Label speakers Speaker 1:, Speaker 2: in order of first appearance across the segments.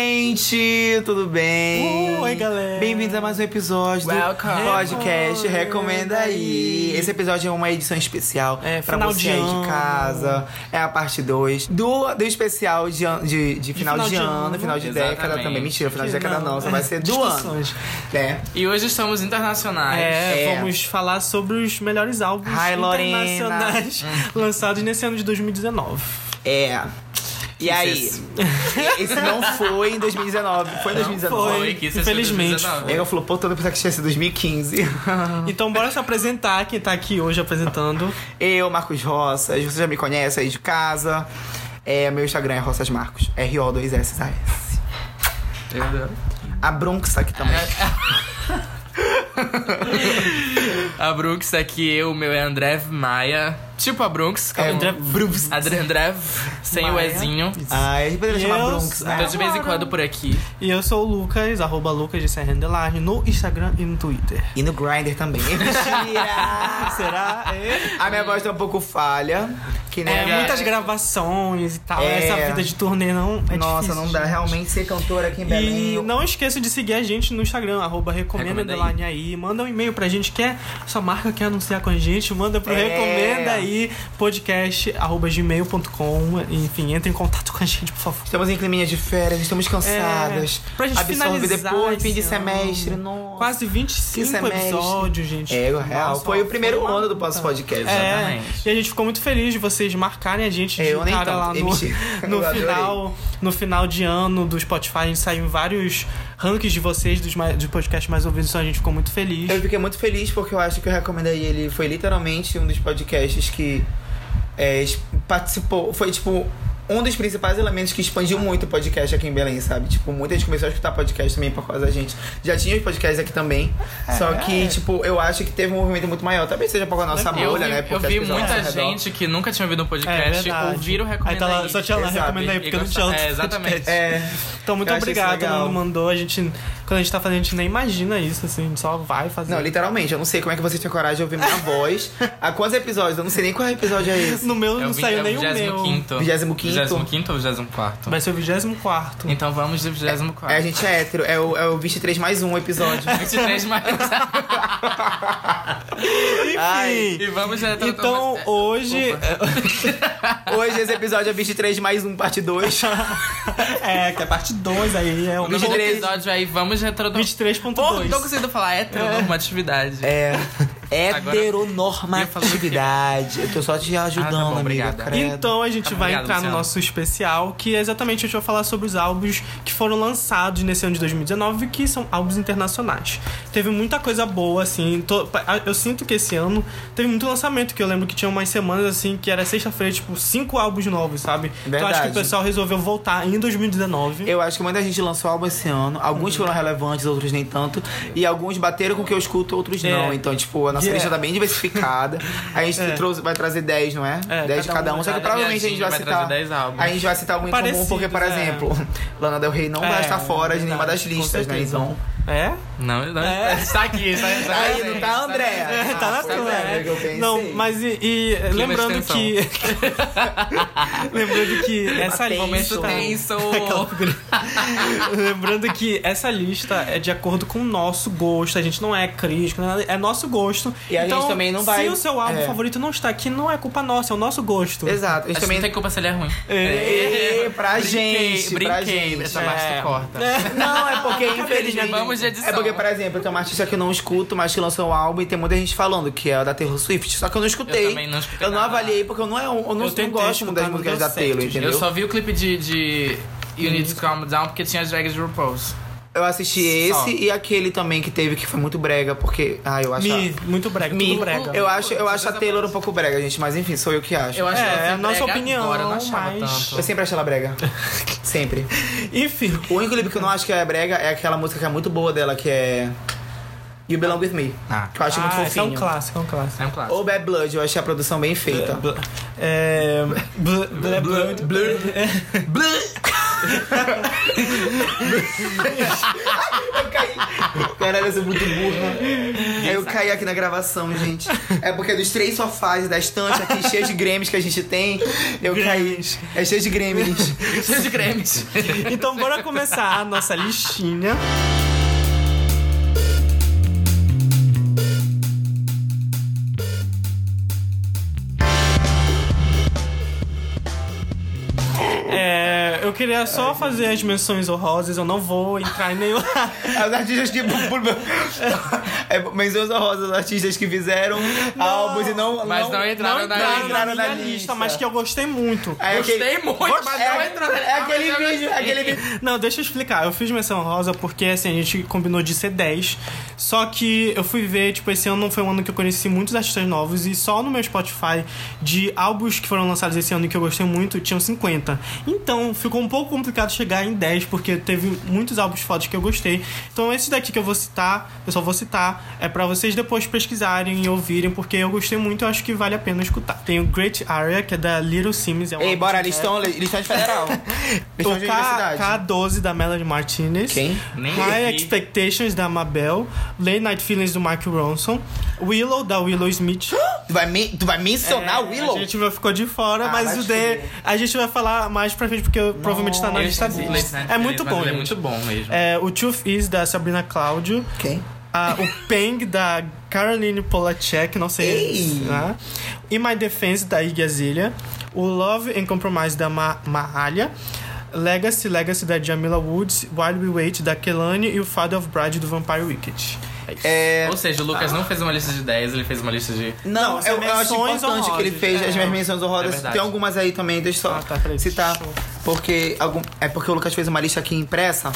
Speaker 1: gente! Tudo bem?
Speaker 2: Uh, oi, galera.
Speaker 1: Bem-vindos a mais um episódio
Speaker 2: Welcome.
Speaker 1: do podcast Recomenda Aí. Esse episódio é uma edição especial
Speaker 2: É,
Speaker 1: pra
Speaker 2: final
Speaker 1: você
Speaker 2: de
Speaker 1: aí
Speaker 2: ano.
Speaker 1: de casa. É a parte 2 do, do especial de, an- de, de final de, ano, final de década
Speaker 3: Exatamente.
Speaker 1: também. Mentira, final de
Speaker 2: Que
Speaker 1: década
Speaker 2: não.
Speaker 1: não, só vai ser do ano.
Speaker 2: Discussões.
Speaker 1: Né?
Speaker 3: E hoje estamos internacionais.
Speaker 2: É,
Speaker 1: É.
Speaker 2: vamos falar sobre os melhores álbuns
Speaker 1: Hi, Lorena. Hum.
Speaker 2: internacionais lançados nesse ano de 2019.
Speaker 1: É. E aí?
Speaker 3: Esse-
Speaker 1: Esse não foi em 2019, foi em 2019.
Speaker 2: foi.
Speaker 3: que isso é
Speaker 2: infelizmente.
Speaker 3: 2019.
Speaker 1: Ela falou, pô, todo pensar que tinha sido 2015.
Speaker 2: Então bora se apresentar quem tá aqui hoje apresentando.
Speaker 1: Eu, Marcos Roças, você já me conhece aí de casa. É, meu Instagram é Roças Marcos, R-O-2-S-A-S.
Speaker 3: Entendeu?
Speaker 1: A Bronx tá aqui também.
Speaker 2: É.
Speaker 3: A Brooks aqui, eu, o meu é André Maia. Tipo a Brooks, com
Speaker 1: É,
Speaker 2: André-
Speaker 1: Brooks.
Speaker 3: André, André sem o
Speaker 2: Maia.
Speaker 3: Ezinho.
Speaker 1: Ai, a gente poderia
Speaker 2: E
Speaker 1: chamar
Speaker 2: eu-
Speaker 1: Bronx, né?
Speaker 3: Tô de vez em quando por aqui.
Speaker 2: E eu sou o Lucas, arroba Lucas de Serra Underline, no Instagram e no Twitter.
Speaker 1: E no Grindr também. Mentira!
Speaker 2: Será? É,
Speaker 1: a minha voz tá um pouco falha. Que né, nem
Speaker 2: É,
Speaker 1: a minha-
Speaker 2: muitas gravações e tal.
Speaker 1: É.
Speaker 2: Essa vida de turnê não é
Speaker 1: Nossa,
Speaker 2: difícil,
Speaker 1: não dá.
Speaker 2: gente.
Speaker 1: Realmente ser cantora aqui em Belém.
Speaker 2: E não esqueça de seguir a gente no Instagram, arroba recomenda,
Speaker 3: Recomenda aí.
Speaker 2: underline aí. Manda um e-mail pra gente, quer sua marca quer anunciar com a gente, manda pro
Speaker 1: É.
Speaker 2: recomenda aí, podcast, arroba gmail.com, enfim, entre em contato com a gente, por favor.
Speaker 1: Estamos em climinha de férias, estamos cansadas.
Speaker 2: É, pra gente
Speaker 1: Absorve
Speaker 2: finalizar
Speaker 1: depois, fim
Speaker 2: esse
Speaker 1: de
Speaker 2: ano.
Speaker 1: semestre. Nossa.
Speaker 2: Quase
Speaker 1: Que
Speaker 2: 25
Speaker 1: semestre.
Speaker 2: episódios, gente.
Speaker 1: É, real.
Speaker 2: Nossa,
Speaker 1: foi o primeiro
Speaker 2: foi uma
Speaker 1: ano do né?
Speaker 2: luta.
Speaker 1: nosso podcast.
Speaker 2: É,
Speaker 3: Exatamente.
Speaker 2: e a gente ficou muito feliz de vocês marcarem a gente de
Speaker 1: Eu nem
Speaker 2: cara
Speaker 1: tanto,
Speaker 2: lá no,
Speaker 1: mentira.
Speaker 2: no
Speaker 1: Eu adorei.
Speaker 2: final no final de ano do Spotify. A gente saiu em vários rankings de vocês, dos, mais- dos podcasts mais ouvidos, então a gente ficou muito feliz.
Speaker 1: Eu fiquei muito feliz porque eu acho que eu recomendei ele. Foi literalmente um dos podcasts que é, es- participou. Foi tipo. Um dos principais elementos que expandiu muito o podcast aqui em Belém, sabe? Tipo, muita gente começou a escutar podcast também por causa da gente. Já tinha os podcasts aqui também. só que, tipo, eu acho que teve um movimento muito maior. Talvez seja por causa da nossa
Speaker 3: Eu
Speaker 1: bolha,
Speaker 3: vi,
Speaker 1: né?
Speaker 3: eu
Speaker 1: as
Speaker 3: vi
Speaker 1: pessoas ao
Speaker 3: muita
Speaker 1: redor-
Speaker 3: gente que nunca tinha ouvido um
Speaker 2: É
Speaker 3: podcast
Speaker 2: verdade.
Speaker 3: ouvir o
Speaker 2: Aí
Speaker 3: recomenda
Speaker 2: tá lá,
Speaker 3: aí.
Speaker 2: só tinha lá,
Speaker 1: Exato.
Speaker 2: recomenda aí, porque
Speaker 3: E
Speaker 2: não
Speaker 3: gostar-
Speaker 2: tinha outro
Speaker 3: É, exatamente.
Speaker 1: É.
Speaker 2: Então, muito
Speaker 1: Eu achei isso
Speaker 2: obrigado, todo
Speaker 1: legal.
Speaker 2: mundo mandou. A gente, quando a gente tá fazendo, a gente nem imagina isso, assim, a gente só vai fazer.
Speaker 1: Não, literalmente, eu não sei como é que você tinha coragem de ouvir minha voz. Há quantos episódios? Eu não sei nem qual episódio é esse.
Speaker 2: No meu
Speaker 3: É
Speaker 2: não
Speaker 3: o
Speaker 2: saiu nem o meu.
Speaker 3: 25º.
Speaker 1: 25º?
Speaker 3: 25º ou 24
Speaker 2: Vai ser o 24.
Speaker 3: Então vamos de 24
Speaker 1: É, a gente é hétero, é o, é o 23 mais um episódio.
Speaker 3: 23 mais...
Speaker 2: Enfim.
Speaker 3: e vamos já...
Speaker 2: então,
Speaker 3: é,
Speaker 2: hoje.
Speaker 1: Hoje esse episódio é 23 mais um, parte 2.
Speaker 2: É, que é parte 2 aí, é o
Speaker 3: No
Speaker 1: 23.
Speaker 3: episódio aí, vamos retrodomar.
Speaker 2: 23.2.
Speaker 3: Porra, então não tô conseguindo falar heteronormatividade.
Speaker 1: É.
Speaker 3: Agora-
Speaker 1: Heteronormatividade. Eu tô só te ajudando,
Speaker 3: Ah, tá bom,
Speaker 1: amiga.
Speaker 3: obrigada.
Speaker 1: credo.
Speaker 2: Então a gente
Speaker 3: Tá,
Speaker 2: vai
Speaker 3: obrigado,
Speaker 2: entrar no
Speaker 3: Luciano.
Speaker 2: nosso especial, que é exatamente a gente vai falar sobre os álbuns que foram lançados nesse ano de 2019, que são álbuns internacionais. Teve muita coisa boa, assim. to- pa- a- Eu sinto que esse ano teve muito lançamento, que eu lembro que tinha umas semanas assim, que era sexta-feira, tipo, cinco álbuns novos, sabe? Então acho que
Speaker 1: Verdade.
Speaker 2: o pessoal resolveu voltar em 2019.
Speaker 1: Eu acho que muita gente lançou álbum esse ano. Alguns foram relevantes, outros nem tanto. E alguns bateram com o que eu escuto, outros
Speaker 2: É.
Speaker 1: não. Então, tipo, a nossa
Speaker 2: Yeah.
Speaker 1: lista tá bem diversificada. A gente trouxe- vai trazer 10, não é?
Speaker 2: É,
Speaker 1: 10 de
Speaker 2: cada
Speaker 1: cada
Speaker 2: um,
Speaker 1: um. Só que
Speaker 3: cada
Speaker 1: provavelmente a gente
Speaker 3: viadinho
Speaker 1: vai,
Speaker 3: vai trazer
Speaker 1: citar.
Speaker 3: 10 álbuns.
Speaker 1: A gente vai citar um em comum,
Speaker 2: Parecidos,
Speaker 1: porque, por
Speaker 2: é.
Speaker 1: exemplo, Lana Del Rey não vai
Speaker 2: É,
Speaker 1: estar fora de
Speaker 2: verdade,
Speaker 1: nenhuma das
Speaker 2: com
Speaker 1: listas, né?
Speaker 2: certeza.
Speaker 1: Então.
Speaker 2: É?
Speaker 3: Não, não.
Speaker 2: É.
Speaker 3: Está aqui, está está
Speaker 1: Aí,
Speaker 3: presente,
Speaker 1: não tá, Andréa?
Speaker 3: presente.
Speaker 2: tá na
Speaker 1: Ah,
Speaker 2: tua.
Speaker 1: sabe o que eu pensei?
Speaker 2: Não, mas e, e lembrando
Speaker 3: extensão.
Speaker 2: que. lembrando que essa
Speaker 1: Tem
Speaker 3: Momento
Speaker 2: lista. tá
Speaker 3: tenso.
Speaker 2: lembrando que essa lista é de acordo com o nosso gosto. A gente não é crítico, não é nada, é nosso gosto.
Speaker 1: E a gente
Speaker 2: então,
Speaker 1: também não vai-
Speaker 2: Se o seu álbum
Speaker 1: é.
Speaker 2: favorito não está aqui, não é culpa nossa, é o nosso gosto.
Speaker 1: Exato. A gente
Speaker 3: Acho que
Speaker 1: também
Speaker 3: não Tipo, tem culpa se ele é ruim.
Speaker 1: Ê, pra
Speaker 3: Brinquei,
Speaker 1: gente,
Speaker 3: brinquei.
Speaker 1: pra gente.
Speaker 3: Essa parte
Speaker 2: É.
Speaker 3: tu corta.
Speaker 1: Não, é porque, infelizmente.
Speaker 3: Vamos de edição.
Speaker 1: É porque, por exemplo, tem uma artista que eu não escuto, mas que lançou um álbum e tem muita gente falando, que é a da Taylor Swift. Só que eu não escutei.
Speaker 3: Eu também não escutei
Speaker 1: Eu não
Speaker 3: nada.
Speaker 1: avaliei, porque eu não, é um- eu não,
Speaker 2: Eu tentei
Speaker 1: não gosto muito
Speaker 2: escutar,
Speaker 1: das
Speaker 2: não
Speaker 1: músicas
Speaker 2: deu
Speaker 1: da Taylor,
Speaker 2: certo, gente.
Speaker 1: entendeu? Uhum.
Speaker 3: Eu só vi o clipe de, de You Need to Calm Down porque tinha as drags de RuPaul's.
Speaker 1: Eu assisti esse
Speaker 3: Só.
Speaker 1: e aquele também que teve, que foi muito brega, porque. Ah, eu acho.
Speaker 2: Me, muito brega,
Speaker 1: Me-
Speaker 2: tudo brega.
Speaker 1: Eu acho, eu acho a Taylor um pouco brega, gente, mas enfim, sou eu que acho.
Speaker 3: tá Eu acho
Speaker 2: É,
Speaker 3: que ela foi
Speaker 2: é a nossa
Speaker 3: brega
Speaker 2: opinião,
Speaker 3: agora, eu não achava
Speaker 2: mas-
Speaker 1: Eu
Speaker 3: tanto.
Speaker 1: sempre acho ela brega. sempre.
Speaker 2: Enfim.
Speaker 1: O único clipe que eu não acho que é brega é aquela música que é muito boa dela, que é. You Belong With Me.
Speaker 3: Ah.
Speaker 1: Que eu acho muito
Speaker 2: Ah, esse é
Speaker 1: fofinho.
Speaker 2: um clássico, é um clássico.
Speaker 3: É um clássico.
Speaker 1: Ou Bad Blood, eu achei a produção bem feita.
Speaker 2: É. Bl- bl- bl-
Speaker 1: Blur. Eu caí. Caralho, eu sou muito burra. Aí eu caí aqui na gravação, gente. É porque dos três sofás da estante aqui, cheio de grêmios que a gente tem, eu caí. É cheio de grêmios.
Speaker 3: Cheio de cremes.
Speaker 2: Então bora começar a nossa listinha. É, eu queria só fazer as menções honrosas, eu não vou entrar em nenhum.
Speaker 1: Os artistas que. É, mas eu sou rosa, os artistas que fizeram álbuns e não.
Speaker 3: Mas não entraram
Speaker 2: Não
Speaker 3: na
Speaker 2: entraram na
Speaker 1: entraram
Speaker 2: minha
Speaker 1: na
Speaker 2: lista,
Speaker 1: lista.
Speaker 2: mas que eu gostei muito.
Speaker 1: É
Speaker 3: Gostei
Speaker 1: aquele-
Speaker 3: muito, mas não
Speaker 1: é,
Speaker 3: entraram na
Speaker 1: É aquele
Speaker 3: lista.
Speaker 1: vídeo, é aquele vídeo.
Speaker 2: Não, deixa eu explicar. Eu fiz menção rosa porque, assim, a gente combinou de ser 10. Só que eu fui ver, tipo, esse ano foi um ano que eu conheci muitos artistas novos e só no meu Spotify de álbuns que foram lançados esse ano e que eu gostei muito, tinham 50. Então, ficou um pouco complicado chegar em 10 porque teve muitos álbuns fodas que eu gostei. Então, esse daqui que eu vou citar, eu só vou citar, é pra vocês depois pesquisarem e ouvirem porque eu gostei muito e acho que vale a pena escutar. Tem o Great Area, que é da Little Sims. É um
Speaker 1: Ei,
Speaker 2: álbum
Speaker 1: bora,
Speaker 2: que é-
Speaker 1: listão, listão de federal. listão de
Speaker 2: Tocar
Speaker 1: universidade.
Speaker 2: K12 da Melody Martinez.
Speaker 1: Quem?
Speaker 3: Nem
Speaker 2: High
Speaker 3: vi.
Speaker 2: Expectations da Mabel. Late Night Feelings do Mark Ronson. Willow da Willow Smith.
Speaker 1: Tu vai, men- tu vai mencionar
Speaker 2: É,
Speaker 1: o Willow?
Speaker 2: A gente vai- ficou de fora,
Speaker 1: Ah,
Speaker 2: mas
Speaker 1: vai
Speaker 2: o
Speaker 1: te
Speaker 2: D.
Speaker 1: fuder.
Speaker 2: A gente vai falar mais pra frente, porque provavelmente tá na
Speaker 3: Eu
Speaker 2: lista
Speaker 3: esqueci
Speaker 2: dele.
Speaker 3: Late Night
Speaker 2: É muito
Speaker 3: Feelings,
Speaker 2: bom.
Speaker 3: mas ele É
Speaker 2: gente.
Speaker 3: muito bom mesmo.
Speaker 2: É, o Truth Is da Sabrina Cláudio.
Speaker 1: Quem?
Speaker 2: Ah, o Peng da Caroline Polachek, não sei.
Speaker 1: Ei!
Speaker 2: Né? E My Defense da Iggy Azalea, o Love and Compromise da Ma Mahalia, Legacy, Legacy da Jamila Woods, While We Wait da Kelani e o Father of Bride do Vampire Wicked.
Speaker 1: É.
Speaker 3: Ou seja, o Lucas não fez uma lista de 10, ele fez uma lista de.
Speaker 1: Não,
Speaker 2: Não, são
Speaker 1: eu, eu acho
Speaker 2: menções
Speaker 1: importante que ele
Speaker 2: honrosas.
Speaker 1: fez
Speaker 2: É.
Speaker 1: as minhas menções
Speaker 3: É
Speaker 1: honrosas.
Speaker 3: verdade.
Speaker 1: Tem algumas aí também, deixa eu só
Speaker 2: Ah, tá, peraí,
Speaker 1: citar.
Speaker 2: deixa eu-
Speaker 1: Porque algum, é porque o Lucas fez uma lista aqui impressa.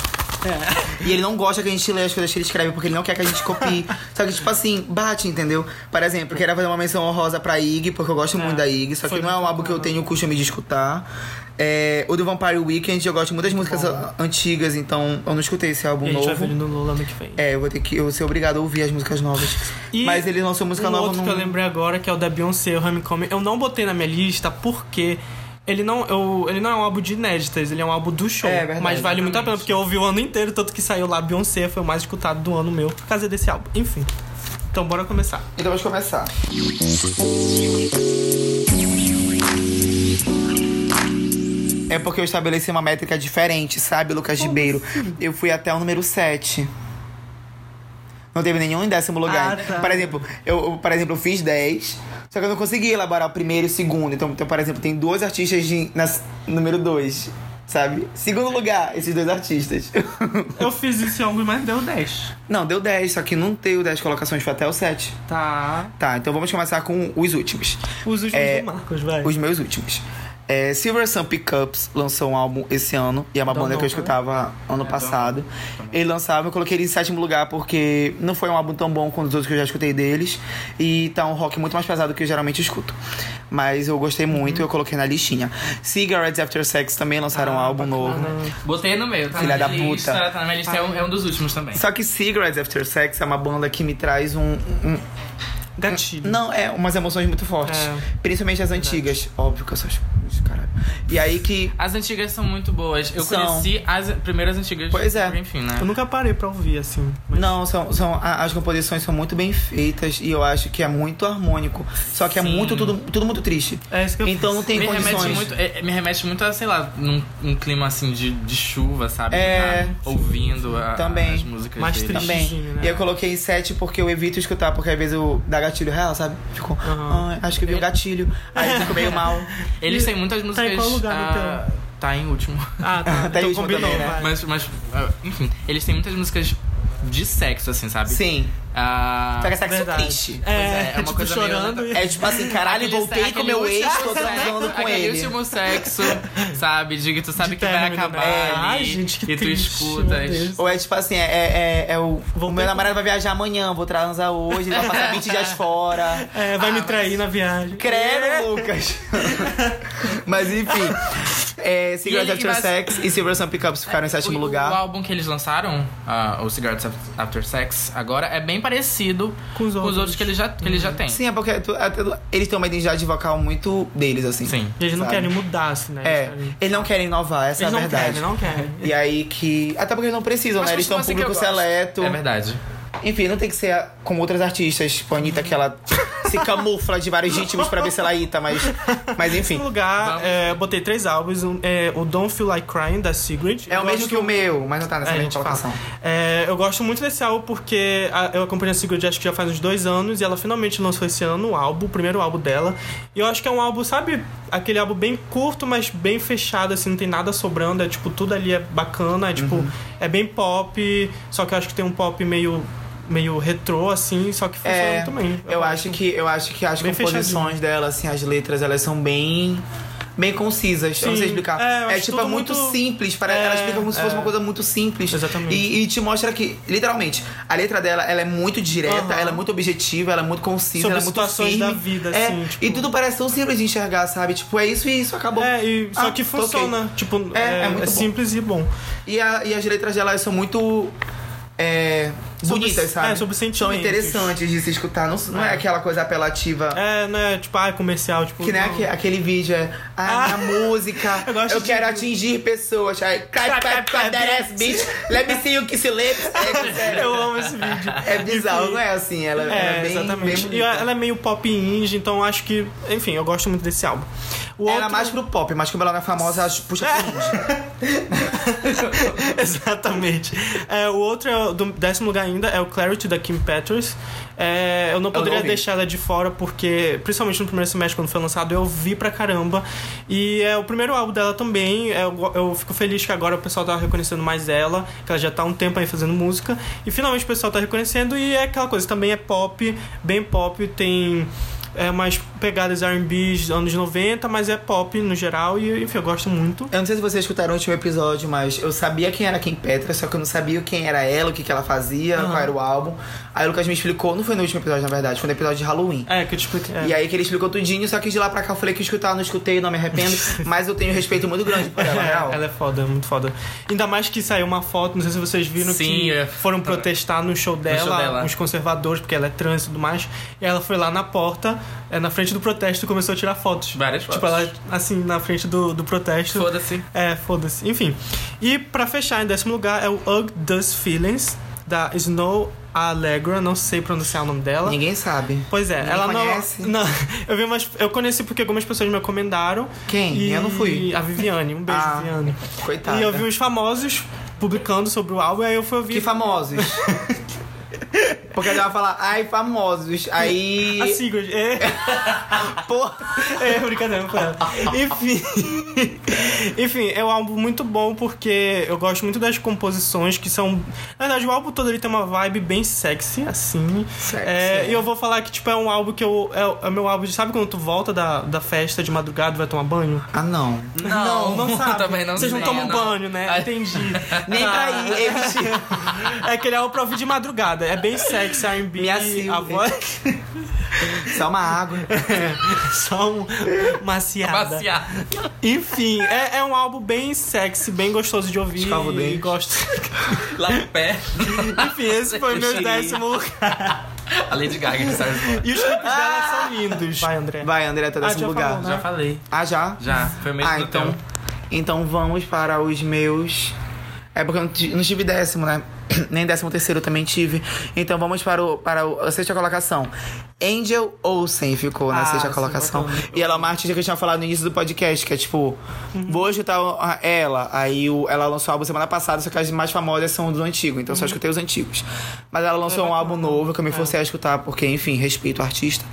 Speaker 1: E ele não gosta que a gente leia as coisas que ele escreve, porque ele não quer que a gente copie. só que, tipo assim, bate, entendeu? Por exemplo, eu queria fazer uma menção honrosa pra Ig, porque eu gosto muito da Ig, só que
Speaker 2: Foi
Speaker 1: não é um
Speaker 2: muito
Speaker 1: álbum que eu
Speaker 2: bom.
Speaker 1: tenho o costume de escutar. É, o do Vampire Weekend, eu gosto de muitas músicas a- antigas, então eu não escutei esse álbum
Speaker 2: E a gente vai ver ele
Speaker 1: novo.
Speaker 2: no Lula ano que vem.
Speaker 1: É, eu vou ter que. Eu vou ser obrigado a ouvir as músicas novas.
Speaker 2: E
Speaker 1: Mas ele lançou música
Speaker 2: um
Speaker 1: nova
Speaker 2: outro
Speaker 1: no.
Speaker 2: que eu lembrei agora, que é o da Beyoncé, o Homecoming. Eu não botei na minha lista porque ele não, eu- ele não é um álbum de inéditas, ele é um álbum do show.
Speaker 1: É, verdade,
Speaker 2: mas vale muito a pena,
Speaker 3: exatamente.
Speaker 2: porque eu ouvi o ano inteiro, tanto que saiu lá Beyoncé, foi o mais escutado do ano meu por causa desse álbum. Enfim. Então bora começar.
Speaker 1: Então vamos começar. É porque eu estabeleci uma métrica diferente, sabe, Lucas Ribeiro? Eu fui até o número 7. Não teve nenhum em décimo lugar.
Speaker 2: Ah, tá.
Speaker 1: Por exemplo, eu, eu- por exemplo, eu fiz 10, só que eu não consegui elaborar o primeiro e o segundo. Então, então, por exemplo, tem dois artistas de, na, número 2, sabe? Segundo lugar, esses dois artistas.
Speaker 2: Eu fiz esse álbum, mas deu 10.
Speaker 1: não, deu 10, só que não deu 10 colocações, foi até o 7.
Speaker 2: Tá.
Speaker 1: Tá, então vamos começar com os últimos.
Speaker 2: Os últimos
Speaker 1: É,
Speaker 2: do Marcos, vai.
Speaker 1: Os meus últimos. É, Silver Sun Pickups lançou um álbum esse ano e é uma
Speaker 2: Don't
Speaker 1: banda que eu
Speaker 2: know,
Speaker 1: escutava ano passado. Ele lançava, eu coloquei ele em sétimo lugar porque não foi um álbum tão bom quanto os outros que eu já escutei deles. E tá um rock muito mais pesado que eu geralmente escuto. Mas eu gostei muito e eu coloquei na listinha. Cigarettes After Sex também lançaram
Speaker 2: Ah,
Speaker 1: um álbum novo.
Speaker 3: Botei no meio, tá?
Speaker 1: Filha
Speaker 3: na
Speaker 1: da
Speaker 3: minha lista,
Speaker 1: puta.
Speaker 3: Tá na minha lista, é um, é um dos últimos também.
Speaker 1: Só que Cigarettes After Sex é uma banda que me traz um- um
Speaker 2: Gatilho.
Speaker 1: Não, é, umas emoções muito fortes.
Speaker 2: É.
Speaker 1: Principalmente as antigas. Óbvio que eu sou. Caralho. E aí que.
Speaker 3: As antigas são muito boas. Eu
Speaker 1: São.
Speaker 3: conheci as primeiras antigas.
Speaker 1: Pois é.
Speaker 3: Enfim, né?
Speaker 2: Eu nunca parei pra ouvir, assim. mas-
Speaker 1: Não, são, são, a- as composições são muito bem feitas e eu acho que é muito harmônico. Só que é
Speaker 3: Sim.
Speaker 1: muito, tudo, tudo muito triste.
Speaker 2: É isso que eu
Speaker 1: Então não
Speaker 2: fiz.
Speaker 1: tem
Speaker 3: me remete,
Speaker 1: condições.
Speaker 3: muito, é, me remete muito a, sei lá, num um clima assim de, de chuva, sabe?
Speaker 1: É.
Speaker 3: Tá ouvindo a-
Speaker 1: Também.
Speaker 3: as músicas.
Speaker 2: Mais
Speaker 3: dele.
Speaker 2: triste.
Speaker 1: Também.
Speaker 2: Xizinho, né?
Speaker 1: E eu coloquei em 7 porque eu evito escutar, porque às vezes eu dá gatilho real, sabe? Fico,
Speaker 2: Aham.
Speaker 1: "Ah, acho que eu vi um gatilho. Aí fico meio mal.
Speaker 3: Eles têm muitas músicas.
Speaker 2: Tá qual lugar,
Speaker 3: ah, Tá em último.
Speaker 2: Ah, tá.
Speaker 1: Até
Speaker 2: então
Speaker 1: isso
Speaker 2: combinou,
Speaker 1: também, né?
Speaker 2: vai.
Speaker 3: Mas, mas, ah, enfim, eles têm muitas músicas de sexo, assim, sabe?
Speaker 1: Sim.
Speaker 3: Ah,
Speaker 1: Só que essa aqui é
Speaker 2: Verdade.
Speaker 1: triste.
Speaker 2: É,
Speaker 3: é, é uma
Speaker 2: tipo,
Speaker 3: coisa meio
Speaker 2: chorando
Speaker 3: nada-
Speaker 2: e...
Speaker 1: É tipo assim, caralho,
Speaker 3: Aquele-
Speaker 1: voltei com
Speaker 3: aquele
Speaker 1: meu ex,
Speaker 3: último
Speaker 1: tô
Speaker 3: sexo,
Speaker 1: transando com
Speaker 3: aquele
Speaker 1: ele.
Speaker 3: último sexo, sabe? De que tu sabe
Speaker 2: De
Speaker 3: que vai
Speaker 2: término, né?
Speaker 3: acabar
Speaker 2: Ai,
Speaker 3: ali,
Speaker 2: gente, que
Speaker 3: e tu
Speaker 2: triste, meu
Speaker 3: escutas.
Speaker 2: Deus.
Speaker 1: Ou é tipo assim, é, é, é o.
Speaker 2: Vou
Speaker 1: o
Speaker 2: ter
Speaker 1: meu
Speaker 2: que-
Speaker 1: namorado vai viajar amanhã, vou transar hoje, ele vai passar 20 dias fora.
Speaker 2: É, vai me trair na viagem.
Speaker 1: Credo, Lucas. Mas enfim. É, Cigarettes After
Speaker 3: ele- mas-
Speaker 1: Sex e Silver Sun Pickups ficaram em sétimo
Speaker 3: o,
Speaker 1: lugar.
Speaker 3: O álbum que eles lançaram, ah, o Cigarettes Af- After Sex, agora é bem parecido
Speaker 2: Com os outros.
Speaker 3: que eles já, que eles já têm.
Speaker 1: Sim, é porque tu- até do- eles têm uma identidade vocal muito deles, assim.
Speaker 3: Sim.
Speaker 2: E eles não
Speaker 1: Sabe?
Speaker 2: querem mudar, assim, né?
Speaker 1: É,
Speaker 2: Eles querem-
Speaker 1: eles não querem inovar, essa
Speaker 2: Eles
Speaker 1: é a
Speaker 2: não
Speaker 1: verdade.
Speaker 2: querem, não querem.
Speaker 1: E aí que. Até porque eles não precisam,
Speaker 3: Mas
Speaker 1: né? Eles
Speaker 3: costuma
Speaker 1: são um
Speaker 3: ser que eu
Speaker 1: público
Speaker 3: gosto.
Speaker 1: seleto.
Speaker 3: É verdade.
Speaker 1: Enfim, não tem que ser a- como outras artistas, tipo a Anitta, que ela se camufla de vários ritmos pra ver se ela ita, mas. Mas enfim.
Speaker 2: Em lugar,
Speaker 3: Vamos.
Speaker 2: é, eu botei três álbuns. Um, é, o Don't Feel Like Crying, da Sigrid.
Speaker 1: É o
Speaker 2: Eu
Speaker 1: mesmo
Speaker 2: gosto-
Speaker 1: que o meu, mas não tá nessa
Speaker 2: É, a
Speaker 1: mesma
Speaker 2: gente
Speaker 1: colocação.
Speaker 2: fala. É, eu gosto muito desse álbum porque a- eu acompanho a Sigrid acho que já faz uns dois anos e ela finalmente lançou esse ano o álbum, o primeiro álbum dela. E eu acho que é um álbum, sabe, aquele álbum bem curto, mas bem fechado, assim, não tem nada sobrando, é tipo, tudo ali é bacana, é
Speaker 1: Uhum.
Speaker 2: tipo, é bem pop, só que eu acho que tem um pop meio, meio retrô, assim, só que funciona
Speaker 1: É,
Speaker 2: muito bem.
Speaker 1: eu acho que eu acho que as
Speaker 2: Bem
Speaker 1: composições dela, assim, as letras, elas são bem bem concisas, eu não
Speaker 2: Sim.
Speaker 1: sei explicar.
Speaker 2: É, eu
Speaker 1: É,
Speaker 2: acho
Speaker 1: tipo, é
Speaker 2: tudo
Speaker 1: muito,
Speaker 2: muito-
Speaker 1: simples, para
Speaker 2: É,
Speaker 1: ela explica como se fosse
Speaker 2: é.
Speaker 1: uma coisa muito simples.
Speaker 2: Exatamente.
Speaker 1: E, e te mostra que, literalmente, a letra dela, ela é muito direta,
Speaker 2: Aham.
Speaker 1: ela é muito objetiva, ela é muito concisa,
Speaker 2: Sobre
Speaker 1: ela é muito
Speaker 2: situações
Speaker 1: firme.
Speaker 2: da vida,
Speaker 1: É,
Speaker 2: assim, tipo-
Speaker 1: E tudo parece tão simples de enxergar, sabe? Tipo, é isso e isso, acabou.
Speaker 2: É, e, só
Speaker 1: Ah,
Speaker 2: que
Speaker 1: tá ok.
Speaker 2: funciona, tipo,
Speaker 1: É,
Speaker 2: é,
Speaker 1: é muito
Speaker 2: é
Speaker 1: bom.
Speaker 2: simples e bom.
Speaker 1: E, a- e as letras dela são muito. é,
Speaker 2: Sobre-
Speaker 1: bonitas, sabe?
Speaker 2: é, sobre
Speaker 1: são
Speaker 2: sentimentos.
Speaker 1: interessantes de se escutar. Não, não é. aquela coisa apelativa.
Speaker 2: É, né, tipo, ah, comercial, tipo...
Speaker 1: Que nem
Speaker 2: não.
Speaker 1: aque- aquele vídeo é. Ah,
Speaker 2: Ah.
Speaker 1: minha música.
Speaker 2: Eu
Speaker 1: Eu,
Speaker 2: gosto de-
Speaker 1: quero atingir pessoas. Aí, clap, clap, clap, that ass, bitch. Let me see you kiss your lips. É, sério.
Speaker 2: Eu amo esse vídeo.
Speaker 1: É bizarro, não é assim? Ela ela é,
Speaker 2: É,
Speaker 1: bem,
Speaker 2: exatamente.
Speaker 1: bem
Speaker 2: e
Speaker 1: bonita.
Speaker 2: ela é meio pop indie, então acho que, enfim, eu gosto muito desse álbum. O
Speaker 1: Ela é
Speaker 2: outro-
Speaker 1: mais pro pop, mas como ela não é famosa, ela puxa pro indie.
Speaker 2: Exatamente. É, o outro, é o- do décimo lugar ainda, é o Clarity da Kim Petras. É, eu não poderia
Speaker 1: ouvi.
Speaker 2: deixar ela de fora, porque, principalmente no primeiro semestre, quando foi lançado, eu vi pra caramba. E é o primeiro álbum dela também. É, eu, go- eu fico feliz que agora o pessoal tá reconhecendo mais ela, que ela já tá há um tempo aí fazendo música. E finalmente o pessoal tá reconhecendo, e é aquela coisa, também é pop, bem pop, tem. É, umas pegadas R&B dos anos 90, mas é pop no geral e enfim, eu gosto muito.
Speaker 1: Eu não sei se vocês escutaram o último episódio, mas eu sabia quem era Kim Petra, só que eu não sabia quem era ela, o que, que ela fazia, qual era o álbum. Aí o Lucas me explicou, não foi no último episódio, na verdade, foi no episódio de Halloween.
Speaker 2: É, que eu te expliquei. é.
Speaker 1: E aí que ele explicou tudinho, só que de lá pra cá eu falei que escutar, não escutei, não me arrependo, mas eu tenho respeito muito grande por ela, na real.
Speaker 2: É, ela é foda, é muito foda. Ainda mais que saiu uma foto, não sei se vocês viram,
Speaker 3: Sim,
Speaker 2: que
Speaker 3: é.
Speaker 2: foram protestar no show dela,
Speaker 3: show dela.
Speaker 2: os conservadores, porque ela é trans e tudo mais. E ela foi lá na porta, é, na frente do protesto, e começou a tirar fotos.
Speaker 3: Várias
Speaker 2: Tipo,
Speaker 3: fotos.
Speaker 2: ela, assim, na frente do, do protesto.
Speaker 3: Foda-se.
Speaker 2: É, foda-se. Enfim. E pra fechar, em décimo lugar, é o Ugh Does Feelings, da Snow Allegra, não sei pronunciar o nome dela.
Speaker 1: Ninguém sabe.
Speaker 2: Pois é,
Speaker 1: Ninguém
Speaker 2: ela
Speaker 1: conhece?
Speaker 2: não. Não, eu vi umas. Eu conheci porque algumas pessoas me recomendaram.
Speaker 1: Quem?
Speaker 2: E
Speaker 1: Eu não fui.
Speaker 2: A Viviane, um beijo,
Speaker 1: Ah,
Speaker 2: Viviane.
Speaker 1: Coitada.
Speaker 2: E eu vi os famosos publicando sobre o álbum, aí eu fui ouvir.
Speaker 1: Que famosos. Porque ela vai falar, ai, famosos. Aí.
Speaker 2: A Sigurd. É,
Speaker 1: porra.
Speaker 2: é brincadeira, não foi ela. Enfim. Enfim, é um álbum muito bom porque eu gosto muito das composições que são. Na verdade, o álbum todo ele tem uma vibe bem sexy, assim.
Speaker 1: Sexy,
Speaker 2: É,
Speaker 1: é.
Speaker 2: E eu vou falar que, tipo, é um álbum que eu. É, é meu álbum de. Sabe quando tu volta da, da festa de madrugada e vai tomar banho?
Speaker 1: Ah, não.
Speaker 2: Não, não sabe.
Speaker 3: também não
Speaker 2: Vocês não
Speaker 3: sei,
Speaker 2: tomam
Speaker 3: não.
Speaker 2: banho, né?
Speaker 3: Ah.
Speaker 2: Entendi.
Speaker 1: Nem pra ir,
Speaker 2: Ah.
Speaker 1: evite.
Speaker 2: É aquele álbum pra ouvir de madrugada. É bem sexy, R&B,
Speaker 1: Me assume.
Speaker 2: a voz...
Speaker 1: Só uma água.
Speaker 2: Só um maciada.
Speaker 3: Passear.
Speaker 2: Enfim, é, é um álbum bem sexy, bem gostoso de ouvir.
Speaker 1: Escova o
Speaker 2: e
Speaker 1: dente.
Speaker 2: gosto.
Speaker 3: Lá no pé.
Speaker 2: Enfim, esse foi o meu
Speaker 3: Sim.
Speaker 2: décimo lugar.
Speaker 3: A Lady Gaga de Star Wars.
Speaker 2: E os clipes dela são lindos. Vai, André.
Speaker 1: Vai, André, tá
Speaker 2: Ah,
Speaker 1: décimo
Speaker 2: já
Speaker 1: lugar.
Speaker 2: falou, né?
Speaker 3: Já falei.
Speaker 1: Ah, já?
Speaker 3: Já. Foi o mesmo
Speaker 1: Ah,
Speaker 3: do
Speaker 1: então.
Speaker 3: teu.
Speaker 1: Então vamos para os meus. É porque eu não ti- não tive décimo, né? Nem décimo terceiro eu também tive. Então vamos para, o, para o- a sexta colocação. Angel Olsen ficou na
Speaker 2: Ah,
Speaker 1: sexta
Speaker 2: sim,
Speaker 1: colocação.
Speaker 2: bacana.
Speaker 1: E ela é uma artista que eu tinha falado no início do podcast, que é tipo,
Speaker 2: Uhum.
Speaker 1: vou escutar a- ela. Aí o- ela lançou o álbum semana passada, só que as mais famosas são dos antigos, então eu
Speaker 2: Uhum.
Speaker 1: só escutei os antigos. Mas ela lançou um álbum novo que eu me forcei a escutar, porque, enfim, respeito o artista.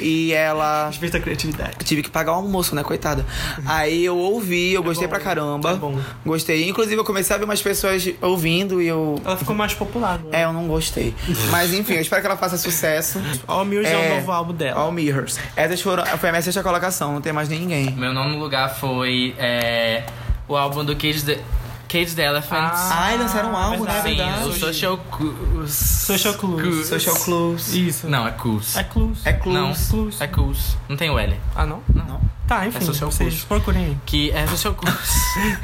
Speaker 1: E ela.
Speaker 2: Respeita a criatividade.
Speaker 1: Tive que pagar o almoço, né, coitada? Aí eu ouvi, eu gostei
Speaker 2: bom,
Speaker 1: pra caramba.
Speaker 2: é bom.
Speaker 1: Gostei. Inclusive, eu comecei a ver umas pessoas ouvindo e eu.
Speaker 2: Ela ficou mais popular agora.
Speaker 1: É, eu não gostei. Mas enfim, eu espero que ela faça sucesso.
Speaker 2: All Mills é, o novo álbum dela.
Speaker 1: All Mirrors. Essas foram. Foi a minha sexta colocação, não tem mais ninguém.
Speaker 3: Meu nono lugar foi é, o álbum do Kids The, Cage the Elephants.
Speaker 2: Ah,
Speaker 1: Ai, lançaram um álbum, né?
Speaker 2: verdade.
Speaker 3: Sim,
Speaker 1: Verdade.
Speaker 3: o Social Clues.
Speaker 2: Social Clues.
Speaker 1: Social Clues.
Speaker 2: Isso.
Speaker 3: Não, é Clues.
Speaker 2: É Clues.
Speaker 1: É Clues.
Speaker 3: Não,
Speaker 2: Clues.
Speaker 3: é Clues. Não tem o L.
Speaker 2: Ah, não?
Speaker 1: Não.
Speaker 2: Tá, enfim.
Speaker 3: É Social
Speaker 2: vocês
Speaker 3: Clues.
Speaker 2: procurem aí.
Speaker 3: Que é Social Clues.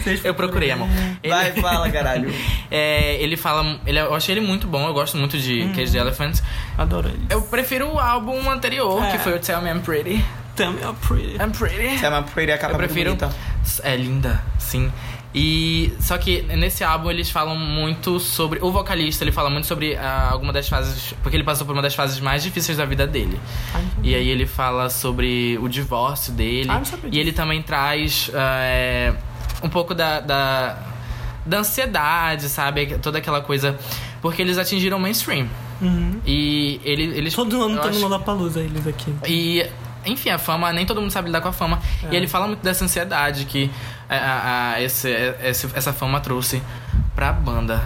Speaker 2: Vocês
Speaker 3: Eu procurei, amor. Ele-
Speaker 1: Vai, fala, caralho.
Speaker 3: É, ele fala. Ele, eu achei ele muito bom, eu gosto muito de
Speaker 1: Uhum.
Speaker 3: Cage the Elephants.
Speaker 2: Adoro ele.
Speaker 3: Eu prefiro o álbum anterior,
Speaker 2: É.
Speaker 3: que foi o Tell Me I'm Pretty.
Speaker 2: Também é pretty.
Speaker 3: I'm Pretty.
Speaker 1: Você é uma pretty, a capa
Speaker 3: Eu prefiro.
Speaker 1: muito bonita.
Speaker 3: É linda, sim. E só que nesse álbum eles falam muito sobre o vocalista, ele fala muito sobre ah, alguma das fases, porque ele passou por uma das fases mais difíceis da vida dele.
Speaker 2: Ai, então.
Speaker 3: E aí ele fala sobre o divórcio dele.
Speaker 2: Ah, não sabia
Speaker 3: e
Speaker 2: disso.
Speaker 3: ele também traz é, um pouco da, da, da ansiedade, sabe? Toda aquela coisa. Porque eles atingiram o mainstream.
Speaker 2: Uhum.
Speaker 3: E ele, eles.
Speaker 2: Todo ano
Speaker 3: eu
Speaker 2: tá no
Speaker 3: acho-
Speaker 2: Lollapalooza eles aqui.
Speaker 3: e, enfim, a fama, nem todo mundo sabe lidar com a fama.
Speaker 2: É.
Speaker 3: E ele fala muito dessa ansiedade que a, a- a- esse- esse- essa fama trouxe pra banda.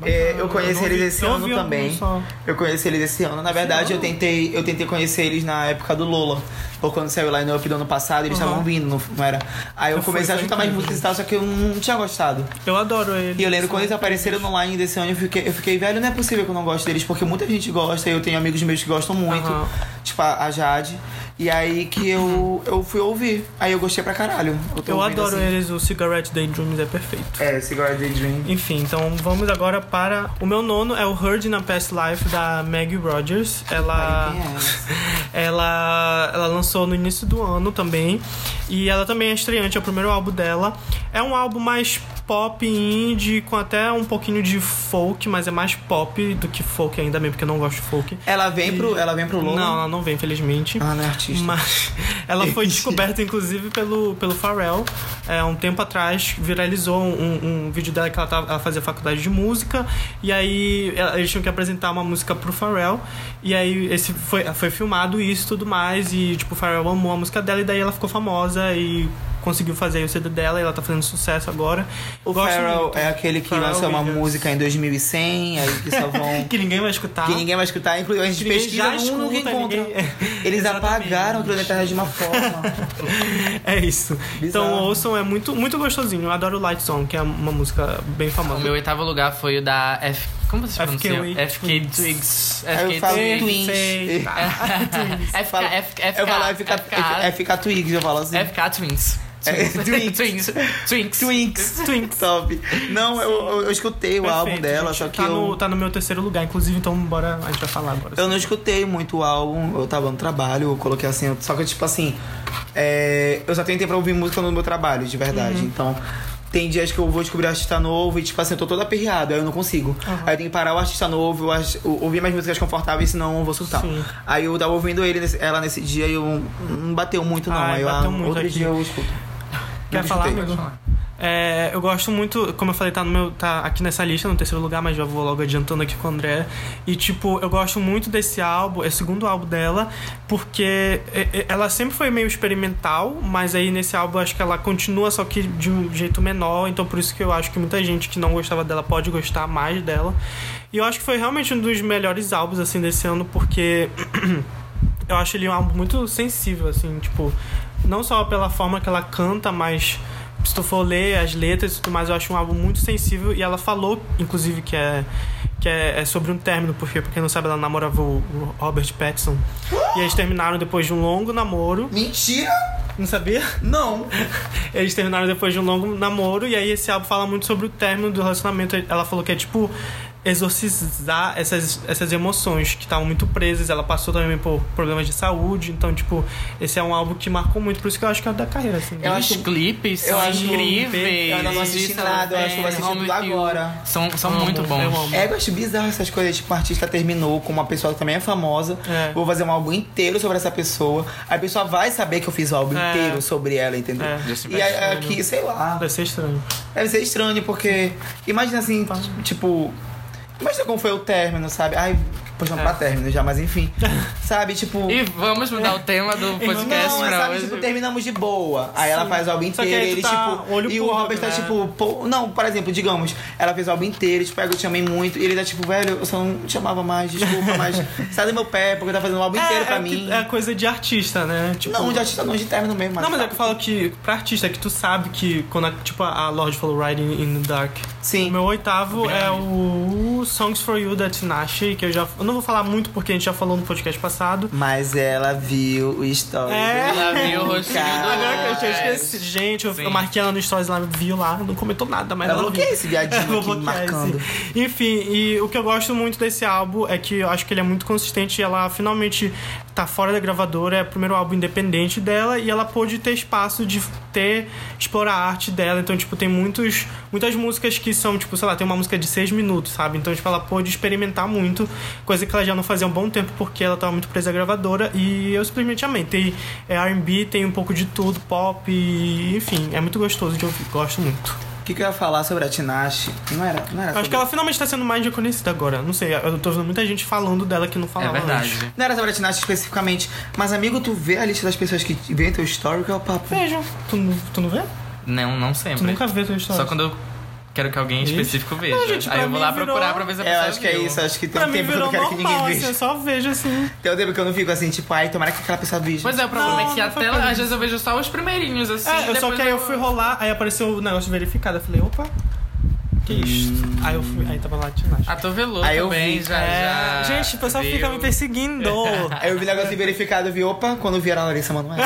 Speaker 1: É, eu
Speaker 2: Bacana,
Speaker 1: conheci
Speaker 2: não
Speaker 1: eles
Speaker 2: vi-
Speaker 1: esse
Speaker 2: eu
Speaker 1: ano
Speaker 2: vi algum
Speaker 1: também.
Speaker 2: só.
Speaker 1: Eu conheci eles esse ano. Na verdade, eu tentei, eu tentei conhecer eles na época do Lola. Ou quando saiu o line-up do ano passado, eles
Speaker 2: Uhum.
Speaker 1: estavam vindo, não, não era? Aí eu,
Speaker 2: Eu fui,
Speaker 1: comecei a
Speaker 2: foi
Speaker 1: juntar mais
Speaker 2: incrível.
Speaker 1: músicas e tal, só que eu não tinha gostado.
Speaker 2: Eu adoro ele.
Speaker 1: E eu lembro quando eles apareceram no line desse ano, eu fiquei, eu fiquei, velho, não é possível que eu não goste deles, porque muita gente gosta, eu tenho amigos meus que gostam muito,
Speaker 2: Aham.
Speaker 1: tipo a, a Jade. E aí que eu, eu fui ouvir. Aí eu gostei pra caralho. tô
Speaker 2: Eu
Speaker 1: ouvindo
Speaker 2: adoro
Speaker 1: assim.
Speaker 2: eles, o Cigarette Daydreams é perfeito.
Speaker 1: É, Cigarette Dream.
Speaker 2: Enfim, então vamos agora para. O meu nono é o Heard in a Past Life da Maggie Rogers. Ela.
Speaker 1: é?
Speaker 2: Ah. Ela, ela lançou no início do ano também. E ela também é estreante, é o primeiro álbum dela. É um álbum mais pop, indie, com até um pouquinho de folk, mas é mais pop do que folk ainda mesmo, porque eu não gosto de folk.
Speaker 1: Ela vem pro, ela vem pro Lola?
Speaker 2: Não, ela não vem, infelizmente.
Speaker 1: Ela não é artista.
Speaker 2: Mas ela foi descoberta, inclusive, pelo, pelo Pharrell. É, um tempo atrás, viralizou um, um vídeo dela que ela, tava, ela fazia faculdade de música. E aí ela- eles tinham que apresentar uma música pro Pharrell. E aí esse foi, foi filmado isso e tudo mais. E tipo, o Pharrell amou a música dela. E daí ela ficou famosa e conseguiu fazer aí o CD dela. E ela tá fazendo sucesso agora.
Speaker 1: O
Speaker 2: Gosto
Speaker 1: Pharrell
Speaker 2: muito.
Speaker 1: é aquele que
Speaker 2: Pharrell
Speaker 1: lança uma
Speaker 2: Williams.
Speaker 1: música em 2100, aí que só vão.
Speaker 2: Que ninguém vai escutar.
Speaker 1: que ninguém vai escutar, inclusive a gente
Speaker 2: Ah. Ninguém
Speaker 1: pesquisa
Speaker 2: já
Speaker 1: não, nunca
Speaker 2: escuta,
Speaker 1: encontra.
Speaker 2: ninguém-
Speaker 1: Eles
Speaker 2: Exatamente.
Speaker 1: apagaram aquilo da terra de uma forma.
Speaker 2: É isso. Então
Speaker 1: Bizarro.
Speaker 2: ouçam, é muito, muito gostosinho. Eu adoro Light Song, que é uma música bem
Speaker 3: O
Speaker 2: famosa.
Speaker 3: meu oitavo lugar foi o da F. Como você
Speaker 2: FK
Speaker 3: pronuncia? FK
Speaker 2: Twigs.
Speaker 3: Twigs.
Speaker 1: Aí eu falo
Speaker 3: FK Twigs.
Speaker 1: Twins.
Speaker 2: É sei.
Speaker 3: FK É
Speaker 1: Fala-
Speaker 3: FK
Speaker 1: eu falo, é ficar, é
Speaker 3: FK
Speaker 1: ficar Twigs, eu falo assim.
Speaker 3: FK é Twins.
Speaker 1: É, Twinks.
Speaker 3: Twins. Twins. Twins.
Speaker 1: Twinks.
Speaker 2: Twinks.
Speaker 1: Top. Não, eu, eu, eu escutei o
Speaker 2: Perfeito,
Speaker 1: álbum dela,
Speaker 2: gente.
Speaker 1: só que
Speaker 2: tá
Speaker 1: eu.
Speaker 2: no, tá no meu terceiro lugar, inclusive, então bora, a gente vai falar agora.
Speaker 1: Eu não escutei muito o álbum, eu tava no trabalho, eu coloquei assim, eu- só que tipo assim, é, eu só tentei pra ouvir música no meu trabalho, de verdade.
Speaker 2: Uhum.
Speaker 1: Então, tem dias que eu vou descobrir artista novo e tipo assim, eu tô todo aperreado, aí eu não consigo.
Speaker 2: Uhum.
Speaker 1: Aí eu tenho que parar o artista novo, eu acho- eu- ouvir mais músicas confortáveis, senão eu vou surtar.
Speaker 2: Sim.
Speaker 1: Aí eu tava ouvindo ele, nesse- ela nesse dia e eu não bateu muito, não.
Speaker 2: Ai,
Speaker 1: aí eu,
Speaker 2: bateu
Speaker 1: ah,
Speaker 2: muito
Speaker 1: outro
Speaker 2: aqui.
Speaker 1: dia eu escuto.
Speaker 2: Quer
Speaker 1: Não
Speaker 2: falar,
Speaker 1: escutei.
Speaker 2: amigo? É, eu gosto muito, como eu falei, tá, no meu, tá aqui nessa lista, no terceiro lugar, mas já vou logo adiantando aqui com o André. E, tipo, eu gosto muito desse álbum, é o segundo álbum dela, porque é, é, ela sempre foi meio experimental, mas aí nesse álbum eu acho que ela continua, só que de um jeito menor, então por isso que eu acho que muita gente que não gostava dela pode gostar mais dela. E eu acho que foi realmente um dos melhores álbuns, assim, desse ano, porque eu acho ele um álbum muito sensível, assim, tipo, não só pela forma que ela canta, mas se tu for ler as letras e tudo mais, eu acho um álbum muito sensível. E ela falou, inclusive, que é, que é, é sobre um término, porque, pra quem não sabe, ela namorava o, o Robert Pattinson. E eles terminaram depois de um longo namoro.
Speaker 1: Mentira!
Speaker 2: Não sabia?
Speaker 1: Não!
Speaker 2: Eles terminaram depois de um longo namoro, e aí esse álbum fala muito sobre o término do relacionamento. Ela falou que é tipo exorcizar essas, essas emoções que estavam muito presas. Ela passou também por problemas de saúde, então, tipo, esse é um álbum que marcou muito, por isso que eu acho que é o da carreira, assim.
Speaker 1: Eu
Speaker 3: Os
Speaker 1: acho-
Speaker 3: clipes
Speaker 1: eu
Speaker 3: são
Speaker 1: acho-
Speaker 3: incríveis.
Speaker 1: eu ainda não assisti
Speaker 3: Isso,
Speaker 1: nada, eu acho que eu vou assistir
Speaker 3: Home
Speaker 1: tudo
Speaker 3: with You.
Speaker 1: agora.
Speaker 3: São, são
Speaker 2: Amo,
Speaker 3: muito bons.
Speaker 2: eu amo.
Speaker 1: É, eu acho bizarro essas coisas, tipo, um artista terminou com uma pessoa que também é famosa.
Speaker 2: É.
Speaker 1: Vou fazer um álbum inteiro sobre essa pessoa. A pessoa vai saber que eu fiz o álbum
Speaker 2: É.
Speaker 1: inteiro sobre ela, entendeu?
Speaker 2: É.
Speaker 3: Justin
Speaker 1: E aí,
Speaker 3: Bieber.
Speaker 1: aqui, sei lá.
Speaker 2: Deve ser estranho.
Speaker 1: Deve ser estranho, porque. Imagina assim, tipo. Imagina como foi o término, sabe? Ai, Pois
Speaker 2: É.
Speaker 1: não pra término já, mas enfim. sabe, tipo.
Speaker 3: E vamos mudar o tema do podcast
Speaker 1: Não, mas
Speaker 3: pra
Speaker 1: sabe,
Speaker 3: hoje.
Speaker 1: tipo, terminamos de boa. Aí ela faz o álbum
Speaker 2: Só que
Speaker 1: inteiro,
Speaker 2: aí tu
Speaker 1: ele,
Speaker 2: tá
Speaker 1: tipo.
Speaker 2: olho
Speaker 1: e
Speaker 2: por
Speaker 1: o
Speaker 2: olho,
Speaker 1: Robert tá
Speaker 2: né?
Speaker 1: tipo, pô, não, por exemplo, digamos, ela fez o álbum inteiro, tipo, eu te amei muito, e ele tá tipo, velho, eu só não te amava mais, desculpa, mas sai do meu pé, porque tá fazendo o álbum inteiro pra
Speaker 2: é,
Speaker 1: mim.
Speaker 2: que- é coisa de artista, né? Tipo,
Speaker 1: Não, de artista não, de término mesmo.
Speaker 2: Não, mas é
Speaker 1: tá-
Speaker 2: que eu falo que pra artista é que tu sabe que quando a, tipo a Lorde falou Riding in the Dark.
Speaker 1: tá, Sim.
Speaker 2: O meu oitavo
Speaker 3: Obrigado.
Speaker 2: é o Songs for You da Tinashe, que eu já eu não vou falar muito porque a gente já falou no podcast passado.
Speaker 1: Mas ela viu o story.
Speaker 2: É.
Speaker 1: do
Speaker 3: Ela viu o rostinho
Speaker 1: Cara.
Speaker 3: do-
Speaker 2: Agora que eu tinha
Speaker 3: É.
Speaker 2: esquecido, gente, eu,
Speaker 3: Sim.
Speaker 2: eu marquei ela no stories lá, ela viu lá, não comentou nada, mas
Speaker 1: Eu
Speaker 2: ela
Speaker 1: bloqueei
Speaker 2: viu.
Speaker 1: esse viadinho
Speaker 2: É, vou
Speaker 1: aqui,
Speaker 2: bloquear esse.
Speaker 1: marcando.
Speaker 2: Enfim, e o que eu gosto muito desse álbum é que eu acho que ele é muito consistente. Ela finalmente tá fora da gravadora, é o primeiro álbum independente dela e ela pôde ter espaço de ter explorar a arte dela. Então, tipo, tem muitos, muitas músicas que são, tipo, sei lá, tem uma música de seis minutos, sabe? Então, tipo, ela pôde experimentar muito, coisa que ela já não fazia há um bom tempo porque ela tava muito presa à gravadora e eu simplesmente amei. Tem é, RB, tem um pouco de tudo, pop, e, enfim, é muito gostoso de ouvir, gosto muito.
Speaker 1: O que, que eu ia falar sobre a Tinashe? Não era, não era
Speaker 2: Acho
Speaker 1: sobre...
Speaker 2: que ela finalmente tá sendo mais reconhecida agora. Não sei, eu tô vendo muita gente falando dela que não
Speaker 3: É
Speaker 2: falava antes.
Speaker 3: verdade.
Speaker 1: Não era sobre a Tinashe especificamente. Mas, amigo, tu vê a lista das pessoas que vêem teu story, que é o papo.
Speaker 2: Vejo. Tu, não- tu não vê?
Speaker 3: Não, não
Speaker 2: Tu
Speaker 3: sempre.
Speaker 2: nunca vê tua história.
Speaker 3: Só quando eu quero que alguém
Speaker 2: Isso.
Speaker 3: específico veja.
Speaker 2: Não, gente,
Speaker 3: Aí
Speaker 2: pra
Speaker 3: eu vou
Speaker 2: mim
Speaker 3: lá
Speaker 2: virou-
Speaker 3: procurar pra ver se a
Speaker 1: É,
Speaker 3: pessoa
Speaker 1: eu acho que é
Speaker 3: viu.
Speaker 1: isso. Acho que tem
Speaker 2: Pra
Speaker 1: um
Speaker 2: mim
Speaker 1: tempo que eu
Speaker 2: virou
Speaker 1: não quero que ninguém
Speaker 2: normal, assim, eu
Speaker 1: veja.
Speaker 2: só vejo assim.
Speaker 1: Tem um tempo que eu não fico assim, tipo, ai, tomara que aquela pessoa veja.
Speaker 3: Pois é, o problema
Speaker 2: Não,
Speaker 3: é que
Speaker 2: não foi
Speaker 3: até
Speaker 2: pra mim.
Speaker 3: às vezes eu vejo só os primeirinhos, assim.
Speaker 2: É, eu só
Speaker 3: depois
Speaker 2: que aí eu fui rolar, aí apareceu o negócio verificado. Eu falei, opa, que isso? Aí eu fui, aí tava lá a
Speaker 3: Hum. Ah, tu velou
Speaker 1: Aí eu
Speaker 3: também,
Speaker 1: vi.
Speaker 3: já, já.
Speaker 2: Gente, o pessoal
Speaker 3: viu.
Speaker 2: fica me perseguindo.
Speaker 1: Aí eu vi o negócio de verificado, eu vi, opa, quando vier a Larissa Manoel.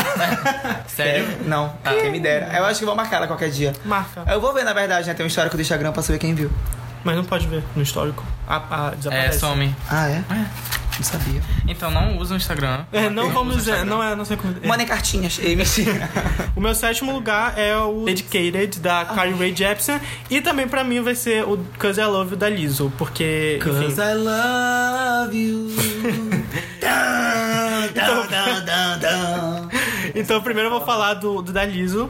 Speaker 3: Sério?
Speaker 1: É, Não,
Speaker 3: Tá.
Speaker 1: quem me dera. Eu acho que vou marcar ela qualquer dia.
Speaker 2: Marca.
Speaker 1: Eu vou ver, na verdade, né? Tem um histórico do Instagram pra saber quem viu.
Speaker 2: Mas não pode ver no histórico. A, a,
Speaker 3: É,
Speaker 2: desaparece.
Speaker 3: some.
Speaker 1: Ah, é? Não sabia.
Speaker 3: Então não usa o Instagram.
Speaker 2: É, não vamos
Speaker 3: usa o
Speaker 2: dizer,
Speaker 3: Instagram.
Speaker 2: não é, não sei como. é.
Speaker 1: Mandem cartinhas. Ei, mentira.
Speaker 2: O meu sétimo lugar é o Dedicated,
Speaker 3: Ah.
Speaker 2: da Carly Rae Jepsen. E também pra mim vai ser o Cause I Love You, da Lizzo. Porque, enfim...
Speaker 1: I love you. Dun, dun, dun, dun, dun.
Speaker 2: Então primeiro eu vou falar do, do da Lizzo,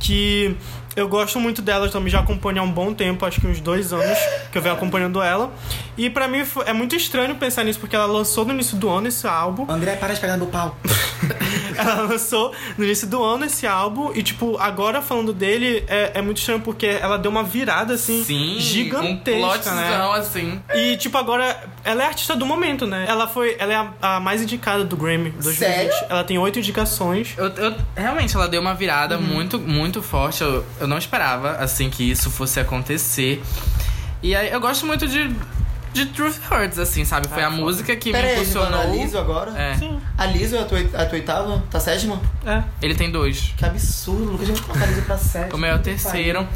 Speaker 2: que... Eu gosto muito dela, eu também já acompanho há um bom tempo, acho que uns dois anos que eu venho acompanhando ela. E pra mim fo- é muito estranho pensar nisso, porque ela lançou no início do ano esse álbum.
Speaker 1: André, para de pegar no pau.
Speaker 2: Ela lançou no início do ano esse álbum e, tipo, agora falando dele é, é muito estranho porque ela deu uma virada, assim,
Speaker 3: Sim,
Speaker 2: gigantesca,
Speaker 3: um
Speaker 2: né?
Speaker 3: plotzão, assim.
Speaker 2: E, tipo, agora ela é a artista do momento, né? Ela foi. Ela é a, a mais indicada do Grammy 2020.
Speaker 1: Sério?
Speaker 2: Ela tem oito indicações.
Speaker 3: Eu, eu- realmente, ela deu uma virada
Speaker 2: Uhum.
Speaker 3: muito, muito forte. Eu, eu não esperava, assim, que isso fosse acontecer. E aí, eu gosto muito de, de Truth Hurts, assim, sabe? Foi a música que me
Speaker 1: Peraí,
Speaker 3: impulsionou.
Speaker 1: a Liso agora?
Speaker 3: É.
Speaker 2: Ah, Sim.
Speaker 1: A Liso é a tua, a tua oitava? Tá sétima?
Speaker 2: É.
Speaker 3: Ele tem dois.
Speaker 1: Que absurdo, Lucas, já colocar a Liso pra sétima.
Speaker 3: O meu é o terceiro.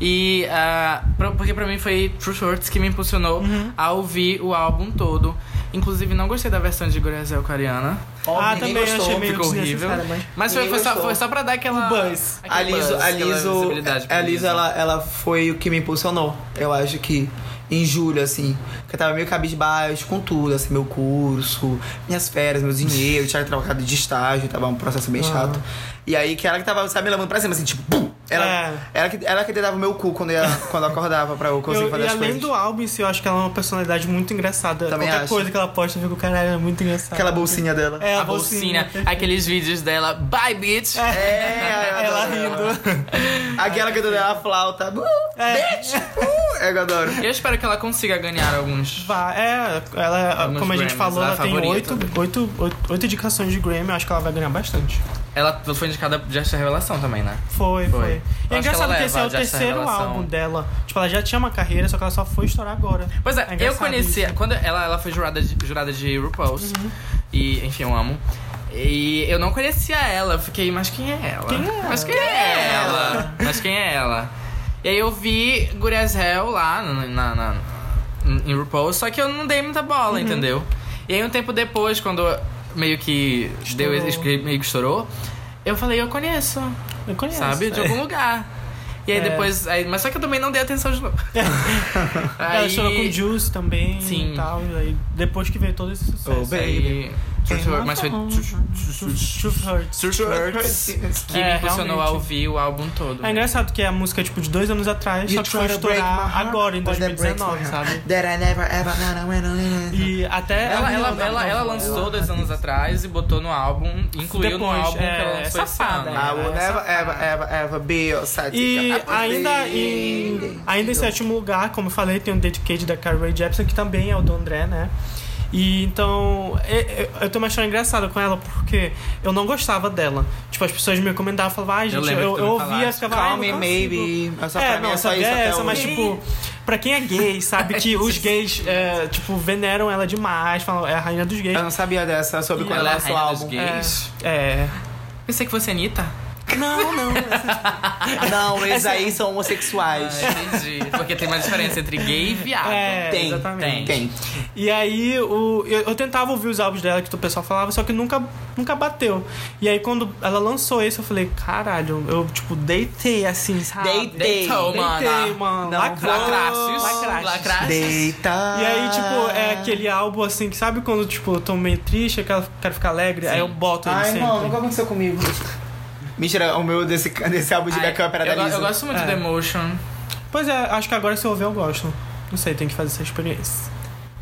Speaker 3: E ah, pra- porque pra mim foi True Shorts que me impulsionou
Speaker 1: Uhum.
Speaker 3: a ouvir o álbum todo. Inclusive, não gostei da versão de Gurzel coreana.
Speaker 1: Ó,
Speaker 2: Ah,
Speaker 1: ninguém
Speaker 2: também
Speaker 1: gostou.
Speaker 2: achei meio
Speaker 3: Ficou horrível.
Speaker 2: desnecessário, mas-
Speaker 3: Mas foi,
Speaker 1: Ninguém
Speaker 3: foi só,
Speaker 1: gostou.
Speaker 3: foi só pra dar aquela.
Speaker 2: O buzz.
Speaker 3: aquele
Speaker 1: A Liso,
Speaker 3: buzz,
Speaker 1: a
Speaker 3: aquela
Speaker 1: Liso,
Speaker 3: visibilidade pra
Speaker 1: a Liso ela, ela foi o que me impulsionou. Eu acho que em julho, assim, que eu tava meio cabisbaixo com tudo, assim, meu curso, minhas férias, meu dinheiro, tinha trocado de estágio, tava um processo
Speaker 2: Ah.
Speaker 1: bem chato. E aí que ela que tava, sabe, me levando pra cima, assim, tipo, pum! Ela,
Speaker 2: É.
Speaker 1: ela, que, ela que dava o meu cu quando, ia, quando eu acordava pra eu conseguir
Speaker 2: Eu-
Speaker 1: fazer
Speaker 2: e
Speaker 1: as
Speaker 2: além
Speaker 1: coisas.
Speaker 2: do álbum em si, eu acho que ela é uma personalidade muito engraçada.
Speaker 1: Também
Speaker 2: Qualquer
Speaker 1: acho.
Speaker 2: coisa que ela posta, eu fico, caralho, é muito engraçada.
Speaker 1: Aquela bolsinha dela.
Speaker 2: É,
Speaker 3: A bolsinha, aqueles vídeos dela, bye bitch.
Speaker 1: É,
Speaker 2: Ela
Speaker 1: adoro
Speaker 2: rindo.
Speaker 1: Aquela que eu dei a flauta. Uh,
Speaker 2: É,
Speaker 1: é, eu adoro.
Speaker 3: Eu espero que ela consiga ganhar alguns.
Speaker 2: vai- é, ela,
Speaker 3: Vamos
Speaker 2: como a gente
Speaker 3: Grammys, é
Speaker 2: falou,
Speaker 3: a
Speaker 2: ela tem
Speaker 3: favorita.
Speaker 2: oito, oito, oito, oito indicações de Grammy, eu acho que ela vai ganhar bastante.
Speaker 3: Ela foi indicada de esta revelação também, né?
Speaker 2: Foi,
Speaker 3: Foi.
Speaker 2: foi. E
Speaker 3: Eu acho que
Speaker 2: é engraçado
Speaker 3: ela
Speaker 2: que esse é o
Speaker 3: leva já essa
Speaker 2: terceiro
Speaker 3: revelação.
Speaker 2: álbum dela. Tipo, ela já tinha uma carreira, só que ela só foi estourar agora.
Speaker 3: Pois é, eu
Speaker 2: engraçado
Speaker 3: conheci.
Speaker 2: isso.
Speaker 3: Quando ela, ela foi jurada de, jurada de RuPaul's.
Speaker 2: Uhum.
Speaker 3: E, enfim, eu amo. E eu não conhecia ela, eu fiquei, mas quem é ela?
Speaker 2: Quem é
Speaker 3: Mas quem é ela? mas quem é ela? E aí eu vi Gurias Hell lá na, na- na- em RuPaul, só que eu não dei muita bola,
Speaker 2: Uhum.
Speaker 3: entendeu? E aí um tempo depois, quando meio que deu
Speaker 2: Estourou.
Speaker 3: deu, meio que estourou, eu falei, eu conheço,
Speaker 2: Eu conheço.
Speaker 3: sabe? De algum lugar. E aí
Speaker 2: É.
Speaker 3: depois. Aí, mas só que eu também não dei atenção de novo.
Speaker 2: Ela estourou com Juice também
Speaker 3: Sim.
Speaker 2: e tal. E aí, é depois que veio todo esse sucesso.
Speaker 1: Oh, bem.
Speaker 3: Aí, Truth Hurts, mas foi
Speaker 2: Truth Hurts.
Speaker 3: Truth Hurts que
Speaker 2: É,
Speaker 3: me impulsionou a
Speaker 2: realmente.
Speaker 3: ouvir o álbum todo. né?
Speaker 2: É engraçado que é a música tipo de dois anos atrás, só que foi estourar agora, em 2019, sabe?
Speaker 1: That I never ever gonna win.
Speaker 2: E até.
Speaker 3: Ela, ela, ela, ela, lançou dois anos atrás e botou no álbum, incluiu no
Speaker 2: Depois,
Speaker 3: álbum que ela
Speaker 2: é,
Speaker 3: lançou esse
Speaker 2: safada,
Speaker 3: ano.
Speaker 2: né?
Speaker 1: I will never ever ever ever be your sidekick.
Speaker 2: E
Speaker 1: I will
Speaker 2: ainda
Speaker 1: be-
Speaker 2: em, ainda em sétimo lugar, como eu falei, tem o Dedicated da Carrie Rae Jepsen, que também é o do André, né? E então, é- é- eu tô me achando engraçado com ela, porque eu não gostava dela. Tipo, as pessoas me recomendavam, falavam, ai, gente, eu,
Speaker 3: lembro que
Speaker 2: eu,
Speaker 3: tu me
Speaker 2: ouvia,
Speaker 3: falaste.
Speaker 2: ficava, ai,
Speaker 1: Call
Speaker 2: não
Speaker 1: me
Speaker 2: consigo.
Speaker 1: maybe. Essa
Speaker 2: é,
Speaker 1: pra mim
Speaker 2: não,
Speaker 1: é só
Speaker 2: essa
Speaker 1: isso
Speaker 2: é
Speaker 1: até
Speaker 2: essa,
Speaker 1: hoje.
Speaker 2: mas tipo, pra quem é gay, sabe que os gays, é, tipo, veneram ela demais, falam, é a rainha dos gays.
Speaker 1: Eu não sabia dessa, soube quando
Speaker 3: Ela é a
Speaker 1: lançou o
Speaker 3: rainha dos
Speaker 1: álbum.
Speaker 3: gays.
Speaker 2: É.
Speaker 3: Ah, Pensei que fosse a Anitta.
Speaker 2: Não, não.
Speaker 1: "Ah, Não, eles
Speaker 2: É.
Speaker 1: aí são homossexuais.
Speaker 3: Ah, entendi. Porque tem uma diferença entre gay e viado.
Speaker 2: É,
Speaker 1: Tem,
Speaker 2: exatamente.
Speaker 3: tem.
Speaker 1: Tem.
Speaker 2: E aí o, eu, eu tentava ouvir os álbuns dela que o pessoal falava, só que nunca, nunca bateu. E aí quando ela lançou esse, eu falei, caralho, eu tipo, deitei assim, sabe?
Speaker 1: Deitei,
Speaker 3: Deitou,
Speaker 2: Deitei,
Speaker 3: mano.
Speaker 2: mano.
Speaker 1: Não,
Speaker 2: Lacra-
Speaker 3: Lacracios.
Speaker 2: Lacracios.
Speaker 1: Deita.
Speaker 2: E aí, tipo, é
Speaker 3: Ah.
Speaker 2: aquele álbum assim, que sabe quando, tipo, eu tô meio triste, eu quero, quero ficar alegre, aí eu boto ele
Speaker 1: Ai,
Speaker 2: sempre.
Speaker 1: Ah, irmão, nunca aconteceu comigo. Mentira, o meu desse, desse álbum de
Speaker 3: Ai,
Speaker 1: backup era
Speaker 3: eu,
Speaker 1: da
Speaker 3: go-
Speaker 1: Lisa.
Speaker 3: eu gosto muito
Speaker 2: É.
Speaker 3: do Emotion.
Speaker 2: Pois é, acho que agora se eu ouvir eu gosto. Não sei, tem que fazer essa experiência.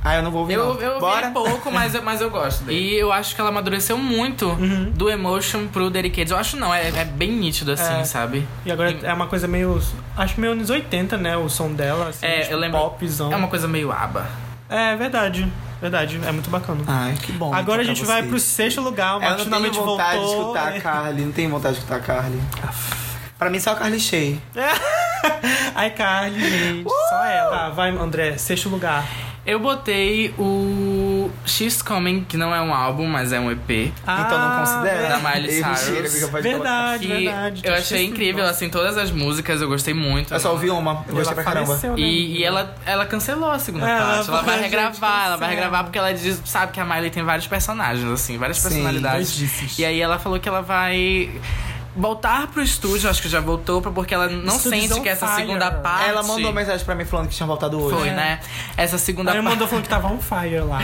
Speaker 1: Ah, eu não vou ouvir,
Speaker 3: Eu,
Speaker 1: não.
Speaker 3: eu
Speaker 1: Bora?
Speaker 3: vi pouco, mas eu, mas eu gosto dele. E eu acho que ela amadureceu muito
Speaker 2: Uhum.
Speaker 3: do Emotion pro Dedicated. Eu acho não, é, é bem nítido assim,
Speaker 2: É.
Speaker 3: sabe?
Speaker 2: E agora é uma coisa meio. Acho que meio anos 80, né? O som dela, assim,
Speaker 3: É,
Speaker 2: tipo,
Speaker 3: eu lembro-
Speaker 2: popzão.
Speaker 3: É uma coisa meio aba.
Speaker 2: É, verdade. Verdade. É muito bacana.
Speaker 1: Ai, que Ah, bom. então,
Speaker 2: Agora a
Speaker 1: pra
Speaker 2: gente vai
Speaker 1: vocês.
Speaker 2: pro sexto lugar. O
Speaker 1: Eu
Speaker 2: Marcos
Speaker 1: não tenho
Speaker 2: finalmente
Speaker 1: vontade de
Speaker 2: voltou.
Speaker 1: escutar a Carly. Não tenho vontade de escutar a Carly. Pra mim, só a Carly Shea.
Speaker 2: É. Ai, Carly, gente.
Speaker 3: Uh!
Speaker 2: Só ela. Tá, vai, André. Sexto lugar.
Speaker 3: Eu botei o She's Coming, que não é um álbum, mas é um EP.
Speaker 1: então não
Speaker 2: Ah,
Speaker 1: considera.
Speaker 3: da Miley
Speaker 1: Ei,
Speaker 3: Cyrus.
Speaker 1: mentira, amiga, pode
Speaker 2: Verdade,
Speaker 3: que
Speaker 2: verdade.
Speaker 3: eu
Speaker 2: Tá
Speaker 3: achei
Speaker 2: esquecido.
Speaker 3: incrível, assim, todas as músicas, eu gostei muito.
Speaker 1: falar. Eu É só ouvi uma. Eu gostei
Speaker 2: Ela
Speaker 1: pra caramba.
Speaker 2: faleceu, né?
Speaker 3: E, e ela, ela cancelou a segunda
Speaker 2: Ela-
Speaker 3: parte. Ela vai
Speaker 2: gente,
Speaker 3: regravar, ela vai
Speaker 2: cancela.
Speaker 3: regravar porque ela diz, sabe que a Miley tem vários personagens, assim, várias personalidades.
Speaker 2: doidices.
Speaker 3: E aí ela falou que ela vai voltar pro estúdio, acho que já voltou, pra- porque ela não
Speaker 2: Estúdios
Speaker 3: sente
Speaker 2: on
Speaker 3: que essa
Speaker 2: fire.
Speaker 3: segunda parte.
Speaker 1: Ela mandou mensagem pra mim falando que tinha voltado hoje.
Speaker 3: Ah, Foi, né? Essa segunda
Speaker 2: Aí
Speaker 3: parte.
Speaker 2: mandou falando que tava on fire lá.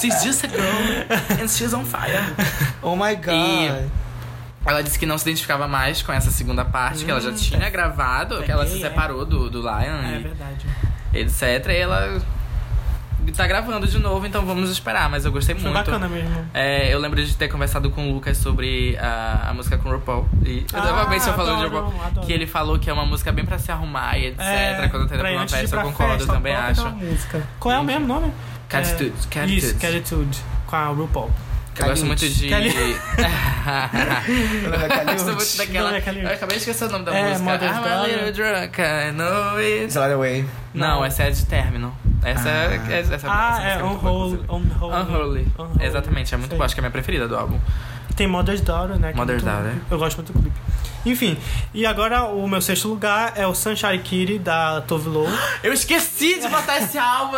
Speaker 3: She's just a girl and she's on fire.
Speaker 1: Oh my god.
Speaker 3: Ela disse que não se identificava mais com essa segunda parte, que ela já tinha gravado, que ela se
Speaker 2: gay, Hum, tá. é.
Speaker 3: separou do, do Lion
Speaker 2: É
Speaker 3: e
Speaker 2: verdade.
Speaker 3: etc. E ela tá gravando de novo, então vamos esperar. Mas eu gostei
Speaker 2: Foi
Speaker 3: muito.
Speaker 2: bacana mesmo.
Speaker 3: É, eu lembro de ter conversado com o Lucas sobre a, a música com o RuPaul. E
Speaker 2: Ah,
Speaker 3: provavelmente eu falando de
Speaker 2: adoro,
Speaker 3: RuPaul.
Speaker 2: adoro.
Speaker 3: Que ele falou que é uma música bem pra se arrumar e etc. quando tem
Speaker 2: É, pra
Speaker 3: pra uma
Speaker 2: antes de ir
Speaker 3: festa, eu
Speaker 2: pra
Speaker 3: concordo,
Speaker 2: festa, então.
Speaker 3: eu também
Speaker 2: toca
Speaker 3: acho.
Speaker 2: aquela música. Qual é o mesmo nome?
Speaker 3: Catitude,
Speaker 2: É,
Speaker 3: Catitude.
Speaker 2: Isso, Catitude. Com a RuPaul.
Speaker 3: Eu gosto muito de.
Speaker 2: Cali-
Speaker 1: Ela vai
Speaker 3: Eu gosto muito
Speaker 1: cair.
Speaker 3: daquela.
Speaker 2: Não, é Cali-
Speaker 3: Eu acabei de esquecer o nome da
Speaker 2: É,
Speaker 3: música.
Speaker 2: Mother's
Speaker 3: I'm a little drunk, I know it.
Speaker 1: Slide away.
Speaker 3: Não, essa é de término. Essa é.
Speaker 1: Ah.
Speaker 3: Essa, essa
Speaker 2: Ah,
Speaker 3: música
Speaker 2: é,
Speaker 3: é muito boa,
Speaker 2: Unholy.
Speaker 3: inclusive.
Speaker 2: Unholy.
Speaker 3: Unholy. Exatamente, é muito
Speaker 2: Sei.
Speaker 3: boa. Acho que é a minha preferida do álbum.
Speaker 2: Tem Mother's Daughter, né? que é
Speaker 3: Mother's
Speaker 2: muito-
Speaker 3: Daughter.
Speaker 2: Eu gosto muito do clipe. Enfim, e agora o meu sexto lugar é o Sunshine Kitty da Tove Lo.
Speaker 3: Eu esqueci de botar esse álbum.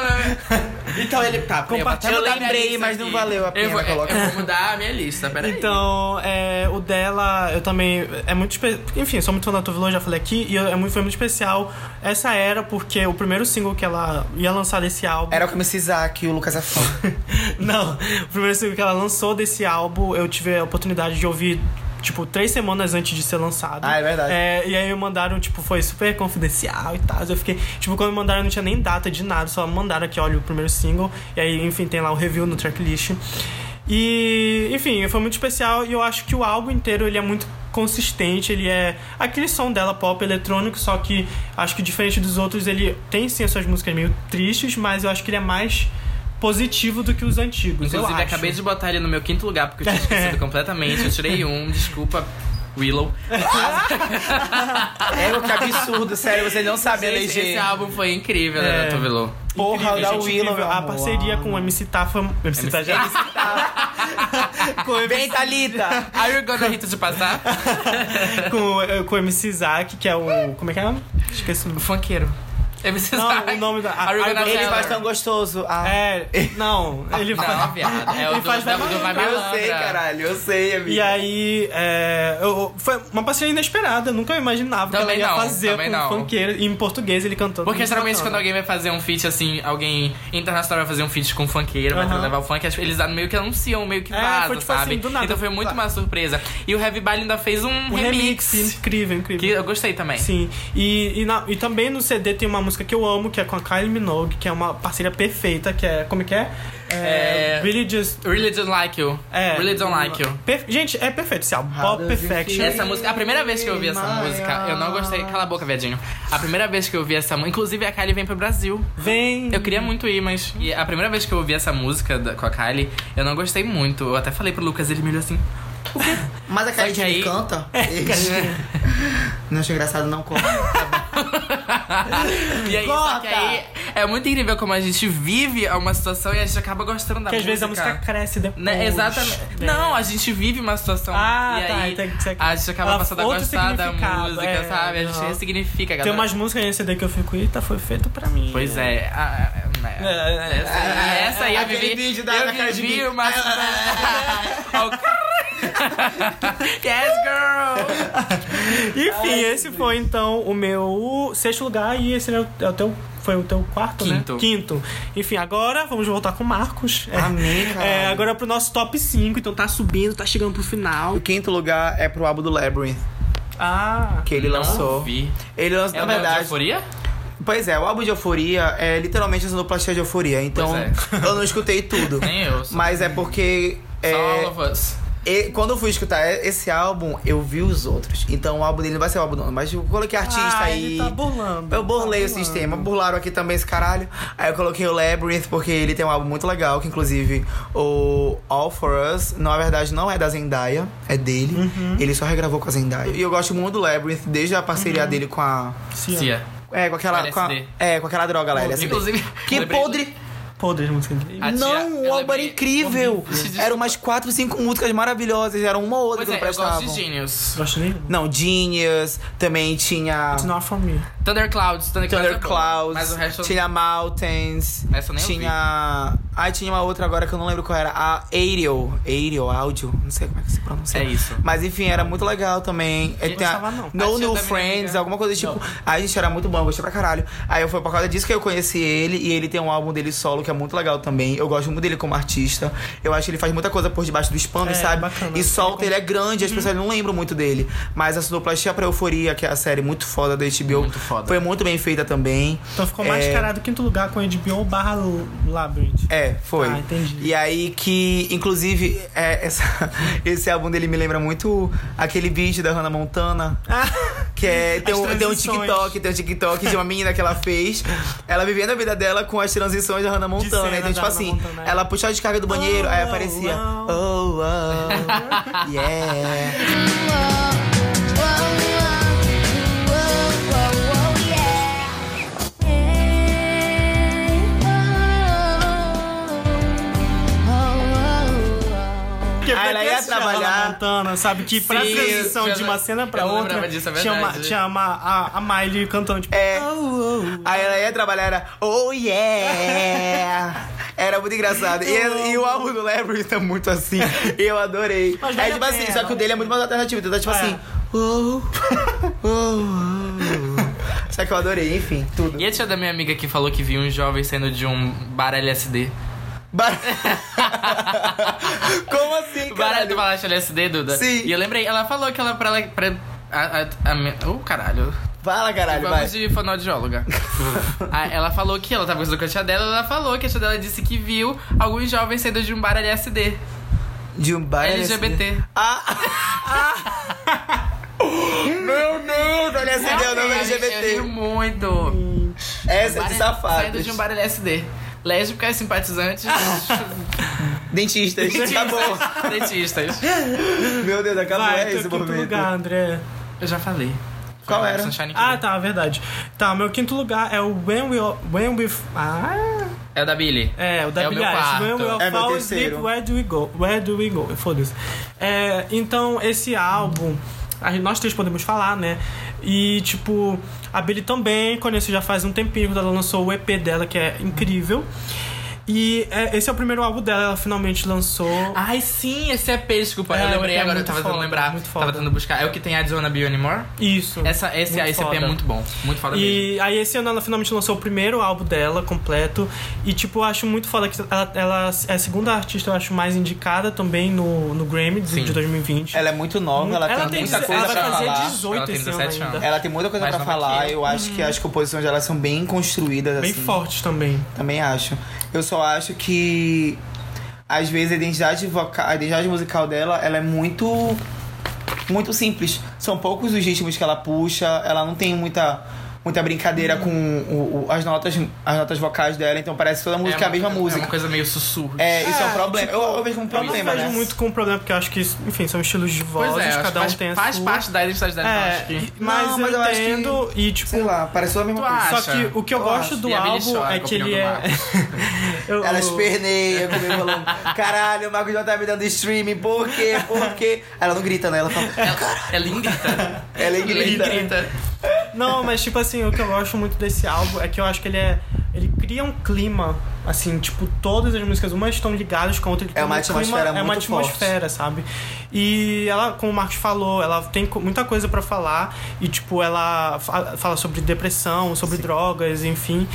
Speaker 1: Então ele tá.
Speaker 3: Compartilha.
Speaker 1: Eu lembrei, mas não valeu a pena.
Speaker 3: Eu vou, é,
Speaker 1: colocar.
Speaker 3: eu vou mudar a minha lista, peraí.
Speaker 2: Então, é, o dela, eu também. É muito. espe- Enfim, sou muito fã da Tove Lo, já falei aqui. E eu- é muito, foi muito especial essa era, porque o primeiro single que ela ia lançar desse álbum.
Speaker 1: Era o que me Isaac e o Lucas é fã.
Speaker 2: Não, o primeiro single que ela lançou desse álbum, eu tive a oportunidade de ouvir. Tipo, três semanas antes de ser lançado.
Speaker 1: Ah, é verdade.
Speaker 2: e aí me mandaram, tipo, foi super confidencial e tal. Eu fiquei, tipo, quando me mandaram, não tinha nem data de nada, só me mandaram aqui, olha, o primeiro single. E aí, enfim, tem lá o review no tracklist. E, enfim, foi muito especial e eu acho que o álbum inteiro ele é muito consistente, ele é aquele som dela pop eletrônico, só que acho que diferente dos outros, ele tem sim as suas músicas meio tristes, mas eu acho que ele é mais positivo do que os antigos. eu
Speaker 3: Inclusive,
Speaker 2: acho.
Speaker 3: acabei de botar ele no meu quinto lugar, porque eu tinha esquecido completamente. Eu tirei um, desculpa, Willow.
Speaker 1: É, que absurdo, sério, você não sabe
Speaker 3: Gente,
Speaker 1: eleger.
Speaker 3: esse álbum foi incrível,
Speaker 2: É.
Speaker 3: né, da Tove Lo.
Speaker 1: Porra, o
Speaker 2: Incrível,
Speaker 1: da
Speaker 2: gente,
Speaker 1: Willow,
Speaker 2: incrível.
Speaker 1: meu
Speaker 2: A
Speaker 1: amor.
Speaker 2: parceria com o MC Tá foi. MC Tá já.
Speaker 1: Vem, Thalita!
Speaker 3: Are you gonna hit de passar?
Speaker 2: eh, com, com o MC Isaac, que é o. Como é que é? Esqueci o nome.
Speaker 3: Funkeiro. MC
Speaker 2: Não,
Speaker 3: Zack.
Speaker 2: o nome da.
Speaker 3: Are you gonna
Speaker 2: Are-
Speaker 1: Ele
Speaker 3: Taylor.
Speaker 1: faz tão gostoso. Ah,
Speaker 2: É, não, ele
Speaker 3: Não, viado. É o
Speaker 2: Ele
Speaker 3: do,
Speaker 2: faz
Speaker 3: da- do,
Speaker 2: Vai
Speaker 3: Vai
Speaker 1: eu
Speaker 3: Malandra.
Speaker 1: sei, caralho. Eu sei, amiga.
Speaker 2: E aí, é, eu- foi uma parceria inesperada, eu nunca imaginava
Speaker 3: Também
Speaker 2: que ela ia
Speaker 3: não,
Speaker 2: fazer
Speaker 3: também
Speaker 2: com
Speaker 3: não.
Speaker 2: um funkeiro e em português ele cantando.
Speaker 3: Porque
Speaker 2: muito
Speaker 3: geralmente quando
Speaker 2: bacana.
Speaker 3: alguém vai fazer um feat assim, alguém internacional vai fazer um feat com um funkeiro, vai
Speaker 2: Aham.
Speaker 3: levar o funk, acho que eles meio que anunciam, meio que
Speaker 2: É,
Speaker 3: vazam,
Speaker 2: foi tipo
Speaker 3: sabe?
Speaker 2: assim, do nada.
Speaker 3: Então foi muito uma surpresa. E o Heavy Ball ainda fez um,
Speaker 2: Um remix. incrível, incrível.
Speaker 3: Que eu gostei também.
Speaker 2: Sim, e, e, na- e também no CD tem uma música que eu amo, que é com a Kylie Minogue, que é uma parceria perfeita, que é. Como que é?
Speaker 3: É-
Speaker 2: Really Just.
Speaker 3: Really don't like you.
Speaker 2: É,
Speaker 3: Really don't like you.
Speaker 2: Per- Gente, é perfeito esse álbum.
Speaker 1: How
Speaker 2: Pop
Speaker 1: does it
Speaker 2: Perfection.
Speaker 1: feel?
Speaker 3: Essa música, a primeira vez que eu ouvi essa
Speaker 1: Maia.
Speaker 3: música, eu não gostei. Cala a boca, viadinho. A primeira vez que eu ouvi essa música, inclusive a Kylie vem pro Brasil.
Speaker 2: Vem.
Speaker 3: Eu queria muito ir, mas e a primeira vez que eu ouvi essa música da- com a Kylie, eu não gostei muito. Eu até falei pro Lucas, ele me olhou assim.
Speaker 1: Mas é a
Speaker 3: Só que
Speaker 1: Cardi
Speaker 3: aí-
Speaker 1: aí... canta. não achei engraçado, não como.
Speaker 3: E aí, só que
Speaker 1: Corta!
Speaker 3: aí é muito incrível como a gente vive uma situação e a gente acaba gostando da
Speaker 2: Porque às
Speaker 3: música.
Speaker 2: vezes a música cresce depois.
Speaker 3: Né, Exatamente.
Speaker 2: né?
Speaker 3: Não, a gente vive uma situação.
Speaker 2: Ah,
Speaker 3: e
Speaker 2: tá,
Speaker 3: aí
Speaker 2: tem que ser-
Speaker 3: a gente acaba
Speaker 2: Ela-
Speaker 3: passando a
Speaker 2: outro
Speaker 3: gostar da
Speaker 2: significado,
Speaker 3: música,
Speaker 2: é,
Speaker 3: sabe? A gente
Speaker 2: aham.
Speaker 3: ressignifica, galera.
Speaker 2: Tem umas músicas nesse CD que eu fico, eita, foi feito pra mim.
Speaker 3: Pois é. a- a- né.
Speaker 2: É, é,
Speaker 3: Essa,
Speaker 1: é,
Speaker 3: e
Speaker 1: é,
Speaker 3: essa aí eu
Speaker 1: aquele
Speaker 3: vivi.
Speaker 1: vídeo da-
Speaker 3: eu
Speaker 1: da Cardi
Speaker 3: vivi
Speaker 1: B.
Speaker 3: uma. Oh, cara. yes, girl!
Speaker 2: Enfim, esse foi então o meu sexto lugar e esse é o, é o teu. Foi o teu quarto,
Speaker 3: Quinto.
Speaker 2: né? Quinto. Enfim, agora vamos voltar com o Marcos. É,
Speaker 1: Amém, cara.
Speaker 2: é, agora pro nosso top 5, então tá subindo, tá chegando pro final.
Speaker 1: O quinto lugar é pro álbum do Labyrinth,
Speaker 2: Ah.
Speaker 1: que ele
Speaker 3: Não
Speaker 1: lançou.
Speaker 3: ouvi.
Speaker 1: Ele lançou,
Speaker 3: É
Speaker 1: na
Speaker 3: o nome de
Speaker 1: verdade.
Speaker 3: euforia?
Speaker 1: Pois é, o álbum de euforia é literalmente a sonoplastia de euforia. Então,
Speaker 3: Pois é.
Speaker 1: eu não escutei tudo.
Speaker 3: Nem eu. só-
Speaker 1: Mas é porque.
Speaker 3: só
Speaker 1: é,
Speaker 3: all of us.
Speaker 1: e- quando eu fui escutar esse álbum, eu vi os outros. Então o álbum dele não vai ser o álbum do ano, mas eu coloquei artista
Speaker 2: ah,
Speaker 1: aí.
Speaker 2: Ele tá burlando.
Speaker 1: Eu burlei o
Speaker 2: Tá burlando.
Speaker 1: sistema, burlaram aqui também esse caralho. Aí eu coloquei o Labyrinth, porque ele tem um álbum muito legal, que inclusive o All For Us, na verdade, não é da Zendaya, é dele.
Speaker 2: Uhum.
Speaker 1: Ele só regravou com a Zendaya. E eu gosto muito do Labyrinth, desde a parceria
Speaker 2: Uhum.
Speaker 1: dele com a.
Speaker 2: Sim,
Speaker 3: Cia.
Speaker 1: É, com aquela. com a-
Speaker 3: LSD.
Speaker 1: é, com aquela droga lá, LSD.
Speaker 3: Inclusive,
Speaker 1: Que
Speaker 3: lembrei-
Speaker 1: podre!
Speaker 2: Podre de música dele.
Speaker 3: A tia-
Speaker 1: não,
Speaker 3: eu
Speaker 1: o álbum era
Speaker 3: lembrei-
Speaker 1: incrível!
Speaker 3: Horrível.
Speaker 1: Eram umas quatro, cinco músicas maravilhosas, eram uma ou outra que
Speaker 3: Pois é,
Speaker 1: não
Speaker 3: eu
Speaker 1: prestavam.
Speaker 3: gosto de Genius.
Speaker 2: Gosto nem. Não.
Speaker 1: não, Genius, também tinha.
Speaker 2: It's not for me.
Speaker 3: Thunderclouds, Thunderclouds. é bom,
Speaker 1: Thunderclouds,
Speaker 3: Mas o resto.
Speaker 1: tinha Mountains,
Speaker 3: Essa eu nem
Speaker 1: tinha. Ai, tinha uma outra agora que eu não lembro qual era. A Ariel. Ariel, áudio. Não sei como é que se pronuncia.
Speaker 3: É isso.
Speaker 1: Mas enfim, era muito legal também. É, tem a-
Speaker 2: gostava, não.
Speaker 1: No
Speaker 3: A tia
Speaker 1: New
Speaker 3: da minha
Speaker 1: Friends,
Speaker 3: amiga.
Speaker 1: alguma coisa desse tipo. Aí, gente, era muito bom, eu gostei pra caralho. Aí eu foi por causa disso que eu conheci ele e ele tem um álbum dele solo que é muito legal também. Eu gosto muito dele como artista. Eu acho que ele faz muita coisa por debaixo dos panos,
Speaker 2: É,
Speaker 1: sabe?
Speaker 2: bacana.
Speaker 1: E solta, ele é grande,
Speaker 3: Uhum.
Speaker 1: as pessoas não lembram muito dele. Mas a Sonoplastia pra Euforia, que é a série muito foda da HBO,
Speaker 3: Muito foda.
Speaker 1: foi muito bem feita também.
Speaker 2: Então ficou
Speaker 3: É.
Speaker 2: mascarado quinto lugar com HBO barra Labyrinth.
Speaker 1: É, foi.
Speaker 2: Ah, entendi.
Speaker 1: E aí que, inclusive, é, essa- esse álbum dele me lembra muito aquele vídeo da Hannah Montana.
Speaker 3: Ah,
Speaker 1: Que é, tem,
Speaker 2: As
Speaker 1: um, tem um
Speaker 2: transições.
Speaker 1: TikTok, tem um TikTok de uma menina que ela fez. Ela vivendo a vida dela com as transições da Hannah Montana.
Speaker 2: cena
Speaker 1: Então, tipo
Speaker 2: da
Speaker 1: assim,
Speaker 2: Hannah Montana, é.
Speaker 1: ela puxava a descarga do banheiro, aí aparecia.
Speaker 2: oh,
Speaker 1: Oh, oh, yeah.
Speaker 2: Porque pra
Speaker 1: Ah, ela
Speaker 2: quem
Speaker 1: ia
Speaker 2: assistia
Speaker 1: trabalhar.
Speaker 2: Hannah Montana, tá sabe que pra
Speaker 3: Sim,
Speaker 2: transição
Speaker 3: eu-
Speaker 2: de uma cena pra
Speaker 3: eu
Speaker 2: outra,
Speaker 3: lembrava disso, é
Speaker 2: tinha, uma,
Speaker 3: verdade.
Speaker 2: tinha uma- a, a Miley cantando, tipo,
Speaker 1: É.
Speaker 2: "Oh, oh,
Speaker 1: Aí ela ia trabalhar, era oh yeah! Era muito engraçado. E, e o álbum do Labyrinth tá muito assim. Eu adorei.
Speaker 2: Mas vale
Speaker 1: É tipo
Speaker 2: a
Speaker 1: assim,
Speaker 2: pena.
Speaker 1: só que o dele é muito mais alternativo. Então tá tipo
Speaker 2: É.
Speaker 1: assim. Oh, oh, oh. Só que eu adorei, enfim, tudo.
Speaker 3: E a tia da minha amiga que falou que viu um jovem saindo de um bar LSD.
Speaker 1: Ba- Como assim,
Speaker 3: Baralho
Speaker 1: cara?
Speaker 3: do Balacha LSD, Duda?
Speaker 1: Sim.
Speaker 3: E eu lembrei, ela falou que ela pra ela. Pra, a, a, a minha- oh, caralho.
Speaker 1: Fala, caralho, vai.
Speaker 3: Vamos de fonoaudióloga. Ah, ela falou que ela tava conversando com a tia dela, ela falou que a tia dela disse que viu alguns jovens saindo de um bar LSD.
Speaker 1: De um bar
Speaker 3: LGBT.
Speaker 1: Ah! Meu Deus, olha esse deu o nome
Speaker 3: Eu ri
Speaker 1: LGBT.
Speaker 3: muito.
Speaker 1: Essa é
Speaker 3: Bar-
Speaker 1: de
Speaker 3: Saindo
Speaker 1: safados.
Speaker 3: de um bar LSD. Lésbicas, simpatizantes,
Speaker 1: Dentistas. Tá bom.
Speaker 3: dentistas.
Speaker 1: Meu Deus, acabou
Speaker 2: Vai,
Speaker 1: é
Speaker 2: teu
Speaker 1: esse
Speaker 2: quinto
Speaker 1: momento.
Speaker 2: lugar, André.
Speaker 3: Eu já falei.
Speaker 1: Qual era?
Speaker 3: Sunshine
Speaker 2: Ah,
Speaker 3: Kid.
Speaker 2: tá, verdade. Tá, meu quinto lugar é o When We... When We... Ah...
Speaker 3: É o da Billy.
Speaker 2: É, o da
Speaker 3: É o
Speaker 2: Billie
Speaker 3: meu
Speaker 2: Eilish.
Speaker 3: quarto.
Speaker 2: When we all
Speaker 1: É meu
Speaker 2: fall
Speaker 1: terceiro.
Speaker 2: asleep, where do we go? Where do we go? Foda-se. É, então, esse álbum, a gente- nós três podemos falar, né? E, tipo, a Billy também conheço já faz um tempinho, quando ela lançou o EP dela, que é incrível. E é, esse é o primeiro álbum dela, ela finalmente lançou.
Speaker 3: Ai, sim, esse é desculpa.
Speaker 2: É,
Speaker 3: eu lembrei
Speaker 2: é
Speaker 3: agora, eu
Speaker 2: muito
Speaker 3: tava tentando
Speaker 2: foda,
Speaker 3: lembrar.
Speaker 2: muito
Speaker 3: tava
Speaker 2: foda.
Speaker 3: tentando buscar. É o que tem Arizona Be Anymore?
Speaker 2: Isso.
Speaker 3: Essa, esse,
Speaker 2: Muito
Speaker 3: esse EP é
Speaker 2: foda.
Speaker 3: muito bom. Muito foda mesmo.
Speaker 2: E aí esse ano ela finalmente lançou o primeiro álbum dela, completo. E tipo, eu acho muito foda que ela, ela é a segunda artista, eu acho, mais indicada também no, no Grammy de,
Speaker 3: Sim.
Speaker 2: de 2020.
Speaker 1: Ela é muito nova, ela, tem, muita
Speaker 2: deze-
Speaker 1: coisa
Speaker 2: ela
Speaker 1: pra
Speaker 2: vai fazer
Speaker 1: falar.
Speaker 2: 18
Speaker 3: Ela tem
Speaker 2: esse ano
Speaker 3: 17
Speaker 2: ainda.
Speaker 3: anos.
Speaker 1: Ela tem muita coisa
Speaker 3: Mais
Speaker 1: pra
Speaker 3: nova
Speaker 1: falar.
Speaker 3: que eu.
Speaker 1: Eu acho que as composições delas são bem construídas,
Speaker 2: Bem
Speaker 1: assim.
Speaker 2: forte também.
Speaker 1: Também acho. Eu só acho que às vezes a identidade vocal, a identidade musical dela, ela é muito muito simples. São poucos os ritmos que ela puxa, ela não tem muita muita brincadeira com o- o- as notas as notas vocais dela, então parece toda música é a
Speaker 3: uma-
Speaker 1: mesma
Speaker 3: É uma
Speaker 1: música.
Speaker 3: coisa meio sussurro.
Speaker 1: É, isso é, um
Speaker 2: É,
Speaker 1: problema. eu, eu vejo como um
Speaker 2: Eu não
Speaker 1: problema,
Speaker 2: vejo
Speaker 1: né?
Speaker 2: muito com problema, porque eu acho que, enfim, são estilos de
Speaker 3: Pois
Speaker 2: vozes,
Speaker 3: é, acho que
Speaker 2: cada um
Speaker 3: faz,
Speaker 2: tem a
Speaker 3: faz
Speaker 2: sua.
Speaker 3: parte da identidade dela, eu acho
Speaker 2: É,
Speaker 3: que.
Speaker 2: e- mas,
Speaker 1: Não, mas
Speaker 2: eu
Speaker 1: eu acho
Speaker 2: entendo e tipo.
Speaker 1: Sei lá, parece toda a mesma
Speaker 3: Tu
Speaker 1: coisa.
Speaker 3: acha?
Speaker 2: Só que o que eu,
Speaker 1: Eu
Speaker 2: gosto
Speaker 1: acho.
Speaker 2: do
Speaker 3: E a Billie
Speaker 2: álbum
Speaker 3: chora
Speaker 2: é
Speaker 3: com a
Speaker 2: que ele
Speaker 3: opinião
Speaker 2: é.
Speaker 3: do
Speaker 2: Eu-
Speaker 1: Ela é esperneia comigo falando: Caralho, o Marco J tá me dando streaming, por quê? Por quê? Ela não grita, né? Ela fala.
Speaker 3: Ela, ela grita.
Speaker 1: Ela é grita.
Speaker 2: Não, mas tipo assim, o que eu gosto muito desse álbum é que eu acho que ele é. Ele cria um clima, assim, tipo, todas as músicas, umas estão ligadas com a outra. ele
Speaker 1: É uma
Speaker 2: cria um clima-
Speaker 1: atmosfera
Speaker 2: É uma
Speaker 1: muito forte.
Speaker 2: atmosfera, sabe? E ela, como o Marcos falou, ela tem co- muita coisa pra falar. E, tipo, ela fa- fala sobre depressão, sobre drogas, enfim.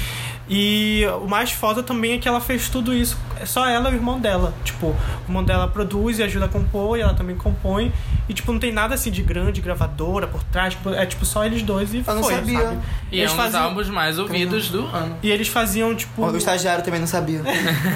Speaker 2: E o mais foda também é que ela fez tudo isso. é Só ela e o irmão dela. Tipo, o irmão dela produz e ajuda a compor, e ela também compõe. E, tipo, não tem nada assim de grande gravadora por trás. tipo, É tipo só eles dois e
Speaker 1: Eu não
Speaker 2: foi,
Speaker 1: sabia.
Speaker 2: sabe?
Speaker 3: E é um dos álbuns mais ouvidos do ano.
Speaker 2: E eles faziam, tipo.
Speaker 1: O estagiário também não sabia.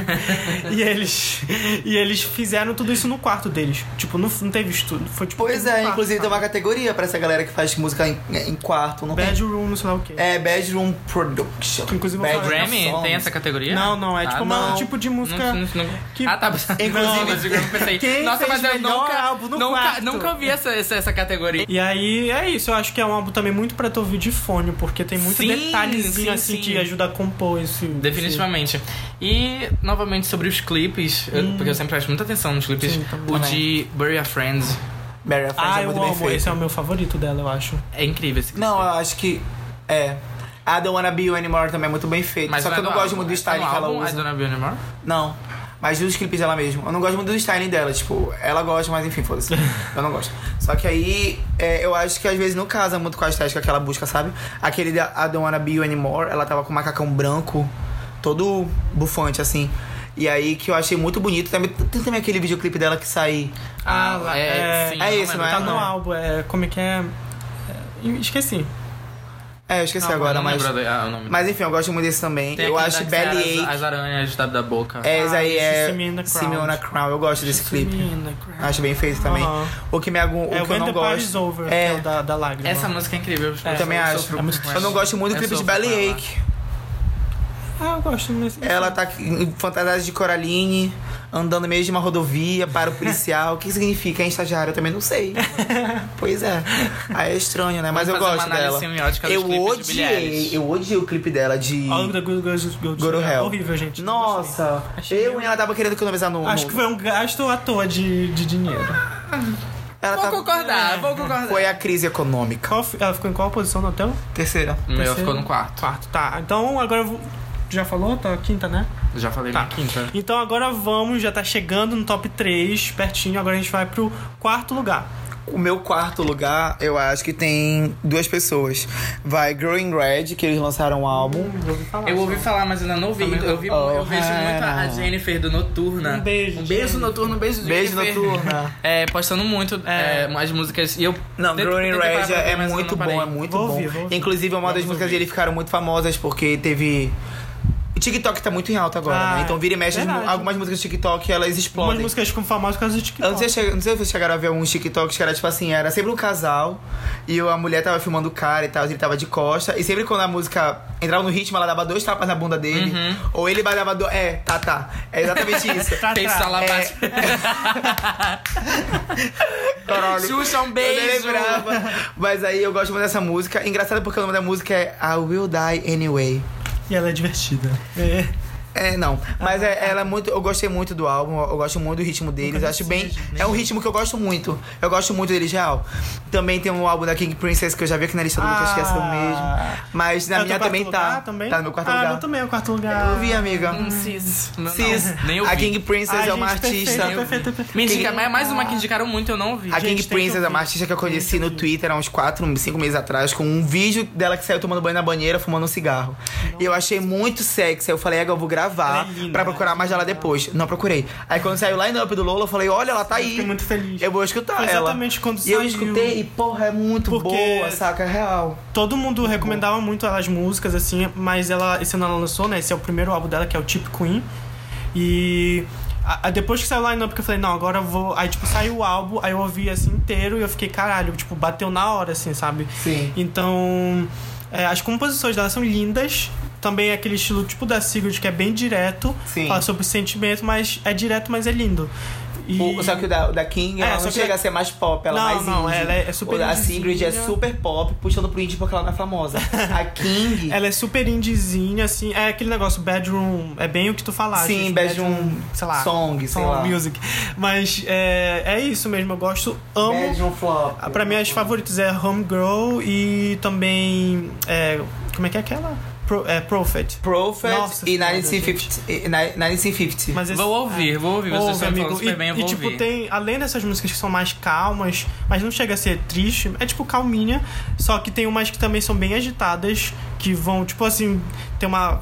Speaker 2: e eles. E eles fizeram tudo isso no quarto deles. Tipo, não, não teve estudo. Foi tipo.
Speaker 1: Pois
Speaker 2: tudo no
Speaker 1: é,
Speaker 2: quarto,
Speaker 1: inclusive tem
Speaker 2: sabe?
Speaker 1: uma categoria pra essa galera que faz música em, é, em quarto, não tem?
Speaker 2: Bedroom, não sei lá o quê.
Speaker 1: É Bedroom Production.
Speaker 2: Que inclusive eu
Speaker 1: Bad
Speaker 2: vou falar
Speaker 1: Grammy
Speaker 3: Grammy tem essa categoria?
Speaker 2: Não, não, é
Speaker 3: Ah,
Speaker 2: tipo uma-
Speaker 1: não.
Speaker 2: um tipo de
Speaker 3: Não-
Speaker 2: música.
Speaker 3: não- não-
Speaker 2: que-
Speaker 3: Ah, tá.
Speaker 1: Inclusive-
Speaker 3: não, mas eu pensei.
Speaker 2: Quem
Speaker 3: nossa,
Speaker 2: fez
Speaker 3: mas eu
Speaker 2: melhor
Speaker 3: nunca,
Speaker 2: álbum no
Speaker 3: nunca,
Speaker 2: quarto?
Speaker 3: nunca ouvi essa, essa, essa categoria.
Speaker 2: E aí é isso, eu acho que é um álbum também muito pra tu ouvir de fone, porque tem muito
Speaker 3: Sim,
Speaker 2: detalhezinho
Speaker 3: sim,
Speaker 2: assim
Speaker 3: sim.
Speaker 2: que ajuda a compor esse.
Speaker 3: Definitivamente. E, novamente, sobre os clipes, eu-
Speaker 1: Hum.
Speaker 3: porque eu sempre presto muita atenção nos clipes,
Speaker 2: Sim,
Speaker 3: o
Speaker 2: também.
Speaker 3: de Bury a Friends
Speaker 1: Mary Friends
Speaker 2: esse-
Speaker 3: um
Speaker 2: Ah,
Speaker 1: é
Speaker 2: eu
Speaker 1: muito bem
Speaker 2: amo,
Speaker 1: feito.
Speaker 2: esse é o meu favorito dela, eu acho.
Speaker 3: é incrível esse clipe.
Speaker 1: Não, eu acho que. É. A Don't Wanna Be You Anymore também é muito bem feito. Só
Speaker 3: não
Speaker 1: que
Speaker 3: é
Speaker 1: eu não
Speaker 3: do
Speaker 1: gosto
Speaker 3: álbum.
Speaker 1: muito do
Speaker 3: É
Speaker 1: style
Speaker 3: no
Speaker 1: que ela
Speaker 3: álbum, I
Speaker 1: usa.
Speaker 3: Don't Have You Anymore?
Speaker 1: Não. Mas dos clipes dela mesmo. Eu não gosto muito do styling dela. Tipo, ela gosta, mas enfim, foda-se. eu não gosto. Só que aí, é, eu acho que às vezes não casa muito com a estética que ela busca, sabe? Aquele da I Don't Wanna Be You Anymore, ela tava com um macacão branco, todo bufante, assim. E aí que eu achei muito bonito. Também, tem também aquele videoclipe dela que sai.
Speaker 2: Ah, lá, é-
Speaker 3: sim,
Speaker 1: é
Speaker 3: eu
Speaker 1: isso,
Speaker 3: lembro.
Speaker 1: não é?
Speaker 2: Tá no álbum, é. Como é que é? é, Esqueci.
Speaker 1: É, eu esqueci
Speaker 3: Não,
Speaker 1: agora,
Speaker 3: não
Speaker 1: mas.
Speaker 3: lembro do- ah, o nome.
Speaker 1: Mas enfim, eu gosto muito desse também.
Speaker 3: Tem
Speaker 1: eu
Speaker 3: aquele
Speaker 1: acho
Speaker 3: da-
Speaker 1: Belly
Speaker 3: as-
Speaker 1: Ache.
Speaker 3: As aranhas da, da boca.
Speaker 1: É, esse aí
Speaker 2: Ah,
Speaker 1: é.
Speaker 2: esse Simeon the Crown.
Speaker 1: Simeon the Crown. Eu gosto desse clipe.
Speaker 2: Menina, crap.
Speaker 1: Acho bem feito também.
Speaker 2: Aham.
Speaker 1: O que me agu...
Speaker 2: É
Speaker 1: o que eu
Speaker 2: When
Speaker 1: não
Speaker 2: the Party's
Speaker 1: gosto.
Speaker 2: Over,
Speaker 1: É.
Speaker 2: que é o da, da lágrima.
Speaker 3: Essa música é incrível.
Speaker 2: É.
Speaker 1: Eu também acho.
Speaker 3: sofro muito É, com
Speaker 1: Eu não
Speaker 3: ela.
Speaker 1: gosto muito do
Speaker 3: Eu
Speaker 1: clipe de
Speaker 3: sofro com
Speaker 1: Belly
Speaker 3: ela.
Speaker 1: Ache.
Speaker 2: Ah, eu gosto mesmo.
Speaker 1: Ela tá em fantasiada de Coraline, andando no meio de uma rodovia para o policial. o que significa, hein, estagiária? Eu também não sei. pois é. Aí é estranho, né? Mas
Speaker 3: Vamos
Speaker 1: eu
Speaker 3: fazer uma
Speaker 1: gosto dela.
Speaker 3: análise semiótica dos
Speaker 1: Eu
Speaker 3: clipes de Billie
Speaker 1: odiei,
Speaker 3: Eilish.
Speaker 1: eu odiei o clipe dela de.
Speaker 2: All of the Good Girls
Speaker 1: Go
Speaker 2: Go to
Speaker 1: to
Speaker 2: Hell.
Speaker 1: Hell.
Speaker 2: Horrível, gente. não gostei.
Speaker 1: Nossa,
Speaker 2: Achei
Speaker 1: eu e ela tava querendo economizar no.
Speaker 2: Acho
Speaker 1: no-
Speaker 2: que foi um gasto à toa de, de dinheiro.
Speaker 1: Ela
Speaker 3: Vou
Speaker 1: tava...
Speaker 3: concordar, vou concordar.
Speaker 1: tá- É. Foi a crise econômica.
Speaker 2: Qual fi- ela ficou em qual posição no hotel?
Speaker 1: Terceira.
Speaker 3: O meu
Speaker 2: Terceiro.
Speaker 3: ficou no quarto.
Speaker 2: Quarto, tá. Então agora eu vou. Já falou? Tá quinta, né?
Speaker 3: Eu Já falei
Speaker 2: Tá.
Speaker 3: na quinta.
Speaker 2: Então agora vamos, já tá chegando no top 3, pertinho. Agora a gente vai pro quarto lugar.
Speaker 1: O meu quarto lugar, eu acho que tem duas pessoas. Vai Growing Red, que eles lançaram um álbum.
Speaker 2: Eu ouvi falar.
Speaker 3: Eu
Speaker 2: só.
Speaker 3: ouvi falar, mas ainda não ouvi. Eu, vi, eu
Speaker 1: Oh,
Speaker 3: vejo
Speaker 1: Hannah.
Speaker 3: muito a Jennifer do Noturna.
Speaker 2: Um beijo,
Speaker 3: Um beijo
Speaker 2: Jennifer.
Speaker 3: noturno, um beijo
Speaker 1: Beijo
Speaker 3: Jennifer.
Speaker 1: noturna.
Speaker 3: É, postando muito é, as músicas. E eu.
Speaker 1: Não,
Speaker 3: tento-
Speaker 1: Growing
Speaker 3: tento parar
Speaker 1: Red
Speaker 3: pra ver,
Speaker 1: é
Speaker 3: mas né? eu
Speaker 1: muito
Speaker 3: não
Speaker 1: bom, é
Speaker 3: parei.
Speaker 1: muito
Speaker 2: Vou
Speaker 1: bom.
Speaker 2: ouvir, vou ouvir.
Speaker 1: Inclusive, uma das
Speaker 2: Vamos
Speaker 1: músicas
Speaker 2: ouvir.
Speaker 1: dele ficaram muito famosas porque teve. O TikTok tá muito em alta agora,
Speaker 2: Ah,
Speaker 1: né? Então vira e mexe, as mu-
Speaker 2: verdade.
Speaker 1: algumas músicas do TikTok elas
Speaker 2: Umas
Speaker 1: explodem.
Speaker 2: músicas ficam famosas por causa do TikTok.
Speaker 1: Eu não sei, se- não sei se vocês chegaram a ver alguns TikToks que era tipo assim, era sempre um casal e a mulher tava filmando o cara e tal, ele tava de costa. E sempre quando a música entrava no ritmo, ela dava dois tapas na bunda dele.
Speaker 2: Uhum.
Speaker 1: Ou ele dava dois. É, tá, tá. É exatamente isso.
Speaker 2: Tá,
Speaker 3: Tem
Speaker 2: tá.
Speaker 3: salabate.
Speaker 1: Caralho.
Speaker 3: Xuxa,
Speaker 1: Eu
Speaker 3: um
Speaker 1: nem
Speaker 3: beijo.
Speaker 1: lembrava. Mas aí eu gosto muito dessa música. Engraçado porque o nome da música é I Will Die Anyway.
Speaker 2: E ela é divertida. É.
Speaker 1: É, não. Mas é- ela é muito. Eu gostei muito do álbum, eu gosto muito do ritmo deles. Acho bem. É um ritmo que eu gosto muito. Eu gosto muito deles, real. Também tem um álbum da King Princess que eu já vi aqui na lista do Lucas, que é seu
Speaker 2: Ah.
Speaker 1: mesmo. Mas na
Speaker 2: É
Speaker 1: minha
Speaker 2: o teu quarto
Speaker 1: também tá.
Speaker 2: lugar também?
Speaker 1: Tá no meu quarto
Speaker 2: ah,
Speaker 1: lugar.
Speaker 2: meu também é o quarto lugar.
Speaker 1: Eu vi, amiga.
Speaker 4: Cis.
Speaker 3: Não, não,
Speaker 1: Cis,
Speaker 3: nem eu
Speaker 1: Hum, a
Speaker 3: vi.
Speaker 1: King Princess
Speaker 2: Ai,
Speaker 1: é uma
Speaker 2: gente, perfeito,
Speaker 1: artista.
Speaker 2: perfeito, perfeito.
Speaker 3: Me indica, mas é mais uma que indicaram muito, eu não vi.
Speaker 1: A King
Speaker 2: Gente, tem que
Speaker 1: Princess é uma
Speaker 2: ouvir.
Speaker 1: artista que eu
Speaker 2: Tem que
Speaker 1: conheci no
Speaker 2: ouvir.
Speaker 1: Twitter há uns 4, 5 meses atrás, com um vídeo dela que saiu tomando banho na banheira, fumando um cigarro. E eu achei muito sexy. Aí eu falei, Ega, eu vou gravar
Speaker 2: Ela é linda.
Speaker 1: pra procurar mais dela depois. Não procurei. Aí quando saiu o line-up do Lola, eu falei, olha, ela tá
Speaker 2: Eu
Speaker 1: aí.
Speaker 2: fiquei muito feliz.
Speaker 1: Eu vou escutar
Speaker 2: Foi
Speaker 1: ela.
Speaker 2: exatamente quando
Speaker 1: E eu
Speaker 2: saiu.
Speaker 1: escutei e, porra, é muito
Speaker 2: Porque-
Speaker 1: boa, saca? É Real.
Speaker 2: Todo mundo recomendava muito as músicas, assim, mas ela, esse ano ela lançou, né? Esse é o primeiro álbum dela, que é o Tip Queen. E a- a- depois que saiu o line-up, que eu falei, não, agora eu vou. Aí, tipo, saiu o álbum, aí eu ouvi assim inteiro e eu fiquei, caralho, tipo, bateu na hora, assim, sabe?
Speaker 1: Sim.
Speaker 2: Então, é, as composições dela são lindas. Também é aquele estilo tipo da Sigurd, que é bem direto.
Speaker 1: Sim.
Speaker 2: Fala sobre sentimento, mas é direto, mas é lindo. E...
Speaker 1: O- só que o da, o da King,
Speaker 2: É,
Speaker 1: ela
Speaker 2: só
Speaker 1: não
Speaker 2: que-
Speaker 1: chega a ser mais pop, ela é
Speaker 2: Não,
Speaker 1: mais
Speaker 2: não,
Speaker 1: indie.
Speaker 2: ela é- é super
Speaker 1: O da
Speaker 2: indiezinha.
Speaker 1: Sigrid é super pop, puxando pro indie porque ela não é famosa. A King...
Speaker 2: Ela é super indiezinha, assim. É aquele negócio, bedroom. É bem o que tu falaste.
Speaker 1: Sim,
Speaker 2: assim,
Speaker 1: bedroom
Speaker 2: sei lá.
Speaker 1: um
Speaker 2: um
Speaker 1: song, sei lá.
Speaker 2: music. Mas é, é isso mesmo, eu gosto, amo.
Speaker 1: Bedroom um flop.
Speaker 2: Ah, Pra mim, as favoritas é Homegirl e também. é, como é que é aquela? Pro, é, Prophet.
Speaker 1: Prophet
Speaker 2: Nossa
Speaker 1: e
Speaker 2: senhora,
Speaker 1: 1950. e ni- 1950.
Speaker 2: Mas esse-
Speaker 3: Vou ouvir, vou ouvir. Vocês
Speaker 2: Ouve,
Speaker 3: estão falando
Speaker 2: amigo.
Speaker 3: super bem, eu
Speaker 2: E,
Speaker 3: vou
Speaker 2: e tipo,
Speaker 3: ouvir.
Speaker 2: tem, além dessas músicas que são mais calmas, mas não chega a ser triste, é tipo calminha, só que tem umas que também são bem agitadas, que vão, tipo assim, tem uma,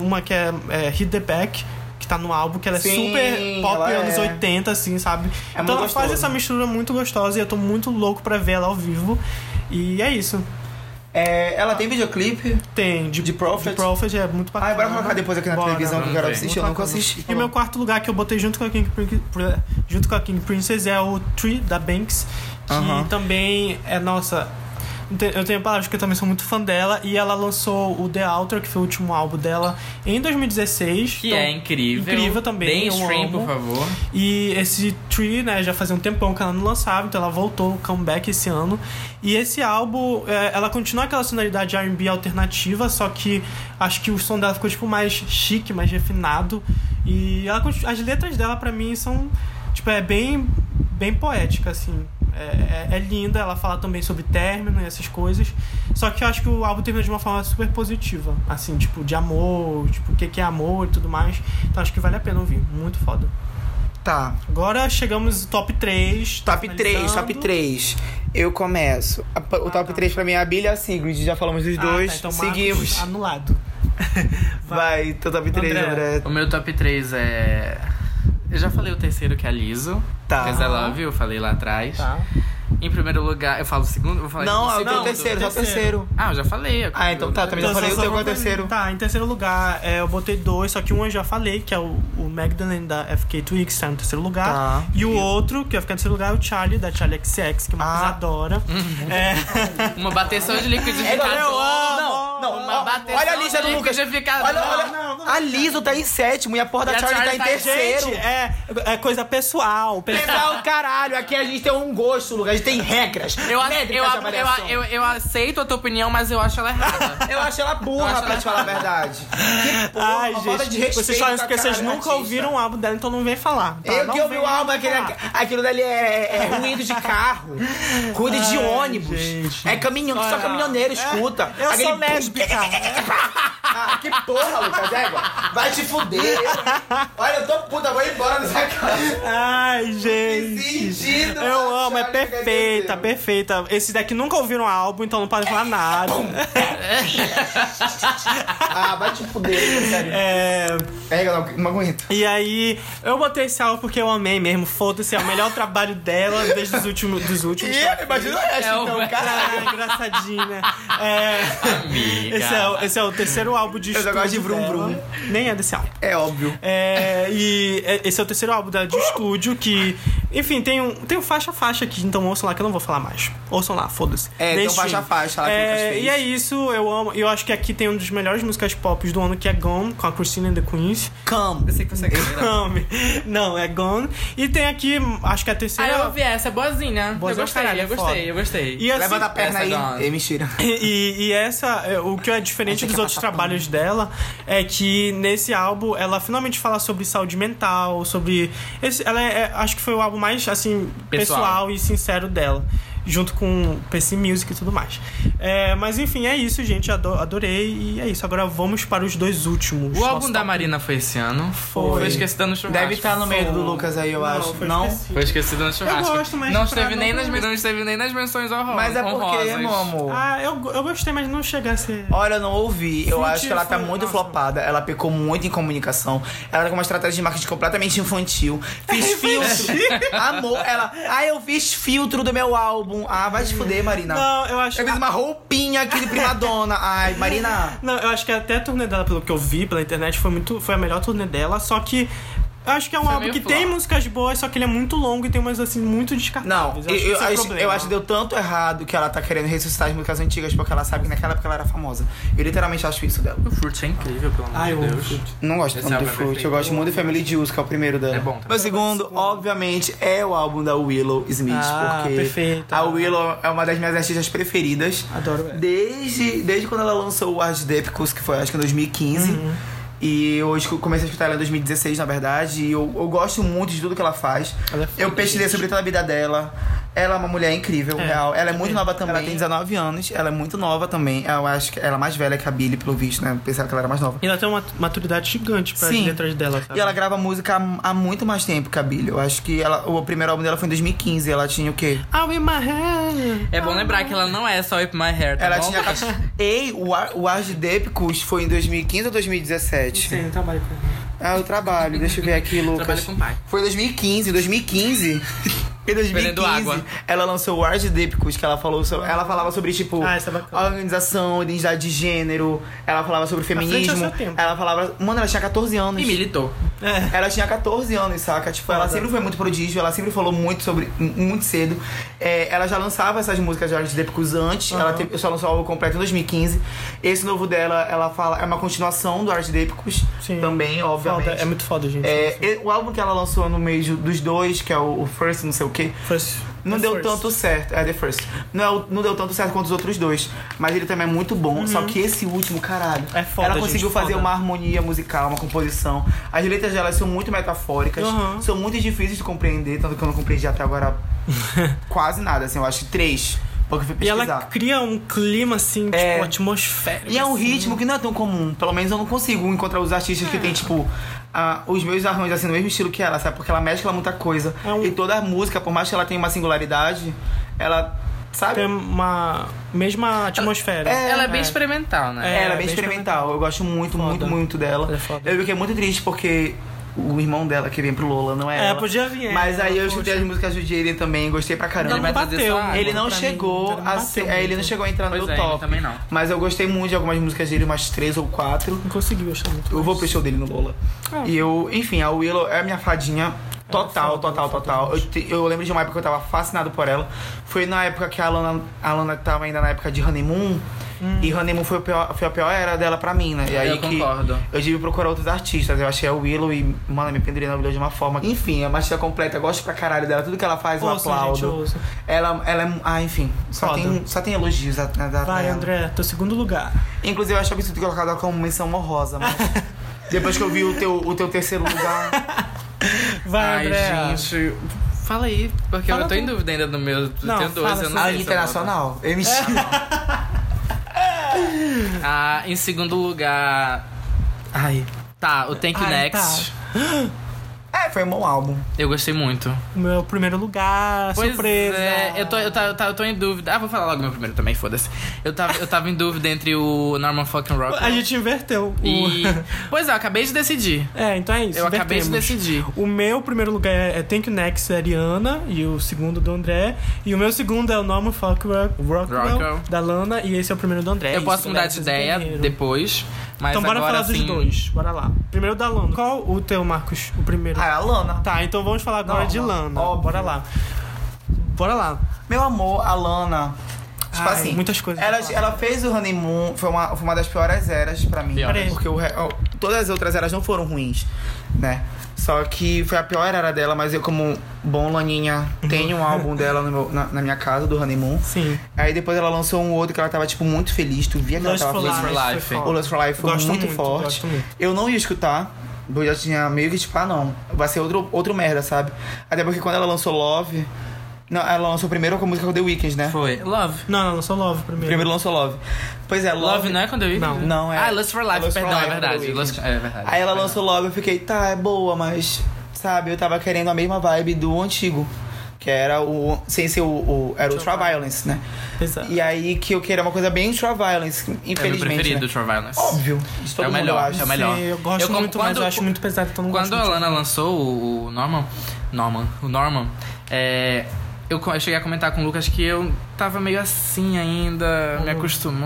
Speaker 2: uma que é, é Hit the Back. Que tá no álbum, que ela é
Speaker 1: Sim,
Speaker 2: super pop
Speaker 1: ela
Speaker 2: anos
Speaker 1: é.
Speaker 2: 80, assim, sabe?
Speaker 1: É muito
Speaker 2: então ela faz
Speaker 1: gostoso.
Speaker 2: essa mistura muito gostosa e eu tô muito louco pra ver ela ao vivo. E é isso.
Speaker 1: É, ela tem videoclipe.
Speaker 2: Tem de,
Speaker 1: De Prophet?
Speaker 2: de Prophet é muito bacana.
Speaker 1: Ah, bora colocar depois aqui na
Speaker 2: Bora.
Speaker 1: televisão que eu quero
Speaker 3: Vamos ver.
Speaker 1: assistir. Eu nunca assisti.
Speaker 2: E o meu quarto lugar que eu botei junto com a King, Prin- Pr- junto com a King Princess é o Tree da Banks, que
Speaker 1: Aham.
Speaker 2: também é nossa. não tem- Eu tenho palavras que eu também sou muito fã dela e ela lançou o The Alter, que foi o último álbum dela, em 2016.
Speaker 3: Que
Speaker 2: então-
Speaker 3: é incrível.
Speaker 2: incrível também,
Speaker 3: Bem
Speaker 2: eu
Speaker 3: stream,
Speaker 2: amo.
Speaker 3: por favor.
Speaker 2: E esse Tree, né, já fazia um tempão que ela não lançava, então ela voltou o comeback esse ano. E esse álbum, é, ela continua aquela sonoridade RB alternativa, só que acho que o som dela ficou tipo mais chique, mais refinado. E ela continu- as letras dela pra mim são tipo é bem bem poética assim. É, é- é linda, ela fala também sobre término e essas coisas. Só que eu acho que o álbum termina de uma forma super positiva, assim, tipo, de amor, tipo, o que que é amor e tudo mais. Então acho que vale a pena ouvir, muito foda.
Speaker 1: Tá.
Speaker 2: Agora chegamos no top tá 3.
Speaker 1: Top 3, top 3. Eu começo. A- O top 3 pra mim é a Billy e a Sigrid. Já falamos
Speaker 2: Ah, tá,
Speaker 1: dos
Speaker 2: então
Speaker 1: dois. Seguimos.
Speaker 2: Anulado.
Speaker 1: Vai, teu top 3,
Speaker 2: ah, André.
Speaker 1: André.
Speaker 3: O meu top 3 é. Eu já falei o terceiro que é Liso.
Speaker 1: Tá.
Speaker 3: Cause I love you, eu falei lá atrás.
Speaker 2: Tá.
Speaker 3: Em primeiro lugar, eu falo o segundo? Vou falar
Speaker 1: Não,
Speaker 3: do
Speaker 1: ah, o
Speaker 3: segundo.
Speaker 1: teu terceiro, só o terceiro.
Speaker 3: Ah, eu já falei. eu-
Speaker 1: Ah, então tá, também já
Speaker 2: Então,
Speaker 1: falei o
Speaker 2: só-
Speaker 1: teu
Speaker 2: só
Speaker 1: qual é o
Speaker 2: vou-
Speaker 1: terceiro.
Speaker 2: Tá, em terceiro lugar, é, eu botei dois, só que um eu já falei, que é o, o Magdalene da FK Twix, tá no terceiro lugar.
Speaker 1: Tá.
Speaker 2: E o outro, que vai ficar em terceiro lugar, é o Charlie, da Charlie XX, que o Marcos
Speaker 1: Ah.
Speaker 2: adora. É,
Speaker 3: Uma bateção de liquidificador.
Speaker 1: Não, não,
Speaker 3: Uma
Speaker 1: É, ó,
Speaker 3: bateção
Speaker 1: olha a lista do
Speaker 3: de
Speaker 1: Lucas.
Speaker 3: liquidificador.
Speaker 1: Olha, olha.
Speaker 2: não, não.
Speaker 1: a Liso tá em sétimo e a porra da
Speaker 3: E a
Speaker 1: Charlie, tá
Speaker 3: Charlie
Speaker 1: em
Speaker 3: tá em
Speaker 1: terceiro.
Speaker 2: gente, é, é coisa pessoal. pessoal.
Speaker 1: Pessoal, caralho, aqui a gente tem um gosto, Lucas. A gente tem regras.
Speaker 3: Eu, a-
Speaker 1: métricas
Speaker 3: eu,
Speaker 1: de
Speaker 3: a- eu, a-
Speaker 1: avaliação.
Speaker 3: eu, eu aceito a tua opinião, mas eu acho ela errada.
Speaker 1: Eu acho ela
Speaker 3: Eu
Speaker 1: burra,
Speaker 3: acho
Speaker 1: pra
Speaker 3: ela
Speaker 1: te falar a verdade. Que porra,
Speaker 2: Ai,
Speaker 1: uma falta de
Speaker 2: gente,
Speaker 1: respeito
Speaker 2: vocês falam isso
Speaker 1: com a
Speaker 2: porque vocês
Speaker 1: cara do
Speaker 2: nunca
Speaker 1: artista.
Speaker 2: ouviram o álbum dela, então não vem falar. tá?
Speaker 1: Eu
Speaker 2: Não
Speaker 1: que ouvi
Speaker 2: vem
Speaker 1: o álbum, aquele,
Speaker 2: falar.
Speaker 1: aquilo dali é, é ruído de carro, ruído de
Speaker 2: Ai,
Speaker 1: ônibus,
Speaker 2: gente.
Speaker 1: é caminhão, que só
Speaker 2: Ah.
Speaker 1: caminhoneiro escuta.
Speaker 2: Eu
Speaker 1: é Aquele-
Speaker 2: sou lésbica.
Speaker 1: Ah, que porra, Lucas, égua. Vai te fuder. Olha, eu tô puta, vou embora né? dessa casa.
Speaker 2: Ai, gente.
Speaker 1: Sentido,
Speaker 2: Eu amo, é
Speaker 1: Charlie, que
Speaker 2: perfeita,
Speaker 1: terceiro.
Speaker 2: perfeita. Esses daqui nunca ouviram o álbum, então não podem falar nada.
Speaker 1: Ah, vai te fuder, sério.
Speaker 2: É,
Speaker 1: Égua, não, não aguento.
Speaker 2: e aí, eu botei esse álbum porque eu amei mesmo. Foda-se, é o melhor trabalho dela desde os últimos. Dos últimos
Speaker 1: Ih, imagina o resto,
Speaker 3: É o-
Speaker 1: então, cara.
Speaker 2: Ah, engraçadinha. É,
Speaker 3: Amiga.
Speaker 2: esse, é, o- esse é o terceiro álbum de
Speaker 1: Eu já gosto de
Speaker 2: estúdio
Speaker 1: Vrum
Speaker 2: dela.
Speaker 1: Vrum.
Speaker 2: Nem é desse álbum.
Speaker 1: É óbvio.
Speaker 2: É, e é- esse é o terceiro álbum da, de estúdio que Enfim, tem um, tem um faixa a faixa aqui, então ouçam lá que eu não vou falar mais. Ouçam lá, foda-se.
Speaker 1: É, tem
Speaker 2: Nem
Speaker 1: um faixa a
Speaker 2: stream.
Speaker 1: faixa lá que o Lucas
Speaker 2: é,
Speaker 1: fez.
Speaker 2: E é isso, eu amo. Eu acho que aqui tem um dos melhores músicas pop do ano, que é Gone, com a Christina and the Queens.
Speaker 1: Come.
Speaker 4: Pensei que você ia
Speaker 2: Come. Não, é Gone. E tem aqui, acho que a
Speaker 3: Ah,
Speaker 2: terceira.
Speaker 3: eu ouvi essa, é boazinha.
Speaker 2: Boazinha
Speaker 3: eu gostei,
Speaker 2: caralho,
Speaker 3: eu
Speaker 2: foda.
Speaker 3: gostei, é eu gostei.
Speaker 2: E assim-
Speaker 1: Levanta a perna
Speaker 3: Essa
Speaker 1: aí.
Speaker 3: dona.
Speaker 1: É mentira.
Speaker 2: E, e essa, é, o que é diferente
Speaker 1: Achei que
Speaker 2: dos
Speaker 1: ia
Speaker 2: outros
Speaker 1: passar
Speaker 2: trabalhos dela é que nesse álbum ela finalmente fala sobre saúde mental, sobre. Esse, ela é, é- acho que foi o álbum mais assim pessoal,
Speaker 3: Pessoal.
Speaker 2: e sincero dela. Junto com PC Music e tudo mais. É, mas enfim, é isso, gente. ado- adorei. E é isso. Agora vamos para os dois últimos.
Speaker 3: O
Speaker 2: Nosso
Speaker 3: álbum da
Speaker 2: top-
Speaker 3: Marina foi esse ano.
Speaker 2: Foi.
Speaker 3: Foi esquecido no churrasco.
Speaker 1: Deve estar no meio do Lucas aí, eu
Speaker 2: um. Não,
Speaker 1: acho.
Speaker 2: foi
Speaker 1: Não?
Speaker 2: esquecido.
Speaker 3: Foi esquecido no churrasco.
Speaker 2: gosto, mas
Speaker 3: não
Speaker 2: pra-
Speaker 3: esteve, nem
Speaker 2: não-
Speaker 3: nas, não esteve nem nas menções honrosas.
Speaker 1: Mas é porque,
Speaker 3: honrosas.
Speaker 1: meu amor.
Speaker 2: Ah, eu, eu gostei, mas não chega a ser.
Speaker 1: Olha, eu não ouvi. Eu
Speaker 2: Fute
Speaker 1: acho que ela tá
Speaker 2: foi-
Speaker 1: muito
Speaker 2: nossa.
Speaker 1: flopada. Ela pecou muito em comunicação. Ela tá com uma estratégia de marketing completamente infantil. Fiz
Speaker 2: É
Speaker 1: filtro. Amor, ela. Ah, eu fiz filtro do meu álbum. Ah, vai te fuder, Marina.
Speaker 2: Não, eu acho
Speaker 1: Eu fiz uma roupinha aqui de primadona. Ai, Marina.
Speaker 2: Não, eu acho que até a turnê dela, pelo que eu vi pela internet, foi muito. Foi a melhor turnê dela, só que. Eu acho que é um
Speaker 3: Foi
Speaker 2: álbum
Speaker 3: meio
Speaker 2: que
Speaker 3: flop.
Speaker 2: tem músicas boas, só que ele é muito longo e tem umas assim muito
Speaker 1: Não,
Speaker 2: descartáveis.
Speaker 1: eu, eu,
Speaker 2: esse é o
Speaker 1: acho, eu
Speaker 2: problema.
Speaker 1: acho que deu tanto errado que ela tá querendo ressuscitar as músicas antigas porque ela sabe que naquela época ela era famosa. Eu literalmente acho isso dela.
Speaker 3: O Fruit é incrível, pelo amor
Speaker 2: Ai, eu
Speaker 3: de Deus.
Speaker 2: ouvi.
Speaker 1: Não gosto
Speaker 3: Esse
Speaker 1: tanto do
Speaker 3: álbum é
Speaker 1: Fruit,
Speaker 3: perfeito.
Speaker 1: eu gosto muito do Family Juice, que é o primeiro dela.
Speaker 3: É bom também.
Speaker 1: Meu segundo, obviamente, é o álbum da Willow Smith,
Speaker 2: Ah,
Speaker 1: porque
Speaker 2: perfeito.
Speaker 1: a Willow é uma das minhas artistas preferidas.
Speaker 2: Adoro ela.
Speaker 1: Desde, desde quando ela lançou o Art Depicus, que foi acho que em 2015. E eu escu- comecei a escutar ela em 2016, na verdade. E eu, eu gosto muito de tudo que ela faz.
Speaker 2: Ela é
Speaker 1: eu
Speaker 2: foda,
Speaker 1: pesquisei sobre toda a vida dela. Ela é uma mulher incrível, real. Ela é muito nova também. Ela tem 19 anos, ela é muito nova também. Eu acho que ela é mais velha que a Billy, pelo visto, né? Pensava que ela era mais nova.
Speaker 2: E ela tem uma maturidade gigante para as
Speaker 1: Sim.
Speaker 2: letras dela, sabe?
Speaker 1: E ela grava música há, há muito mais tempo que a Billie. Eu acho que ela- o primeiro álbum dela foi em 2015. Ela tinha o quê?
Speaker 2: I'll be my hand.
Speaker 3: É bom lembrar que ela não é só Whip My Hair, tá
Speaker 1: Ela
Speaker 3: bom?
Speaker 1: tinha. Ei, o, Ar- o Ars Depicus foi em 2015 ou 2017?
Speaker 2: Sim, trabalho com ela.
Speaker 1: Ah, eu trabalho. Deixa eu ver aqui,
Speaker 3: Trabalha
Speaker 1: Lucas.
Speaker 3: com o pai.
Speaker 1: Foi em 2015. 2015. Em 2015,
Speaker 3: Bebendo água.
Speaker 1: ela lançou o Ars Depicus, que ela falou sobre, ela falava sobre tipo
Speaker 2: Ah, isso é bacana.
Speaker 1: organização, identidade de gênero, ela falava sobre
Speaker 2: frente ao
Speaker 1: feminismo,
Speaker 2: seu tempo.
Speaker 1: ela falava, mano, ela tinha 14 anos.
Speaker 3: E militou.
Speaker 2: É.
Speaker 1: Ela tinha 14 anos, saca? Tipo, ela sempre foi muito prodígio, ela sempre falou muito sobre. muito cedo. É, ela já lançava essas músicas de Arte Depicus antes, ela teve, só lançou o álbum completo em 2015. Esse novo dela, ela fala, é uma continuação do Arte Depicus
Speaker 2: Sim.
Speaker 1: também, obviamente.
Speaker 2: Foda, é muito foda, gente.
Speaker 1: É, e- o álbum que ela lançou no meio de- dos dois, que é o, o First, não sei o quê,
Speaker 2: First-
Speaker 1: não
Speaker 2: the
Speaker 1: deu
Speaker 2: first.
Speaker 1: tanto certo. É The First. Não, é o- não deu tanto certo quanto os outros dois. Mas ele também é muito bom. Só que esse último, caralho.
Speaker 2: Uhum. É foda,
Speaker 1: Ela
Speaker 2: gente,
Speaker 1: conseguiu fazer
Speaker 2: foda.
Speaker 1: uma harmonia musical, uma composição. As letras dela são muito metafóricas,
Speaker 2: Uhum.
Speaker 1: são muito difíceis de compreender, tanto que eu não compreendi até agora quase nada, assim, eu acho que três. Porque eu fui
Speaker 2: E
Speaker 1: pesquisar.
Speaker 2: ela cria um clima assim,
Speaker 1: É.
Speaker 2: tipo, atmosférico.
Speaker 1: E é um
Speaker 2: assim.
Speaker 1: ritmo que não é tão comum. Pelo menos eu não consigo encontrar os artistas
Speaker 2: É.
Speaker 1: que tem, tipo, a- os meus arranjos assim, no mesmo estilo que ela, sabe? Porque ela mescla muita coisa.
Speaker 2: É um-
Speaker 1: E toda a música, por mais que ela tenha uma singularidade, ela. Sabe?
Speaker 2: Tem uma mesma atmosfera.
Speaker 1: É.
Speaker 3: Ela é bem experimental, né?
Speaker 1: É, ela
Speaker 2: É,
Speaker 1: é bem
Speaker 2: bem
Speaker 1: experimental. Eu gosto muito, muito, muito dela.
Speaker 2: Ela é foda.
Speaker 1: Eu fiquei muito triste porque o irmão dela que vem pro Lola não é,
Speaker 2: É,
Speaker 1: ela.
Speaker 2: podia vir
Speaker 1: Mas
Speaker 2: ela,
Speaker 1: aí eu
Speaker 2: poxa.
Speaker 1: escutei as músicas do Jaden também, gostei pra caramba.
Speaker 3: Ele vai trazer
Speaker 2: bateu.
Speaker 3: só água.
Speaker 1: Ele não
Speaker 2: pra mim,
Speaker 1: chegou
Speaker 2: não
Speaker 1: a
Speaker 2: bateu
Speaker 1: ser, é, ele não
Speaker 2: muito.
Speaker 1: chegou a entrar no
Speaker 3: Pois
Speaker 1: meu
Speaker 3: é,
Speaker 1: top.
Speaker 3: ele também não.
Speaker 1: Mas eu gostei muito de algumas músicas dele, umas três ou quatro.
Speaker 2: Não consegui gostar muito.
Speaker 1: Eu vou pro show dele no Lola.
Speaker 2: Ah.
Speaker 1: E eu, enfim, a Willow é a minha fadinha. Total,
Speaker 2: é
Speaker 1: total, total. Eu, te- eu lembro de uma época que eu tava fascinado por ela. Foi na época que a Lana, a Lana tava ainda na época de Honeymoon.
Speaker 2: Hum.
Speaker 1: E Honeymoon foi, o pior, foi a pior era dela pra mim,
Speaker 2: É,
Speaker 1: né? E aí
Speaker 3: Eu
Speaker 1: que
Speaker 3: concordo.
Speaker 1: eu tive que procurar outros artistas. Eu achei a Willow e, mano, me pendurei na Willow de uma forma. Enfim, é uma artista completa. Eu gosto pra caralho dela. Tudo que ela faz, eu
Speaker 2: Ouçam,
Speaker 1: aplaudo.
Speaker 2: gente, ouçam.
Speaker 1: Ela, ela é. Ah, enfim. Só,
Speaker 2: Foda.
Speaker 1: tem, só tem elogios da, da da
Speaker 2: Vai,
Speaker 1: ela.
Speaker 2: André, teu segundo lugar.
Speaker 1: Inclusive, eu acho absurdo colocar ela como menção honrosa, mas. Depois que eu vi o teu, o teu terceiro lugar.
Speaker 2: Vai,
Speaker 3: Ai,
Speaker 2: André.
Speaker 3: gente. Fala aí, porque
Speaker 2: Fala
Speaker 3: eu tô
Speaker 2: tu.
Speaker 3: em dúvida ainda do meu.
Speaker 2: Não,
Speaker 3: eu tenho dois,
Speaker 2: fala
Speaker 3: eu não
Speaker 1: Ah,
Speaker 3: sei. se eu
Speaker 1: internacional. MC.
Speaker 3: boto. Ah, em segundo lugar.
Speaker 1: Ai.
Speaker 3: Tá, o Thank You
Speaker 2: Ai,
Speaker 3: Next.
Speaker 1: É, foi um bom álbum.
Speaker 3: Eu gostei muito.
Speaker 2: O meu primeiro lugar,
Speaker 3: Pois
Speaker 2: surpresa.
Speaker 3: É, eu tô, eu, tava- eu tava- eu tô em dúvida. Ah, vou falar logo meu primeiro também, foda-se. Eu tava, eu tava em dúvida entre o Norman fucking Rock
Speaker 2: A gente inverteu. o-
Speaker 3: e. Pois é, eu acabei de decidir.
Speaker 2: É, então é isso.
Speaker 3: Eu acabei de
Speaker 2: invertemos.
Speaker 3: decidir.
Speaker 2: O meu primeiro lugar é Thank You Next, da Ariana, e o segundo do André. E o meu segundo é o Norman Fuck Rockwell,
Speaker 3: Rockwell.
Speaker 2: da Lana, e esse é o primeiro do André.
Speaker 3: eu
Speaker 2: Isso,
Speaker 3: posso mudar
Speaker 2: galera,
Speaker 3: de
Speaker 2: vocês
Speaker 3: ideia
Speaker 2: entenderam.
Speaker 3: depois. Mas
Speaker 2: então bora
Speaker 3: agora,
Speaker 2: falar
Speaker 3: assim,
Speaker 2: dos dois. Bora lá. Primeiro da Lana. Qual o teu, Marcos? O primeiro.
Speaker 4: Ah, a Lana.
Speaker 2: Tá, então vamos falar agora
Speaker 4: Não,
Speaker 2: de
Speaker 4: não.
Speaker 2: Lana.
Speaker 4: Óbvio.
Speaker 2: Bora lá. Bora lá.
Speaker 4: Meu amor, a Lana. Tipo
Speaker 2: Ai,
Speaker 4: assim.
Speaker 2: muitas coisas pra
Speaker 4: Ela,
Speaker 2: falar.
Speaker 4: ela fez o honeymoon, foi uma, foi uma das piores eras pra mim.
Speaker 3: Pior.
Speaker 2: Peraí.
Speaker 1: Porque o, re- ó, todas as outras eras não foram ruins, né? Só que foi a pior era dela, mas eu, como bom Laninha, tenho um álbum dela no meu- na, na minha casa, do Honeymoon.
Speaker 2: Sim.
Speaker 1: Aí depois ela lançou um outro que ela tava, tipo, muito feliz. Tu via que
Speaker 2: Lust
Speaker 1: ela tava
Speaker 2: for
Speaker 1: feliz.
Speaker 2: Life.
Speaker 3: Life.
Speaker 2: foi
Speaker 1: O
Speaker 2: foda.
Speaker 1: Lust for Life foi
Speaker 2: Gosto
Speaker 1: muito,
Speaker 2: muito,
Speaker 1: forte.
Speaker 2: gosto muito.
Speaker 1: Eu não ia escutar. Eu já tinha meio que tipo, ah não, vai ser outro, outro merda, sabe? Até porque quando ela lançou Love. Não, ela lançou primeiro com a música com The Weeknd, né?
Speaker 3: Foi. Love.
Speaker 2: Não, não, não sou Love primeiro.
Speaker 1: Primeiro lançou Love. Pois é, Love.
Speaker 3: Love não é quando eu ia?
Speaker 2: Não.
Speaker 1: Não, é-
Speaker 3: Ah, Lust for Life,
Speaker 1: Lust for
Speaker 3: perdão,
Speaker 1: Life,
Speaker 3: é verdade.
Speaker 1: do
Speaker 3: Lust... É verdade.
Speaker 1: Aí ela lançou Love, eu fiquei, tá, é boa, mas. Sabe, eu tava querendo a mesma vibe do antigo. Que era o. Sem ser o. o- era o Ultraviolence, né?
Speaker 2: Exato.
Speaker 1: E aí que eu queria uma coisa bem Ultraviolence,
Speaker 3: É meu
Speaker 1: infelizmente.
Speaker 3: preferido,
Speaker 1: né?
Speaker 3: True Violence.
Speaker 1: Óbvio. Isso todo
Speaker 3: É o
Speaker 1: mundo
Speaker 3: melhor,
Speaker 1: acha.
Speaker 3: é o melhor.
Speaker 2: Sim, eu gosto
Speaker 3: Eu como-
Speaker 2: muito, mas
Speaker 3: quando-
Speaker 2: eu acho muito pesado, então não
Speaker 3: Quando
Speaker 2: gosto
Speaker 3: a
Speaker 2: muito.
Speaker 3: Lana lançou o, o Norman, Norman, o Norman, é, eu, co- eu cheguei a comentar com o Lucas que eu tava meio assim ainda,
Speaker 1: Uhum.
Speaker 3: me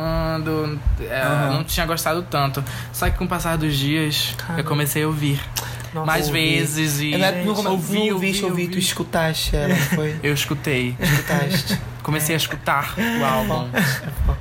Speaker 3: acostumando, é,
Speaker 1: Aham.
Speaker 3: não tinha gostado tanto. Só que com o passar dos dias, eu comecei a ouvir
Speaker 2: Nossa,
Speaker 3: mais
Speaker 2: ouvi.
Speaker 3: vezes e
Speaker 1: Eu É, não, não, não
Speaker 3: ouvi,
Speaker 1: ouvi,
Speaker 3: ouvi,
Speaker 1: ouviste,
Speaker 3: ouvi.
Speaker 1: ouvi, tu escutaste ela, foi?
Speaker 3: Eu escutei,
Speaker 1: Escutaste.
Speaker 3: comecei a escutar
Speaker 1: É.
Speaker 3: o álbum.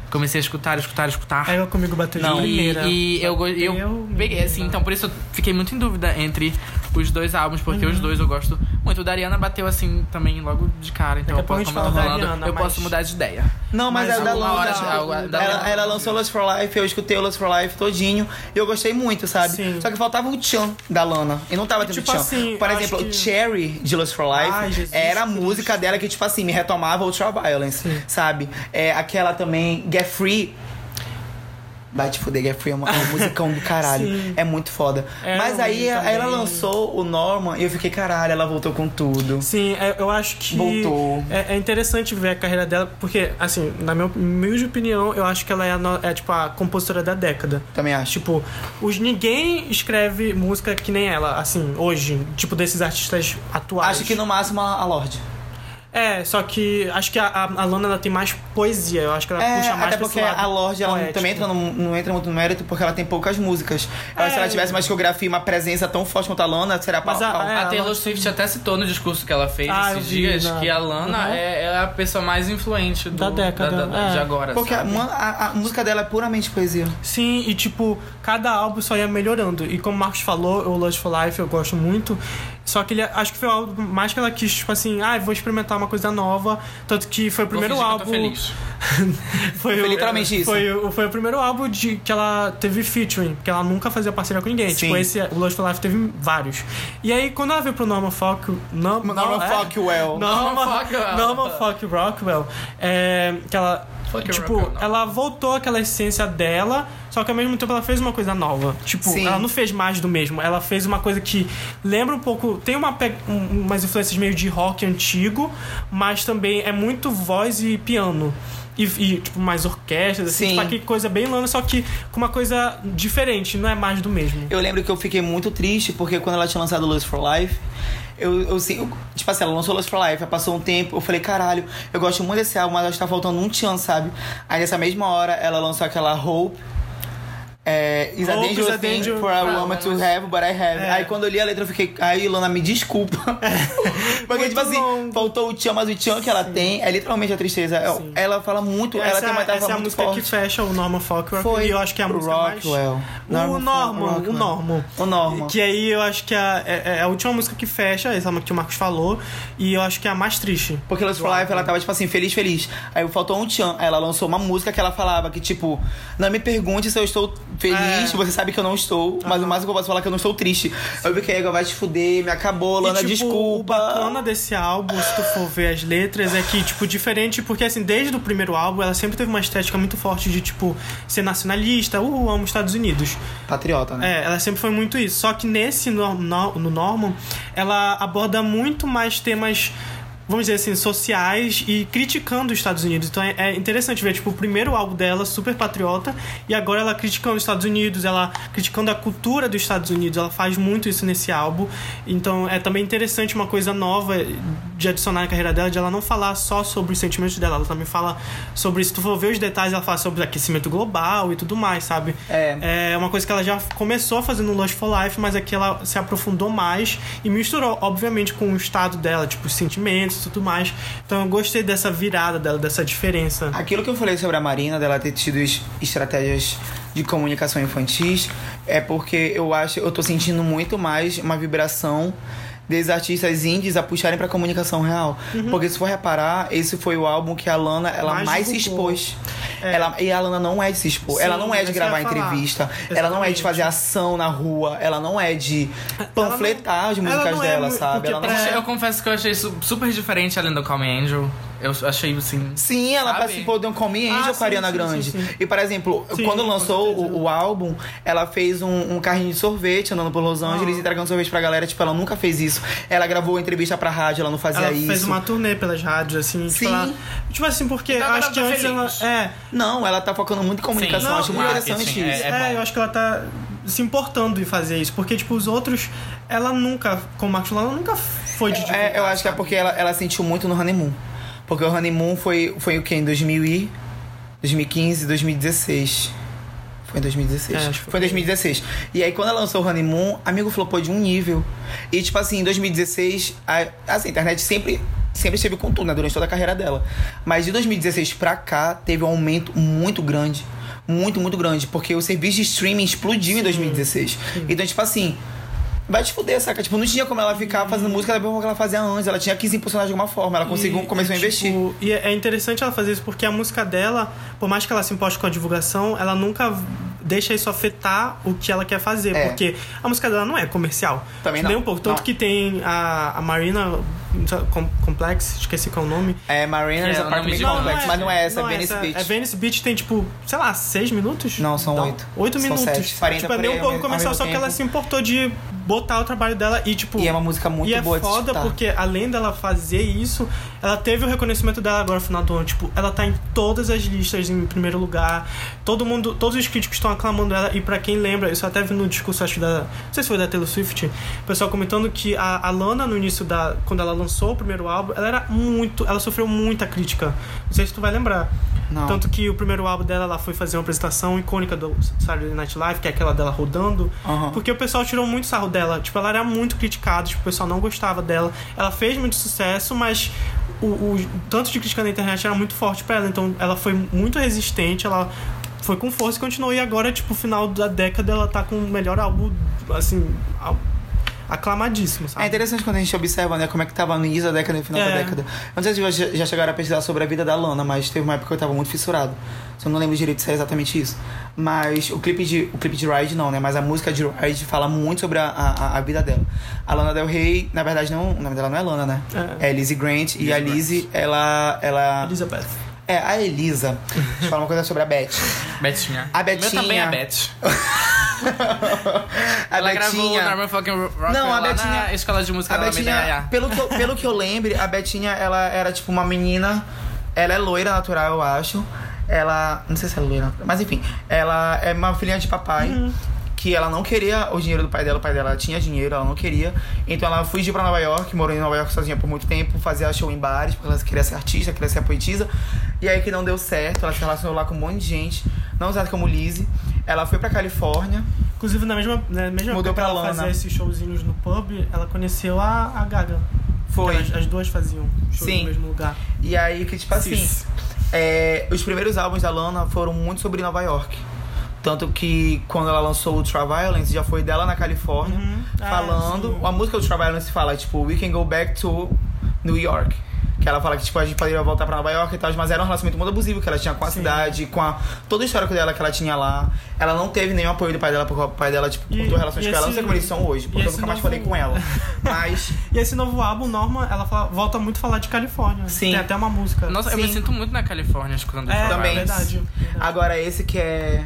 Speaker 3: Comecei a escutar, escutar, escutar.
Speaker 2: Aí ela comigo bateu de
Speaker 3: Não, e,
Speaker 2: primeira.
Speaker 3: e eu, go- eu
Speaker 2: Bateu,
Speaker 3: peguei, assim,
Speaker 2: menina.
Speaker 3: então por isso eu fiquei muito em dúvida entre os dois álbuns, porque
Speaker 2: Uhum.
Speaker 3: os dois eu gosto muito. O da Ariana bateu assim também logo de cara, então
Speaker 2: Daqui a
Speaker 3: eu
Speaker 2: pouco a
Speaker 3: posso,
Speaker 2: gente
Speaker 3: como
Speaker 2: fala
Speaker 3: eu tô
Speaker 2: da
Speaker 3: falando,
Speaker 2: Ariana,
Speaker 3: eu
Speaker 2: mas-
Speaker 3: posso mudar de ideia.
Speaker 1: Não, mas,
Speaker 2: Mas
Speaker 1: a da
Speaker 2: alguma
Speaker 1: Lana.
Speaker 2: hora já- a da
Speaker 1: ela,
Speaker 3: Lana-
Speaker 1: ela lançou Lust for Life, eu escutei o Lust for Life todinho e eu gostei muito, sabe?
Speaker 2: Sim.
Speaker 1: Só que faltava o tchan da Lana. E não tava
Speaker 2: E,
Speaker 1: tendo
Speaker 2: tipo
Speaker 1: tchan.
Speaker 2: assim,
Speaker 1: Por
Speaker 2: acho
Speaker 1: exemplo,
Speaker 2: que-
Speaker 1: o Cherry de Lust for Life
Speaker 2: Ai, Jesus
Speaker 1: era a
Speaker 2: Cristo.
Speaker 1: música dela que, tipo assim, me retomava Ultraviolence,
Speaker 2: Sim.
Speaker 1: sabe? É, aquela também, Get Free. Vai te fuder, Get Free é uma- é um musicão do caralho.
Speaker 2: Sim.
Speaker 1: É muito foda.
Speaker 2: É,
Speaker 1: Mas
Speaker 2: eu
Speaker 1: aí
Speaker 2: vi
Speaker 1: ela- ela
Speaker 2: também.
Speaker 1: lançou o Norman e eu fiquei, caralho, ela voltou com tudo.
Speaker 2: Sim, é- eu acho que
Speaker 1: Voltou.
Speaker 2: É, é interessante ver a carreira dela, porque, assim, na minha humilde opinião, eu acho que ela é, a no- é, tipo, a compositora da década.
Speaker 1: Também acho.
Speaker 2: Tipo, os ninguém escreve música que nem ela, assim, hoje. Tipo, desses artistas atuais.
Speaker 1: Acho que no máximo a a Lorde.
Speaker 2: É, só que acho que a, a, a Lana ela tem mais poesia. Eu acho que ela
Speaker 1: É,
Speaker 2: puxa mais
Speaker 1: até
Speaker 2: pra
Speaker 1: porque
Speaker 2: esse lado
Speaker 1: a Lorde ela não-
Speaker 2: poético.
Speaker 1: também entra no- não entra muito no mérito porque ela tem poucas músicas. Ela,
Speaker 2: É.
Speaker 1: se ela tivesse uma discografia e uma presença tão forte quanto a Lana, será
Speaker 2: Mas
Speaker 1: pau,
Speaker 2: a-
Speaker 1: pau.
Speaker 2: é,
Speaker 3: A
Speaker 2: ela-
Speaker 3: Taylor Swift até citou no discurso que ela fez
Speaker 2: Ah, eu
Speaker 3: esses
Speaker 2: vi,
Speaker 3: dias
Speaker 2: na-
Speaker 3: que a Lana
Speaker 2: Uhum.
Speaker 3: é, ela é a pessoa mais influente do-
Speaker 2: Da década, é.
Speaker 3: de agora.
Speaker 1: Porque a,
Speaker 3: sabe?
Speaker 1: man- a- a música dela é puramente poesia.
Speaker 2: Sim, e tipo, cada álbum só ia melhorando. E como o Marcos falou, o Lust for Life eu gosto muito. Só que ele acho que foi o álbum mais que ela quis, tipo assim, ah, eu vou experimentar uma coisa nova. Tanto que foi o
Speaker 3: Vou
Speaker 2: primeiro
Speaker 3: fingir que eu tô
Speaker 2: álbum. é-
Speaker 3: feliz.
Speaker 2: Foi,
Speaker 1: Foi
Speaker 2: o-
Speaker 1: literalmente isso.
Speaker 2: Foi, o- foi o primeiro álbum de, que ela teve featuring, porque ela nunca fazia parceria com ninguém.
Speaker 1: Sim.
Speaker 2: Tipo, esse, o Lust for Life teve vários. E aí, quando ela veio pro Norman Fock. Norman,
Speaker 1: Norman Rockwell.
Speaker 2: Norma,
Speaker 3: Norman Rockwell.
Speaker 2: Norma Fuck Rockwell. É, que ela.
Speaker 3: Fuck
Speaker 2: tipo,
Speaker 3: Rockwell, não.
Speaker 2: ela voltou àquela essência dela, só que ao mesmo tempo ela fez uma coisa nova. Tipo,
Speaker 1: Sim.
Speaker 2: ela não fez mais do mesmo. Ela fez uma coisa que lembra um pouco. Tem uma, pe- um- umas influências meio de rock antigo, mas também é muito voz e piano. E, e, tipo, mais orquestras, assim,
Speaker 1: Sim.
Speaker 2: tipo, aqui coisa bem lana, só que com uma coisa diferente, não é mais do mesmo.
Speaker 1: Eu lembro que eu fiquei muito triste porque quando ela tinha lançado Lust for Life, eu, eu, sei- eu- tipo assim, ela lançou Lust for Life, aí passou um tempo, eu falei, caralho, eu gosto muito desse álbum, mas acho que tá faltando um tchan, sabe? Aí nessa mesma hora ela lançou aquela Hope. É, is a
Speaker 2: Hope is
Speaker 1: dangerous
Speaker 2: a
Speaker 1: thing
Speaker 2: danger-
Speaker 1: for a
Speaker 3: Ah,
Speaker 1: woman to
Speaker 3: mas-
Speaker 1: have, but I have.
Speaker 2: É.
Speaker 1: Aí quando eu li a letra eu fiquei, ai, Lana, me desculpa. Porque,
Speaker 2: É. Muito
Speaker 1: tipo assim,
Speaker 2: longo.
Speaker 1: faltou o tchan, mas o tchan que ela tem é literalmente a tristeza. Ela- Ela fala muito, ela
Speaker 2: essa
Speaker 1: tem uma
Speaker 2: essa
Speaker 1: tarefa
Speaker 2: é a
Speaker 1: muito
Speaker 2: música
Speaker 1: forte.
Speaker 2: que fecha o Norman Fokker. E eu acho que é a música mais...
Speaker 1: Rockwell.
Speaker 2: O Norman, o Norman.
Speaker 1: O Norman.
Speaker 2: Que aí eu acho que a- é, é a última música que fecha, essa que o Marcos falou, e eu acho que é a mais triste.
Speaker 1: Porque Lust for Life, ela tava, tipo assim, feliz, feliz. Aí faltou um tchan. Aí ela lançou uma música que ela falava que, tipo, não me pergunte se eu estou feliz,
Speaker 2: É.
Speaker 1: você sabe que eu não estou. Mas o máximo que eu posso falar é que eu não estou triste. Aí eu fiquei, agora vai te fuder, me acabou, Lana,
Speaker 2: e, tipo, O
Speaker 1: desculpa.
Speaker 2: bacana desse álbum, se tu for ver as letras, é que, tipo, diferente, porque assim, desde o primeiro álbum, ela sempre teve uma estética muito forte de, tipo, ser nacionalista, uh, amo Estados Unidos.
Speaker 1: Patriota, né?
Speaker 2: É, ela sempre foi muito isso. Só que nesse, no, no, no Norman, ela aborda muito mais temas, vamos dizer assim, sociais e criticando os Estados Unidos. Então é, é interessante ver, tipo, o primeiro álbum dela, super patriota, e agora ela criticando os Estados Unidos, ela criticando a cultura dos Estados Unidos. Ela faz muito isso nesse álbum. Então é também interessante uma coisa nova de adicionar na carreira dela, de ela não falar só sobre os sentimentos dela, ela também fala sobre, se tu for ver os detalhes, ela fala sobre aquecimento global e tudo mais, sabe?
Speaker 4: É.
Speaker 2: É uma coisa que ela já começou fazendo no Lust for Life, mas aqui ela se aprofundou mais e misturou, obviamente, com o estado dela, tipo, os sentimentos e tudo mais. Então eu gostei dessa virada dela, dessa diferença.
Speaker 1: Aquilo que eu falei sobre a Marina, dela ter tido es- estratégias de comunicação infantis, é porque eu acho, eu tô sentindo muito mais uma vibração desses artistas indies a puxarem pra comunicação real. Porque se for reparar, esse foi o álbum que a Lana, ela
Speaker 2: Uhum. Mais
Speaker 1: mais, se
Speaker 2: divulgou.
Speaker 1: expôs. Ela, e a Lana não é de se expor.
Speaker 2: Sim,
Speaker 1: ela não é
Speaker 2: isso
Speaker 1: de
Speaker 2: que eu ia
Speaker 1: gravar
Speaker 2: falar.
Speaker 1: entrevista. Ela não é de
Speaker 2: Exatamente.
Speaker 1: fazer ação na rua. Ela não é de
Speaker 2: não-
Speaker 1: panfletar as
Speaker 2: ela
Speaker 1: músicas
Speaker 2: não é
Speaker 1: dela,
Speaker 2: mu-
Speaker 1: sabe?
Speaker 2: porque
Speaker 1: Ela não
Speaker 2: pra-
Speaker 1: é...
Speaker 3: Eu, eu confesso que eu achei su- super diferente além do Calm Angel. Eu achei assim.
Speaker 1: Sim, ela
Speaker 3: Sabe?
Speaker 1: participou de um Come
Speaker 2: Ah,
Speaker 1: Angel
Speaker 2: sim,
Speaker 1: com a Ariana
Speaker 2: sim,
Speaker 1: Grande.
Speaker 2: sim, sim.
Speaker 1: E, por exemplo,
Speaker 2: Sim,
Speaker 1: quando
Speaker 2: com
Speaker 1: lançou
Speaker 2: certeza.
Speaker 1: o, o álbum, ela fez um, um carrinho de sorvete andando por
Speaker 2: Ah.
Speaker 1: Los Angeles, entregando sorvete pra galera. Tipo, ela nunca fez isso. Ela gravou entrevista pra rádio, ela não fazia
Speaker 2: Ela
Speaker 1: é isso.
Speaker 2: fez uma turnê pelas rádios, assim, tipo,
Speaker 1: Sim.
Speaker 2: ela- tipo assim, porque
Speaker 3: Então agora
Speaker 2: acho que
Speaker 3: ela tá
Speaker 2: antes ela.
Speaker 3: feliz.
Speaker 2: É,
Speaker 1: Não, ela tá focando muito em comunicação.
Speaker 3: Sim,
Speaker 1: acho
Speaker 3: não,
Speaker 1: muito
Speaker 3: marketing,
Speaker 1: interessante
Speaker 3: é.
Speaker 1: isso.
Speaker 2: É,
Speaker 3: bom.
Speaker 2: eu acho que ela tá se importando em fazer isso. Porque, tipo, os outros, ela nunca, como Marcos falou, ela nunca foi de divulgar.
Speaker 1: É, eu acho que é porque ela, ela sentiu muito no Honeymoon. Porque o Honeymoon foi, foi o quê? Em 2000 e... 2015, 2016. Foi em 2016.
Speaker 2: É, acho que
Speaker 1: foi em 2016. E aí, quando ela lançou o Honeymoon, amigo flopou de um nível. E, tipo assim, em 2016, a, assim, a internet sempre, sempre esteve com tudo, né? Durante toda a carreira dela. Mas de 2016 pra cá, teve um aumento muito grande. Muito, muito grande. Porque o serviço de streaming explodiu em 2016. Então, tipo assim, Vai te fuder, saca? Tipo, não tinha como ela ficar fazendo música da mesma forma que ela fazia antes. Ela tinha que se impulsionar de alguma forma. Ela conseguiu, começou a
Speaker 2: tipo,
Speaker 1: investir.
Speaker 2: E é é interessante ela fazer isso porque a música dela, por mais que ela se importe com a divulgação, ela nunca deixa isso afetar o que ela quer fazer.
Speaker 1: É.
Speaker 2: Porque a música dela não é comercial.
Speaker 1: Também não.
Speaker 2: Nem um pouco. Tanto
Speaker 1: Não.
Speaker 2: que tem a, a Marina Com- Complex, esqueci qual é o nome.
Speaker 1: É, Marina is
Speaker 3: É, o nome
Speaker 1: Apartment
Speaker 3: de
Speaker 1: Complex.
Speaker 3: complex,
Speaker 1: Mas não é essa, é Venice
Speaker 2: É
Speaker 1: Beach.
Speaker 2: Venice Beach tem, tipo, sei lá, seis minutos?
Speaker 1: Não, são
Speaker 2: Dá-
Speaker 1: oito.
Speaker 2: Oito
Speaker 1: São
Speaker 2: minutos.
Speaker 1: sete, 40
Speaker 2: tipo, é
Speaker 1: por
Speaker 2: nem
Speaker 1: aí,
Speaker 2: um
Speaker 1: ao
Speaker 2: pouco
Speaker 1: mesmo-
Speaker 2: comercial,
Speaker 1: ao
Speaker 2: só que
Speaker 1: mesmo
Speaker 2: ela
Speaker 1: tempo.
Speaker 2: se importou de botar o trabalho dela e, tipo.
Speaker 1: E é uma música muito
Speaker 2: e é
Speaker 1: boa de se
Speaker 2: foda
Speaker 1: escutar.
Speaker 2: porque, além dela fazer isso, ela teve o reconhecimento dela agora no final do ano. Tipo, ela tá em todas as listas em primeiro lugar. Todo mundo, todos os críticos estão aclamando ela. E pra quem lembra, isso eu até vi no discurso, acho que da. Não sei se foi da Taylor Swift. O pessoal comentando que a, a Lana, no início da. Quando ela lançou o primeiro álbum, ela era muito. Ela sofreu muita crítica. Não sei se tu vai lembrar.
Speaker 1: Não.
Speaker 2: Tanto que o primeiro álbum dela, ela foi fazer uma apresentação icônica do Saturday Night Live, que é aquela dela rodando.
Speaker 1: Aham.
Speaker 2: Porque o pessoal tirou muito sarro dela. Tipo, ela era muito criticada, tipo, o pessoal não gostava dela. Ela fez muito sucesso, mas o, o tanto de crítica na internet era muito forte pra ela. Então, ela foi muito resistente, ela foi com força e continuou. E agora, tipo, final da década, ela tá com o melhor álbum, assim, a- aclamadíssimo, sabe?
Speaker 1: É interessante quando a gente observa, né, como é que tava no início da década e no final
Speaker 2: É.
Speaker 1: da década. Eu Não sei se vocês já chegaram a pesquisar sobre a vida da Lana, mas teve uma época que eu tava muito fissurado. Só não lembro direito se é exatamente isso. Mas o clipe de, o clipe de Ride não, né? Mas a música de Ride fala muito sobre a, a, a vida dela. A Lana Del Rey, na verdade, não, o nome dela não é Lana, né?
Speaker 2: É.
Speaker 1: É, Lizzie Grant. e a
Speaker 3: Grant.
Speaker 1: Lizzie, ela. ela
Speaker 2: Elizabeth.
Speaker 1: É, a Elisa. Deixa eu falar uma coisa sobre a Beth.
Speaker 3: Betinha.
Speaker 1: A
Speaker 3: Meu também
Speaker 1: Betinha.
Speaker 3: é a Beth.
Speaker 1: A
Speaker 3: ela gravou
Speaker 1: Betinha.
Speaker 3: Norman Fucking Rocker
Speaker 1: Não, a
Speaker 3: lá na
Speaker 1: Betinha-
Speaker 3: escola de música
Speaker 1: a
Speaker 3: da
Speaker 1: Betinha, pelo que, eu, pelo que eu lembre, a Betinha, ela era tipo uma menina. Ela é loira natural, eu acho. Ela. Não sei se é loira natural, mas enfim. Ela é uma filhinha de papai. Que ela não queria o dinheiro do pai dela, o pai dela tinha dinheiro, ela não queria. Então ela fugiu pra Nova York, morou em Nova York sozinha por muito tempo, fazia show em bares, porque ela queria ser artista, queria ser poetisa. E aí que não deu certo, ela se relacionou lá com um monte de gente, não usada como Lizzie. Ela foi pra Califórnia,
Speaker 2: Inclusive, na mesma, na mesma
Speaker 1: Mudou
Speaker 2: época
Speaker 1: pra
Speaker 2: que ela
Speaker 1: Lana.
Speaker 2: fazia esses showzinhos no pub, ela conheceu a, a Gaga.
Speaker 1: Foi.
Speaker 2: Elas- as duas faziam shows
Speaker 1: Sim.
Speaker 2: no mesmo lugar.
Speaker 1: E aí que, tipo assim,
Speaker 2: Cis.
Speaker 1: é, os primeiros álbuns da Lana foram muito sobre Nova York. Tanto que quando ela lançou o Traviolence, já foi dela na Califórnia,
Speaker 2: Uhum. Ah,
Speaker 1: falando.
Speaker 2: sim.
Speaker 1: a música do Traviolence fala, tipo, We can go back to New York. Que ela fala que tipo, a gente poderia voltar pra Nova York e tal, mas era um relacionamento muito abusivo que ela tinha com a
Speaker 2: Sim.
Speaker 1: cidade, com a, todo o histórico dela que ela tinha lá. Ela não teve nenhum apoio do pai dela, porque o pai dela, tipo,
Speaker 2: E-
Speaker 1: cortou relações
Speaker 2: e
Speaker 1: com ela. Não
Speaker 2: esse-
Speaker 1: sei como eles são hoje,
Speaker 2: e
Speaker 1: porque eu
Speaker 2: esse
Speaker 1: nunca mais
Speaker 2: novo-
Speaker 1: falei com ela. Mas.
Speaker 2: E esse novo álbum, Norma, ela fala- volta muito a falar de Califórnia.
Speaker 1: Sim.
Speaker 2: Tem até uma música.
Speaker 3: Nossa, eu me
Speaker 1: Sim.
Speaker 3: sinto muito na Califórnia escutando
Speaker 2: é,
Speaker 3: isso.
Speaker 1: também.
Speaker 2: verdade.
Speaker 1: Agora, esse que é.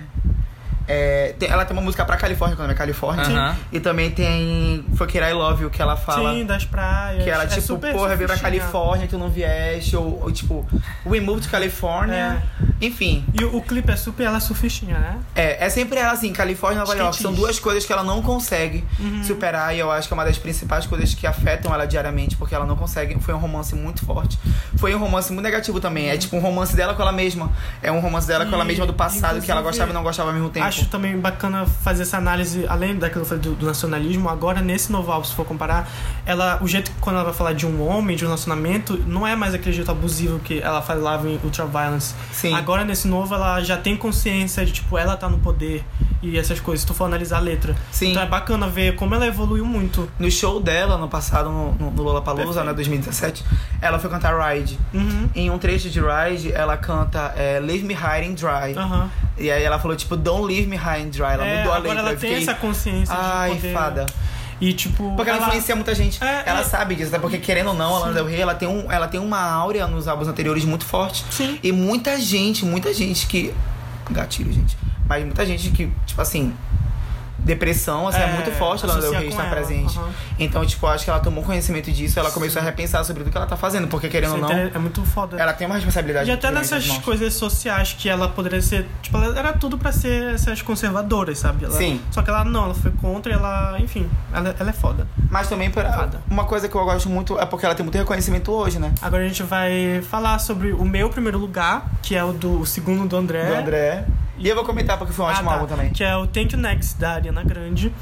Speaker 1: é, tem- ela tem uma música pra Califórnia, que o nome é Califórnia.
Speaker 3: Aham.
Speaker 1: E também tem Fuck It, I Love You, que ela fala.
Speaker 2: Sim, das praias.
Speaker 1: Que ela,
Speaker 2: É
Speaker 1: tipo,
Speaker 2: super
Speaker 1: porra, veio pra
Speaker 2: sofisticado.
Speaker 1: Califórnia, que eu não vieste. Ou, ou, tipo, We Moved to California. Enfim,
Speaker 2: E o, o clipe é super, ela é surfistinha, né?
Speaker 1: é, é sempre ela assim, Califórnia e Nova York. São
Speaker 2: Skatista.
Speaker 1: duas coisas que ela não consegue
Speaker 2: Uhum.
Speaker 1: superar e eu acho que é uma das principais coisas que afetam ela diariamente, porque ela não consegue. Foi um romance muito forte. Foi um romance muito negativo também.
Speaker 2: Uhum.
Speaker 1: É tipo um romance dela com ela mesma. É um romance dela com ela
Speaker 2: E,
Speaker 1: mesma do passado, que ela
Speaker 2: inclusive,
Speaker 1: gostava e não gostava ao mesmo tempo.
Speaker 2: Acho também bacana fazer essa análise, além daquilo que eu falei do, do nacionalismo, agora nesse novo álbum, se for comparar, ela, o jeito que quando ela vai falar de um homem, de um relacionamento, não é mais aquele jeito abusivo que ela falava em Ultraviolence.
Speaker 1: Sim.
Speaker 2: Agora nesse novo, ela já tem consciência de, tipo, ela tá no poder e essas coisas, se tu for analisar a letra.
Speaker 1: Sim.
Speaker 2: Então é bacana ver como ela evoluiu muito.
Speaker 1: No show dela, no passado, no, no, no Lollapalooza, né, 2017, ela foi cantar Ride.
Speaker 2: Uhum.
Speaker 1: Em um trecho de Ride, ela canta é, Leave Me High and Dry.
Speaker 2: Aham.
Speaker 1: E aí ela falou, tipo, Don't Leave Me High and Dry. Ela
Speaker 2: Ah. É,
Speaker 1: mudou a
Speaker 2: agora
Speaker 1: letra.
Speaker 2: ela
Speaker 1: eu
Speaker 2: tem
Speaker 1: fiquei,
Speaker 2: essa consciência
Speaker 1: Ai,
Speaker 2: de poder.
Speaker 1: fada.
Speaker 2: E tipo.
Speaker 1: Porque ela, influencia muita gente.
Speaker 2: É,
Speaker 1: ela
Speaker 2: é.
Speaker 1: sabe disso, até porque querendo ou não, a Lana Del Rey, ela tem, um, ela tem uma áurea nos álbuns anteriores muito forte.
Speaker 2: Sim.
Speaker 1: E muita gente, muita gente que... Gatilho, gente. Mas muita gente que, tipo assim... Depressão, assim, é,
Speaker 2: É,
Speaker 1: muito forte a Lana Del
Speaker 2: associa
Speaker 1: Rey
Speaker 2: com
Speaker 1: estar
Speaker 2: ela,
Speaker 1: presente.
Speaker 2: aham.
Speaker 1: Então, tipo, acho que ela tomou conhecimento disso, ela começou a repensar sobre o que ela tá fazendo, porque querendo
Speaker 2: Isso
Speaker 1: ou
Speaker 2: é
Speaker 1: não,
Speaker 2: inter- É muito foda.
Speaker 1: ela tem uma responsabilidade.
Speaker 2: E até
Speaker 1: grande nas
Speaker 2: nessas
Speaker 1: mãos.
Speaker 2: coisas sociais que ela poderia ser. Tipo, ela era tudo pra ser essas conservadoras, sabe? Ela-
Speaker 1: Sim.
Speaker 2: Só que ela não, ela foi contra e ela. Enfim, ela, ela é foda.
Speaker 1: Mas também, por,
Speaker 2: Fada.
Speaker 1: uma coisa que eu gosto muito é porque ela tem muito reconhecimento hoje, né?
Speaker 2: Agora a gente vai falar sobre o meu primeiro lugar, que é o do o segundo do André.
Speaker 1: Do André. E eu vou comentar porque foi um
Speaker 2: É? Ah,
Speaker 1: ótimo
Speaker 2: tá.
Speaker 1: álbum também.
Speaker 2: Que é o Thank You Next, da Ariana Grande.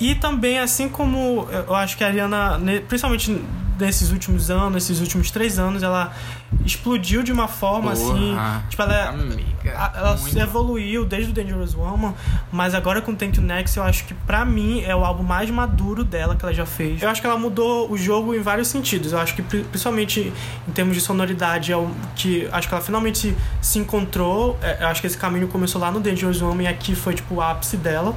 Speaker 2: E também, assim como eu eu acho que a Ariana, ne- principalmente nesses últimos anos, esses últimos três anos, ela explodiu de uma forma assim.
Speaker 3: Porra.
Speaker 2: Tipo, ela,
Speaker 1: Tá
Speaker 3: Amiga,
Speaker 2: a- ela
Speaker 3: muito.
Speaker 2: se evoluiu desde o Dangerous Woman, mas agora com o Thank You Next, eu acho que pra mim é o álbum mais maduro dela que ela já fez. Eu acho que ela mudou o jogo em vários sentidos. Eu acho que pri- principalmente em termos de sonoridade, é o que acho que ela finalmente se- se encontrou. É, Eu acho que esse caminho começou lá no Dangerous Woman e aqui foi tipo o ápice dela.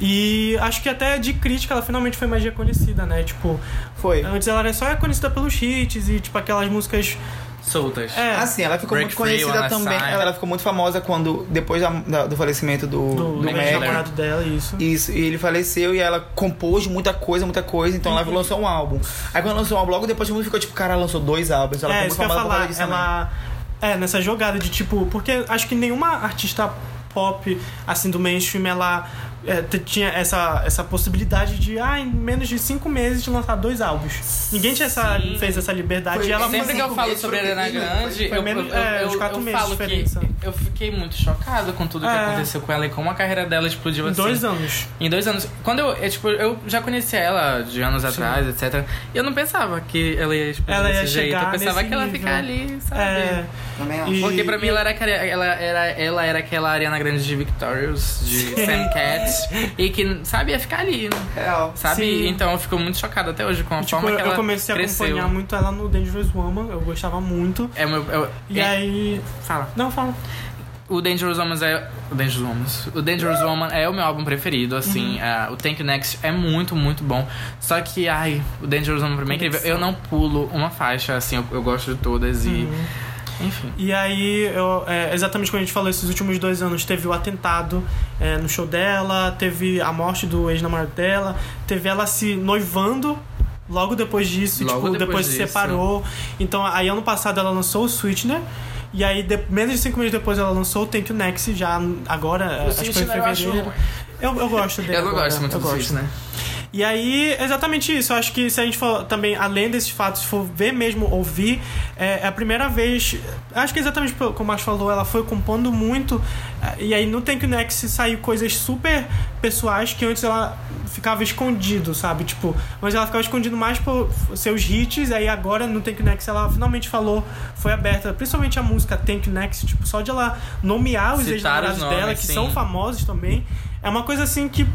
Speaker 2: E acho que até de crítica ela finalmente foi mais reconhecida, né? Tipo,
Speaker 1: Foi.
Speaker 2: antes ela era só reconhecida pelos hits e tipo aquelas músicas.
Speaker 3: Soltas.
Speaker 2: É,
Speaker 1: Assim, ela ficou
Speaker 3: Break
Speaker 1: muito
Speaker 3: Free,
Speaker 1: conhecida
Speaker 3: Wanna
Speaker 1: também.
Speaker 3: Sign.
Speaker 1: Ela ficou muito famosa quando, depois da- da- do falecimento do,
Speaker 2: do,
Speaker 1: do,
Speaker 2: do
Speaker 1: Mac.
Speaker 2: namorado dela, isso.
Speaker 1: Isso, e ele faleceu e ela compôs muita coisa, muita coisa, então
Speaker 2: Uhum.
Speaker 1: ela lançou um álbum. Aí quando lançou um álbum, logo depois todo mundo ficou tipo, cara, ela lançou dois álbuns. Então Ela
Speaker 2: é,
Speaker 1: ficou
Speaker 2: isso que eu
Speaker 1: muito
Speaker 2: ia
Speaker 1: famosa por
Speaker 2: falar.
Speaker 1: causa disso também.
Speaker 2: Ela. É, nessa jogada de tipo. Porque acho que nenhuma artista pop, assim, do mainstream, ela. é, t- tinha essa, essa possibilidade de, ah, em menos de cinco meses de lançar dois álbuns. Ninguém tinha essa,
Speaker 3: Sim.
Speaker 2: fez essa liberdade.
Speaker 1: Foi
Speaker 2: e ela
Speaker 1: bem
Speaker 3: Sempre que eu
Speaker 1: cinco
Speaker 3: falo
Speaker 1: meses,
Speaker 3: sobre a
Speaker 1: foi
Speaker 3: Ariana
Speaker 1: pequeno,
Speaker 3: Grande,
Speaker 2: foi
Speaker 3: eu,
Speaker 2: menos-
Speaker 3: eu-
Speaker 2: é,
Speaker 3: eu-
Speaker 2: uns
Speaker 3: eu
Speaker 2: quatro meses de
Speaker 3: falo que
Speaker 2: diferença.
Speaker 3: eu fiquei muito chocado com tudo que
Speaker 2: É.
Speaker 3: aconteceu com ela e como a carreira dela explodiu
Speaker 2: em
Speaker 3: assim.
Speaker 2: dois anos.
Speaker 3: Em dois anos. Quando eu, eu, tipo, eu já conhecia ela de anos atrás, etc. E eu não pensava que ela ia explodir
Speaker 2: Ela ia
Speaker 3: desse jeito. Eu
Speaker 2: chegar
Speaker 3: pensava
Speaker 2: nesse
Speaker 3: que ela ia
Speaker 2: nível.
Speaker 3: ficar ali, sabe?
Speaker 2: É,
Speaker 4: Também
Speaker 2: e-
Speaker 3: Porque pra mim
Speaker 2: e-
Speaker 3: ela era, aquela- ela, era, ela era aquela Ariana Grande de Victorious, de Sam Cats, e que, sabe, ia ficar ali, né?
Speaker 4: Real.
Speaker 3: sabe?
Speaker 2: Sim.
Speaker 3: Então eu fico muito chocado até hoje com a
Speaker 2: Tipo,
Speaker 3: forma
Speaker 2: eu,
Speaker 3: que ela
Speaker 2: eu comecei a
Speaker 3: cresceu.
Speaker 2: acompanhar muito ela no Dangerous Woman, eu gostava muito.
Speaker 3: É o meu... eu-
Speaker 2: E
Speaker 3: é-
Speaker 2: aí.
Speaker 3: Fala.
Speaker 2: Não, fala.
Speaker 3: O Dangerous Woman é. O Dangerous Woman. O Dangerous Woman é o meu álbum preferido, assim.
Speaker 2: Uhum.
Speaker 3: ah, o Thank You Next é muito, muito bom. Só que, ai, o Dangerous Woman pra mim é incrível. Eu não pulo uma faixa, assim, eu, eu gosto de todas e.
Speaker 2: Uhum.
Speaker 3: Enfim.
Speaker 2: E aí, eu, é, exatamente como a gente falou, esses últimos dois anos teve o atentado é, no show dela, teve a morte do ex-namorado dela, teve ela se noivando logo depois disso,
Speaker 3: Logo
Speaker 2: tipo,
Speaker 3: depois
Speaker 2: depois se
Speaker 3: disso.
Speaker 2: separou. Então, aí ano passado ela lançou o Sweetener. E aí, de- menos de cinco meses depois, ela lançou o Thank You Next, já agora, acho que foi em
Speaker 3: Sweetener né, eu acho
Speaker 2: fevereiro. Eu, eu gosto dele.
Speaker 3: Eu não
Speaker 2: agora,
Speaker 3: gosto muito
Speaker 2: eu
Speaker 3: do Switch, né?
Speaker 2: e aí, exatamente isso. Eu acho que se a gente for também, além desses fatos, for ver mesmo, ouvir, é, é a primeira vez. Acho que é exatamente pelo- como a Marcia falou, ela foi compondo muito. eh, E aí no Thank You Next saiu coisas super pessoais que antes ela ficava escondido, sabe? Tipo, mas ela ficava escondido mais por seus hits. Aí agora no Thank You Next ela finalmente falou, foi aberta, principalmente a música Thank You Next, tipo, só de ela nomear os
Speaker 3: Citar os
Speaker 2: ex-namorados
Speaker 3: nomes,
Speaker 2: dela, que
Speaker 3: sim.
Speaker 2: são famosos também. É uma coisa assim que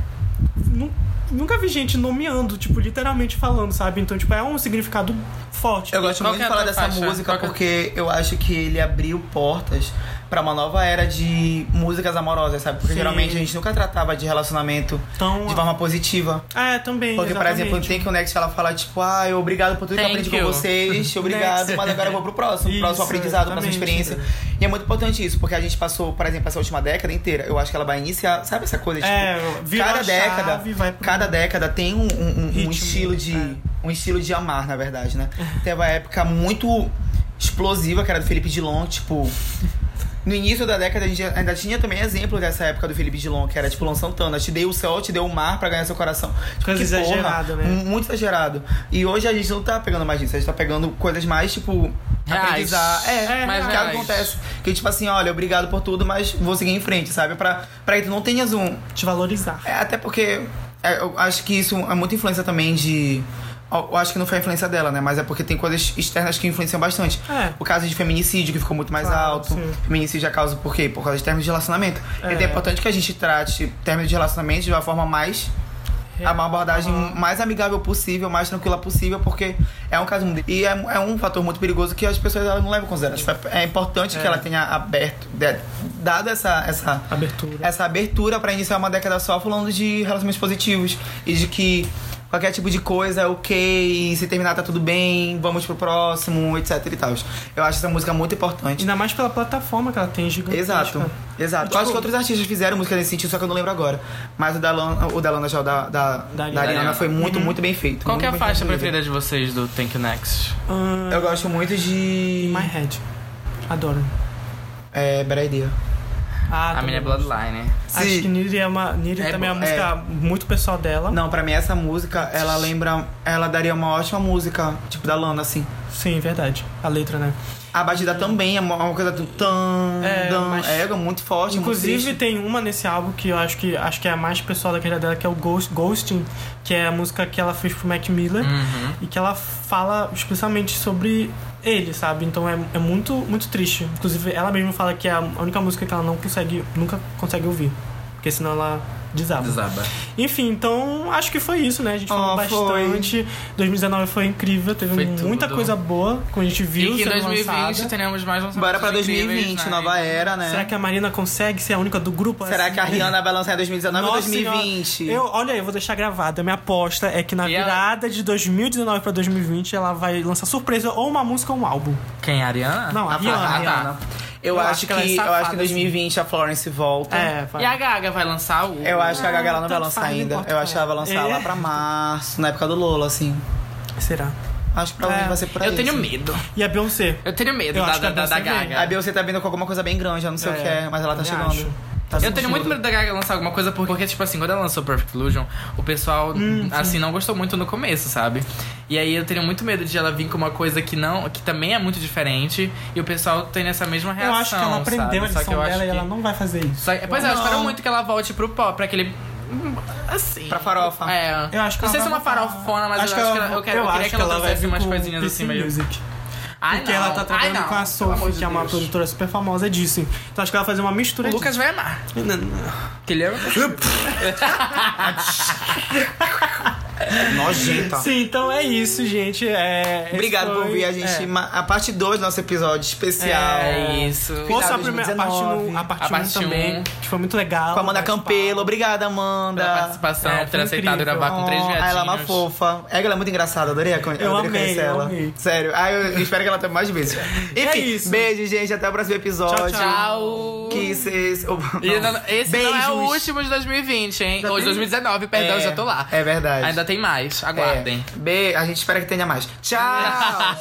Speaker 2: nu- nunca vi gente nomeando, tipo, literalmente falando, sabe? Então, tipo, é um significado forte.
Speaker 1: Eu gosto
Speaker 3: Qual
Speaker 1: muito de
Speaker 3: que é a
Speaker 1: falar
Speaker 3: tua
Speaker 1: dessa
Speaker 3: faixa?
Speaker 1: música
Speaker 3: Qual que é-
Speaker 1: porque eu acho que ele abriu portas pra uma nova era de músicas amorosas, sabe? Porque
Speaker 2: Sim.
Speaker 1: geralmente a gente nunca tratava de relacionamento
Speaker 2: Então,
Speaker 1: de forma positiva.
Speaker 2: é, também,
Speaker 1: Porque, por exemplo,
Speaker 2: exatamente.
Speaker 1: tem que o Next ela fala, tipo, ah, eu obrigado por tudo que eu
Speaker 3: Thank
Speaker 1: aprendi com
Speaker 3: you.
Speaker 1: vocês, obrigado, mas agora eu vou pro próximo, pro
Speaker 2: Isso,
Speaker 1: próximo aprendizado, próxima
Speaker 2: exatamente.
Speaker 1: experiência. E é muito importante isso, porque a gente passou, por exemplo, essa última década inteira, eu acho que ela vai iniciar, sabe essa coisa, tipo,
Speaker 2: É, vira
Speaker 1: cada
Speaker 2: a
Speaker 1: década,
Speaker 2: chave, vai pro-
Speaker 1: cada década tem um, um- um- um
Speaker 2: Ritmo,
Speaker 1: estilo de
Speaker 2: é.
Speaker 1: um estilo de amar, na verdade, né? Teve uma época muito explosiva, que era do Felipe Dilon, tipo, no início da década a gente ainda tinha também exemplo dessa época do Felipe Dilon, que era tipo Luan Santana, te dei o céu, te dei o mar pra ganhar seu coração. Tipo,
Speaker 2: Coisa
Speaker 1: que porra,
Speaker 2: exagerada, né?
Speaker 1: mu- Muito exagerado. E hoje a gente não tá pegando mais isso, a gente tá pegando coisas mais, tipo,
Speaker 3: Reais.
Speaker 1: aprendizar. É,
Speaker 3: É, mais
Speaker 1: que
Speaker 3: reais.
Speaker 1: acontece. Que tipo assim, olha, obrigado por tudo, mas vou seguir em frente, sabe? Pra, pra que tu não tenhas um,
Speaker 2: Te valorizar.
Speaker 1: é, até porque é, eu acho que isso é muita influência também de. Eu eu acho que não foi a influência dela, né? Mas é porque tem coisas externas que influenciam bastante.
Speaker 2: É.
Speaker 1: O caso de feminicídio, que ficou muito mais
Speaker 2: Claro,
Speaker 1: alto.
Speaker 2: sim.
Speaker 1: Feminicídio é causa por quê? Por causa de términos de relacionamento.
Speaker 2: É.
Speaker 1: Então é importante que a gente trate términos de relacionamento de uma forma mais.
Speaker 2: É.
Speaker 1: Uma abordagem mais amigável possível, mais tranquila possível, porque é um caso. muito- E é, é um fator muito perigoso que as pessoas elas não levam em consideração. Tipo, É é importante que ela tenha aberto, de- dado essa, essa
Speaker 2: Abertura.
Speaker 1: essa abertura pra iniciar uma década só falando de relacionamentos positivos e de que qualquer tipo de coisa é ok, se terminar tá tudo bem, vamos pro próximo, etc e tal. Eu acho essa música muito importante.
Speaker 2: Ainda mais pela plataforma que ela tem gigantesca.
Speaker 1: Exato, exato. Eu acho
Speaker 3: Tipo-
Speaker 1: que outros artistas fizeram música nesse sentido, só que eu não lembro agora. Mas o da Lana, o da Lana já, o da, da, da,
Speaker 2: Ariana.
Speaker 1: Ariana foi muito, muito bem feito.
Speaker 3: Qual
Speaker 1: muito
Speaker 3: que é a
Speaker 1: bem
Speaker 3: faixa
Speaker 1: feito mesmo.
Speaker 3: preferida de vocês do Thank You Next?
Speaker 2: Ah,
Speaker 1: Eu gosto muito de.
Speaker 2: In My Head. Adoro.
Speaker 1: É, Bad Idea.
Speaker 2: Ah,
Speaker 3: a
Speaker 2: também
Speaker 3: minha é
Speaker 2: gosto.
Speaker 3: Bloodline.
Speaker 2: Acho
Speaker 1: Sim.
Speaker 2: que Niri, é uma, Niri
Speaker 1: É
Speaker 2: também é uma
Speaker 1: bom, é.
Speaker 2: música muito pessoal dela.
Speaker 1: Não, pra mim essa música, ela lembra. Ela daria uma ótima música, tipo da Lana, assim.
Speaker 2: Sim, verdade. A letra, né?
Speaker 1: A batida também é uma uma coisa do tan,
Speaker 2: É,
Speaker 1: é,
Speaker 2: mas-
Speaker 1: é muito forte, muito
Speaker 2: Inclusive
Speaker 1: triste.
Speaker 2: tem uma nesse álbum que eu acho que acho que é a mais pessoal da carreira dela, que é o Ghost, Ghosting, que é a música que ela fez pro Mac Miller
Speaker 3: Uhum.
Speaker 2: e que ela fala explicitamente sobre ele, sabe? Então é, é muito muito triste. Inclusive ela mesma fala que é a única música que ela não consegue nunca consegue ouvir, porque senão ela desaba.
Speaker 3: Desaba.
Speaker 2: Enfim, então acho que foi isso, né? A gente falou
Speaker 1: Ah, foi.
Speaker 2: bastante. 2019 foi incrível, teve
Speaker 3: Foi
Speaker 2: muita
Speaker 3: tudo.
Speaker 2: coisa boa que a gente viu.
Speaker 3: e que em
Speaker 2: sendo
Speaker 3: 2020
Speaker 2: lançada.
Speaker 3: teremos mais lançamentos
Speaker 1: Bora pra
Speaker 3: incríveis,
Speaker 1: 2020,
Speaker 3: né?
Speaker 1: nova era, né?
Speaker 2: Será que a Marina consegue ser a única do grupo?
Speaker 1: Será
Speaker 2: assim?
Speaker 1: que a Rihanna vai lançar em 2019 ou
Speaker 2: Nossa
Speaker 1: 2020?
Speaker 2: Senhora. Eu, olha aí, eu vou deixar gravada. Minha aposta é que na
Speaker 3: E ela-
Speaker 2: virada de 2019 pra 2020 ela vai lançar surpresa ou uma música ou um álbum.
Speaker 3: Quem? A Ariana?
Speaker 2: Não, a
Speaker 1: Ah,
Speaker 2: Rihanna.
Speaker 1: tá,
Speaker 2: Rihanna.
Speaker 1: tá. Eu,
Speaker 2: Eu acho
Speaker 1: acho
Speaker 2: que
Speaker 1: que,
Speaker 2: ela é
Speaker 1: eu acho
Speaker 2: safada,
Speaker 1: que em 2020 a Florence volta.
Speaker 2: É, vai.
Speaker 3: E a Gaga vai lançar o.
Speaker 1: Eu acho que a Gaga ela
Speaker 2: Ah,
Speaker 1: não vai
Speaker 2: tanto
Speaker 1: lançar
Speaker 2: faz, não
Speaker 1: ainda.
Speaker 2: importa
Speaker 1: Eu acho que ela vai
Speaker 2: qual é.
Speaker 1: lançar
Speaker 2: É.
Speaker 1: lá pra março, na época do Lola, assim.
Speaker 2: Será?
Speaker 1: Acho que provavelmente
Speaker 2: É.
Speaker 1: vai ser por aí.
Speaker 3: Eu tenho
Speaker 1: assim.
Speaker 3: medo.
Speaker 2: E a Beyoncé?
Speaker 3: Eu tenho medo
Speaker 2: Eu
Speaker 3: da,
Speaker 2: acho que
Speaker 3: da,
Speaker 2: a
Speaker 3: da,
Speaker 2: Beyoncé
Speaker 3: Gaga.
Speaker 1: A Beyoncé tá vindo com alguma coisa bem grande, eu não sei o que é, mas ela tá
Speaker 2: também
Speaker 1: chegando.
Speaker 2: acho.
Speaker 1: Tá
Speaker 3: Eu tenho
Speaker 1: surgindo.
Speaker 3: muito medo da Gaga lançar alguma coisa porque, porque, tipo assim, quando ela lançou Perfect Illusion, o pessoal,
Speaker 2: Hum,
Speaker 3: assim, não gostou muito no começo, sabe? E aí eu tenho muito medo de ela vir com uma coisa que não, que também é muito diferente e o pessoal tem essa mesma
Speaker 2: Eu
Speaker 3: reação.
Speaker 2: acho que ela aprendeu
Speaker 3: sabe?
Speaker 2: a lição dela e ela não vai fazer isso.
Speaker 3: Só que- pois é, eu
Speaker 1: Não.
Speaker 3: espero muito que ela volte pro pop, pra aquele. hum, Assim.
Speaker 1: Pra farofa.
Speaker 3: É.
Speaker 2: Ah, Eu acho que ela
Speaker 3: não sei se é
Speaker 2: vai
Speaker 3: uma farofona, mas eu acho que ela, eu, quero, eu, queria
Speaker 2: acho
Speaker 3: que ela,
Speaker 2: vai
Speaker 3: trouxesse
Speaker 2: vir
Speaker 3: umas
Speaker 2: com
Speaker 3: coisinhas
Speaker 2: PC
Speaker 3: assim meio.
Speaker 2: Music.
Speaker 3: Ai,
Speaker 2: Porque
Speaker 3: não.
Speaker 2: ela tá
Speaker 3: Ai,
Speaker 2: trabalhando
Speaker 3: não.
Speaker 2: com a
Speaker 3: Pelo amor
Speaker 2: Sophie,
Speaker 3: de
Speaker 2: que é uma
Speaker 3: Deus.
Speaker 2: produtora super famosa disso. Então acho que ela vai fazer uma mistura
Speaker 3: O Lucas vai amar. Que ele é
Speaker 1: Nojenta.
Speaker 2: disso. Sim, então é isso, gente. É, esse
Speaker 1: Obrigado por
Speaker 2: foi-
Speaker 1: ouvir a gente.
Speaker 2: é.
Speaker 1: ma- A parte 2 do nosso episódio especial.
Speaker 3: É isso.
Speaker 2: Ouça a primeira a parte,
Speaker 1: 2019.
Speaker 2: no, a
Speaker 3: A
Speaker 2: parte,
Speaker 3: parte
Speaker 2: 1 também,
Speaker 3: um.
Speaker 2: que foi muito legal.
Speaker 1: Com a Amanda
Speaker 2: Bate-papo.
Speaker 1: Campelo. Obrigada, Amanda.
Speaker 3: Pela participação,
Speaker 2: É, foi
Speaker 3: ter aceitado
Speaker 2: incrível.
Speaker 3: gravar com três
Speaker 1: Oh,
Speaker 3: viadinhos.
Speaker 1: Ela é uma fofa. É que ela é muito engraçada, adorei, a- adorei
Speaker 2: amei,
Speaker 1: conhecer
Speaker 2: eu
Speaker 1: ela.
Speaker 2: amei. É
Speaker 1: Sério. Ah, eu espero que ela tenha mais vezes. Enfim,
Speaker 2: isso.
Speaker 1: beijo, gente. Até o próximo episódio.
Speaker 3: Tchau.
Speaker 1: Kisses. Oh, não.
Speaker 3: E não- esse não é o
Speaker 1: Beijos.
Speaker 3: último de 2020, hein?
Speaker 1: Já
Speaker 3: Ou de
Speaker 1: tem?
Speaker 3: 2019, perdão,
Speaker 1: É,
Speaker 3: já tô lá.
Speaker 1: é verdade.
Speaker 3: Ainda tem mais,
Speaker 1: É.
Speaker 3: aguardem.
Speaker 1: Be- a gente espera que tenha mais. Tchau!